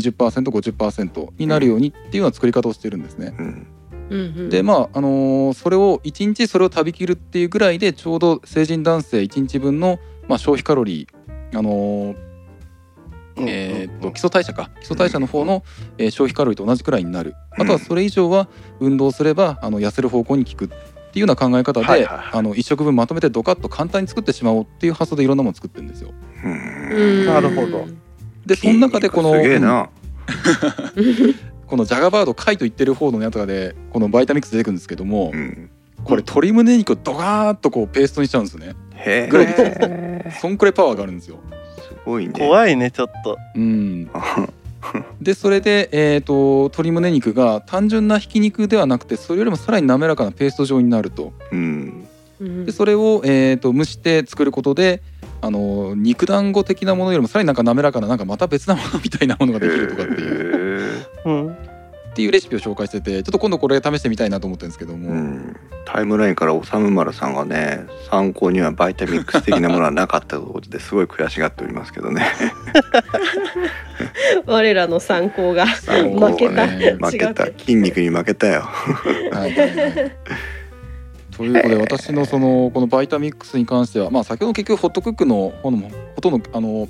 Speaker 4: 30%20%50% になるようにっていうような作り方をしてるんですね。
Speaker 1: うん。
Speaker 4: でまああのーそれを1日それを食べきるっていうぐらいでちょうど成人男性1日分の、まあ、消費カロリー、あのー
Speaker 3: うん
Speaker 4: えーっ
Speaker 3: う
Speaker 4: と
Speaker 3: ん
Speaker 4: 基礎代謝か基礎代謝の方の、えー消費カロリーと同じくらいになる
Speaker 1: うん
Speaker 4: あとはそれ以上は運動すればあの痩せる方向に効くっていうような考え方で、
Speaker 1: はいはいはい
Speaker 4: あの1食分まとめてドカッと簡単に作ってしまおうっていう発想でいろんなものを作ってるんですよ。
Speaker 1: うん。
Speaker 3: なるほど
Speaker 4: でその中でこの
Speaker 1: 筋肉すげえ
Speaker 4: うん
Speaker 1: な。
Speaker 4: このジャガバード貝と言ってる方の中でこのバイタミックス出てくるんですけども、
Speaker 1: うん。
Speaker 4: これ鶏胸肉をドカーッとこうペーストにしちゃうんですよね。
Speaker 1: へ
Speaker 4: ぐらいで
Speaker 1: え。
Speaker 4: そんくらいパワーがあるんですよ。
Speaker 1: すごいね。
Speaker 3: 怖いねちょっと
Speaker 4: うん、でそれで、えー、と鶏胸肉が単純なひき肉ではなくてそれよりもさらに滑らかなペースト状になると
Speaker 1: うん。
Speaker 4: でそれを、えー、と蒸して作ることであの肉団子的なものよりもさらになんか滑らかななんかまた別なものみたいなものができるとかっていう
Speaker 1: へ
Speaker 3: うん
Speaker 4: っていうレシピを紹介しててちょっと今度これ試してみたいなと思ってるんですけども、
Speaker 1: うん、タイムラインからおさむまるさんがね参考にはバイタミックス的なものはなかったということですごい悔しがっておりますけどね
Speaker 2: 我らの参考が
Speaker 1: 参
Speaker 2: 負け
Speaker 1: 考
Speaker 2: た
Speaker 1: が
Speaker 4: ね
Speaker 1: 負けた
Speaker 2: 違う
Speaker 1: 筋肉に負けたよ
Speaker 4: はいはいはいということで私のそのこのバイタミックスに関してはまあ先ほど結局ホットクックの方のもほとんどあの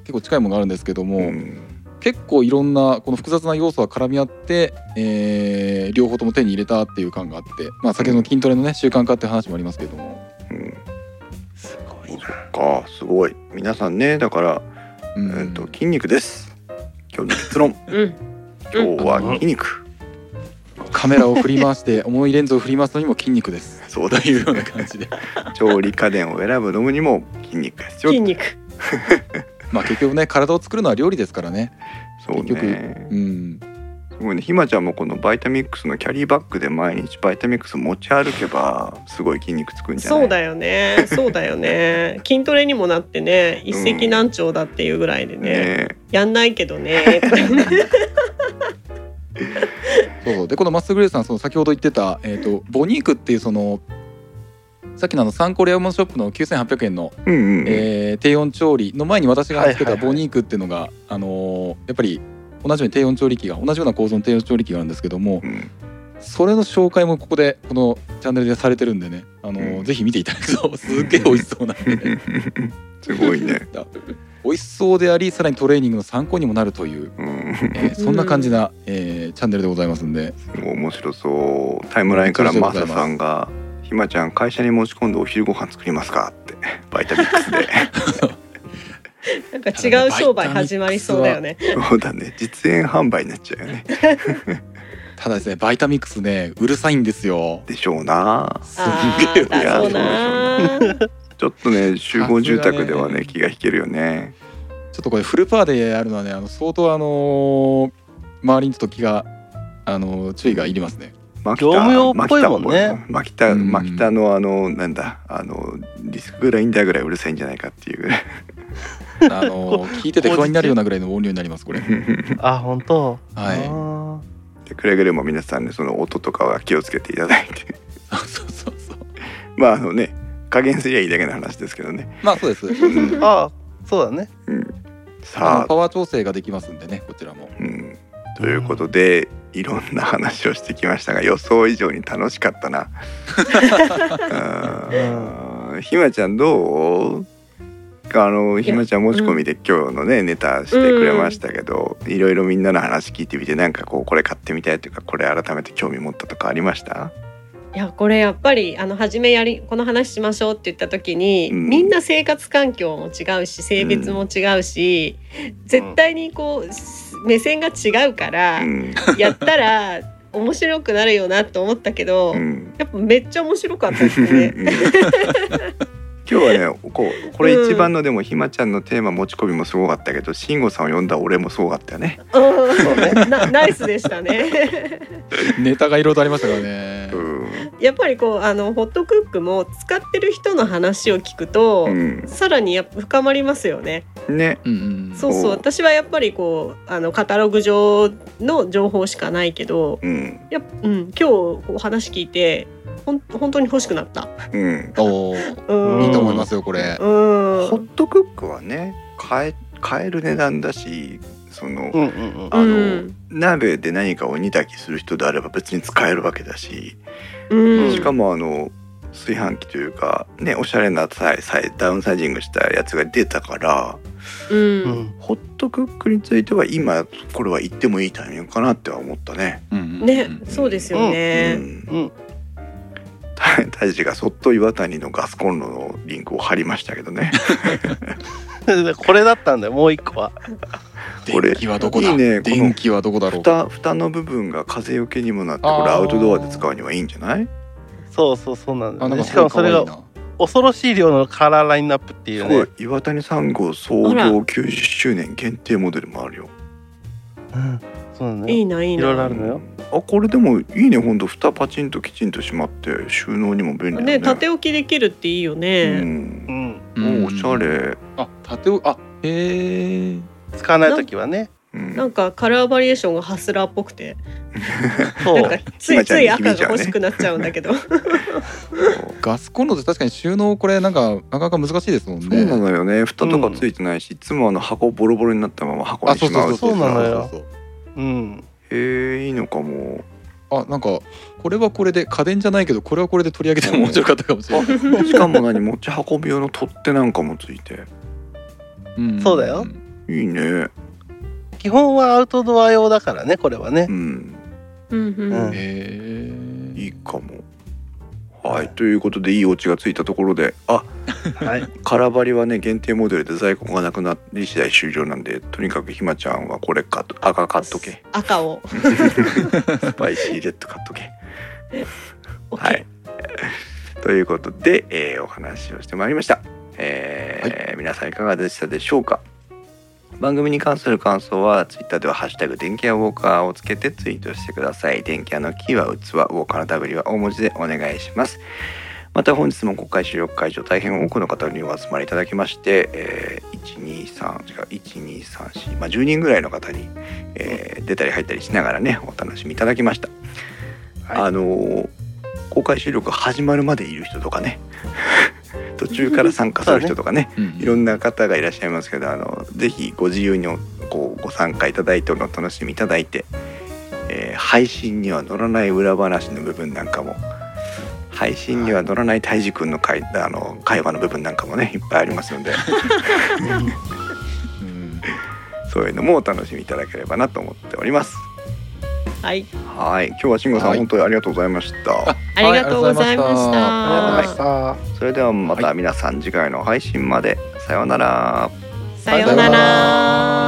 Speaker 4: 結構近いものがあるんですけども、
Speaker 1: うん
Speaker 4: 結構いろんなこの複雑な要素が絡み合って、えー両方とも手に入れたっていう感があって、まあ、先ほどの筋トレのね習慣化っていう話もありますけども、
Speaker 1: うん、
Speaker 3: すご
Speaker 1: そ
Speaker 3: い
Speaker 1: っ
Speaker 3: な。
Speaker 1: かすごい皆さんねだから、
Speaker 4: う
Speaker 1: うんん、と筋肉です今日の結論
Speaker 2: うん
Speaker 1: 今日は筋肉
Speaker 4: カメラを振り回して 重いレンズを振り回すのにも筋肉です
Speaker 1: そう
Speaker 4: と
Speaker 1: だ
Speaker 4: い
Speaker 1: よ
Speaker 4: う ような感じで
Speaker 1: 調理家電を選ぶのにも筋肉が必要
Speaker 2: 筋肉
Speaker 4: まあ結局ね体を作るのは料理ですからね
Speaker 1: そうね
Speaker 4: うん
Speaker 1: すごいねひまちゃんもこのバイタミックスのキャリーバッグで毎日バイタミックス持ち歩けばすごい筋肉つくんじゃない
Speaker 2: そうだよねそうだ よね筋トレにもなってね一石何鳥だっていうぐらいで
Speaker 1: ね
Speaker 2: ね、やんないけど ね
Speaker 4: そうそうでこのマッスルグレイさんその先ほど言ってた、えー、とボニークっていうそのさっきのあのサンコレアウマショップの9800円の、
Speaker 1: うんうんうん、
Speaker 4: えー低温調理の前に私がつ
Speaker 3: はい
Speaker 4: けた
Speaker 3: はいはい
Speaker 4: ボニークっていうのが、あのーやっぱり同じように低温調理器が同じような構造の低温調理器があるんですけども
Speaker 1: うん
Speaker 4: それの紹介もここでこのチャンネルでされてるんでね、あのー
Speaker 1: うん
Speaker 4: ぜひ見ていただくと すっげえ美味しそうなんで
Speaker 1: すごいね。
Speaker 4: 美味しそうでありさらにトレーニングの参考にもなるという、
Speaker 1: うん、
Speaker 4: えーそんな感じな、えーチャンネルでございますんで。
Speaker 1: 面白そう。タイムラインからマサさんが、ひまちゃん会社に持ち込んでお昼ご飯作りますかって、バイタミック スで。
Speaker 2: なんか違う商売始まりそうだよね
Speaker 1: そうだね、実演販売になっちゃうよね。
Speaker 4: ただですねバイタミックスねうるさいんですよ
Speaker 1: でしょうな。
Speaker 4: す
Speaker 2: あ
Speaker 4: んげえうる
Speaker 2: あ
Speaker 1: い
Speaker 4: さい
Speaker 1: や
Speaker 2: ーそうなー
Speaker 1: ちょっとね、集合住宅では
Speaker 4: さすが
Speaker 1: ね、
Speaker 4: ね
Speaker 1: 気が引けるよね。
Speaker 4: ちょっとこれフルパーでやるのはねあの相当あのー周りにちょっと気があのー注意がいります ね
Speaker 1: マキ
Speaker 3: 業
Speaker 1: タ
Speaker 3: 務用っぽいもんね
Speaker 1: マキタ、
Speaker 4: うん
Speaker 1: マキタのあの、なんだ、あの、リスクグラインダーぐらいうるさいんじゃないかっていうぐら い。
Speaker 4: あのー聞いてて不安になるようなぐらいの音量になりますこれ
Speaker 3: あ、本当。
Speaker 4: はい
Speaker 3: あ
Speaker 1: でくれぐれも皆さんね、その音とかは気をつけていただいて。
Speaker 4: そうそうそう
Speaker 1: まあ、あのね、加減すりゃいいだけの話ですけどね。
Speaker 4: まあそうです
Speaker 1: うん
Speaker 3: ー。あー、そうだね。
Speaker 1: うん
Speaker 4: あ
Speaker 1: さ
Speaker 4: の
Speaker 1: あ
Speaker 4: パワー調整ができますんでねこちらも
Speaker 1: うんということで、いろんな話をしてきましたが予想以上に楽しかったな。 うーんひまちゃんどうあのひまちゃん持ち込みで今日のね、ネタしてくれましたけど、いろいろみんなの話聞いてみてなんかこうこれ買ってみたいというかこれ改めて興味持ったとかありました
Speaker 2: いやこれやっぱりあの初めやりこの話しましょうって言った時に、
Speaker 1: うん
Speaker 2: みんな生活環境も違うし性別も違うし、絶対にこう目線が違うから、
Speaker 1: うん
Speaker 2: やったら面白くなるよなと思ったけど、
Speaker 1: うん
Speaker 2: やっぱめっちゃ面白かったで すね。
Speaker 1: うん今日はねこうこれ一番のでもひまちゃんのテーマ持ち込みもすごかったけど慎吾さんを呼んだ俺もすごかったよね。
Speaker 2: うんなナイスでしたね。
Speaker 4: ネタがいろいろとありましたからね
Speaker 1: うん
Speaker 2: やっぱりこうあのホットクックも使ってる人の話を聞くと、
Speaker 1: うん
Speaker 2: さらにやっぱ深まりますよね。
Speaker 1: ね、
Speaker 4: うんうん
Speaker 2: そうそ
Speaker 1: お
Speaker 2: う
Speaker 1: う
Speaker 2: 私はやっぱりこうあのカタログ上の情報しかないけど
Speaker 1: うん、
Speaker 2: やっぱ、うん、今日お話聞いてほん本当に欲しくなった。
Speaker 1: うん。
Speaker 4: おー
Speaker 2: うん
Speaker 4: いいと思いますよこれ
Speaker 2: うん
Speaker 1: ホットクックはね、買え買える値段だし、その、
Speaker 3: うんうんうん。
Speaker 1: あの、
Speaker 2: うん
Speaker 1: 鍋で何かを煮炊きする人であれば別に使えるわけだし、
Speaker 2: うん
Speaker 1: しかもあの炊飯器というかね、おしゃれなサイサイダウンサイジングしたやつが出たから、
Speaker 2: うん
Speaker 3: うん。
Speaker 1: ホットクックについては今これは言ってもいいタイミングかなっては思ったね。
Speaker 4: うんうんうん
Speaker 2: ね、そうですよね。
Speaker 1: うん。
Speaker 3: うん。
Speaker 1: た大地がそっと岩谷のガスコンロのリンクを貼りましたけどね。
Speaker 3: これだったんだよ。 もう一個は。
Speaker 1: これ
Speaker 4: 電気はどこだ
Speaker 1: いいねこの
Speaker 4: 電気はどこだろう
Speaker 1: 蓋蓋の部分が風よけにもなってこれ
Speaker 4: あー
Speaker 1: アウトドアで使うにはいいんじゃない
Speaker 3: そうそうそうなんだ
Speaker 4: あ
Speaker 3: よ
Speaker 4: なん
Speaker 3: ね。
Speaker 4: か
Speaker 3: しかもそれ
Speaker 4: 可愛
Speaker 3: が
Speaker 4: いな
Speaker 3: 恐ろしい量のカラーラインナップってい
Speaker 1: す
Speaker 3: う
Speaker 1: ご
Speaker 3: ね
Speaker 1: い。岩谷3号創
Speaker 2: あら
Speaker 1: 業90周年限定モデルもあるよ
Speaker 3: うんそうなんだ
Speaker 2: い
Speaker 3: よ。
Speaker 2: いないい
Speaker 3: い
Speaker 2: な。
Speaker 3: ろいろあるのよ。
Speaker 1: あこれでもいいねほんと蓋パチンときちんと閉まって収納にも便利だよね
Speaker 2: ね縦置きできるっていいよ
Speaker 1: う
Speaker 2: ね。
Speaker 1: ん
Speaker 3: うん。
Speaker 1: もうおしゃれ
Speaker 4: あ、縦を、あ、へえ。
Speaker 3: 使わないときはね。
Speaker 4: うん
Speaker 2: なんかカラーバリエーションがハスラーっぽくて
Speaker 3: そ
Speaker 2: な
Speaker 3: うん
Speaker 2: かついつい赤
Speaker 1: 今
Speaker 2: が
Speaker 1: ちゃんに響いちゃうね
Speaker 2: 欲しくなっちゃうんだけど
Speaker 4: ガスコンロって確かに収納これなんかなかなか難しいですもん
Speaker 1: そうな
Speaker 4: ね。
Speaker 1: のよね蓋とかついてないし、いつもあの箱ボロボロになったまま箱
Speaker 4: あ
Speaker 1: にしまう
Speaker 3: そうなのよ
Speaker 4: そう
Speaker 3: うん
Speaker 1: へえいいのかも
Speaker 4: そうあなんかこれはこれで家電じゃないけどこれはこれで取り上げても面白かったかもしれない。
Speaker 1: しかも何持ち運び用の取っ手なんかもついて
Speaker 4: ん
Speaker 3: そうだよ。
Speaker 1: いいね
Speaker 3: 基本はアウトドア用だからねこれはね
Speaker 1: うん
Speaker 2: うんうん
Speaker 4: へえ。
Speaker 1: いいかもはいということでいいオチがついたところであ
Speaker 3: はい
Speaker 1: カラバリはね限定モデルで在庫がなくなり次第終了なんでとにかくひまちゃんはこれかと赤買っと け
Speaker 2: 赤を
Speaker 1: スパイシーレッド買っとけはい。 ということで、えーお話をしてまいりました。えー皆さんいかがでしたでしょうか番組に関する感想はツイッターでは「ハッシュタグ電気屋ウォーカー」をつけてツイートしてください電気屋のキーは器ウォーカーの W は大文字でお願いしますまた本日も国会収録会場大変多くの方にお集まりいただきまして、えー、123違う1234まあ10人ぐらいの方に、えー出たり入ったりしながらねお楽しみいただきました、
Speaker 3: はい
Speaker 1: あのー公開収録始まるまでいる人とかね 途中から参加する人とかね
Speaker 4: うん
Speaker 1: いろんな方がいらっしゃいますけどあのぜひご自由におこうご参加いただいてお楽しみいただいて、えー配信には乗らない裏話の部分なんかも配信には乗らないたいじくんの会あの会話の部分なんかもねいっぱいありますの で
Speaker 4: うん
Speaker 1: そういうのもお楽しみいただければなと思っております。
Speaker 2: はい
Speaker 1: はい今日は慎吾さん、
Speaker 4: はい
Speaker 1: 本当にありがとうございま した。
Speaker 2: ありがとうございまし
Speaker 4: は
Speaker 3: ありがとうございました
Speaker 1: それではまた
Speaker 4: は
Speaker 1: 皆さん次回の配信までさようなら。
Speaker 2: さようなら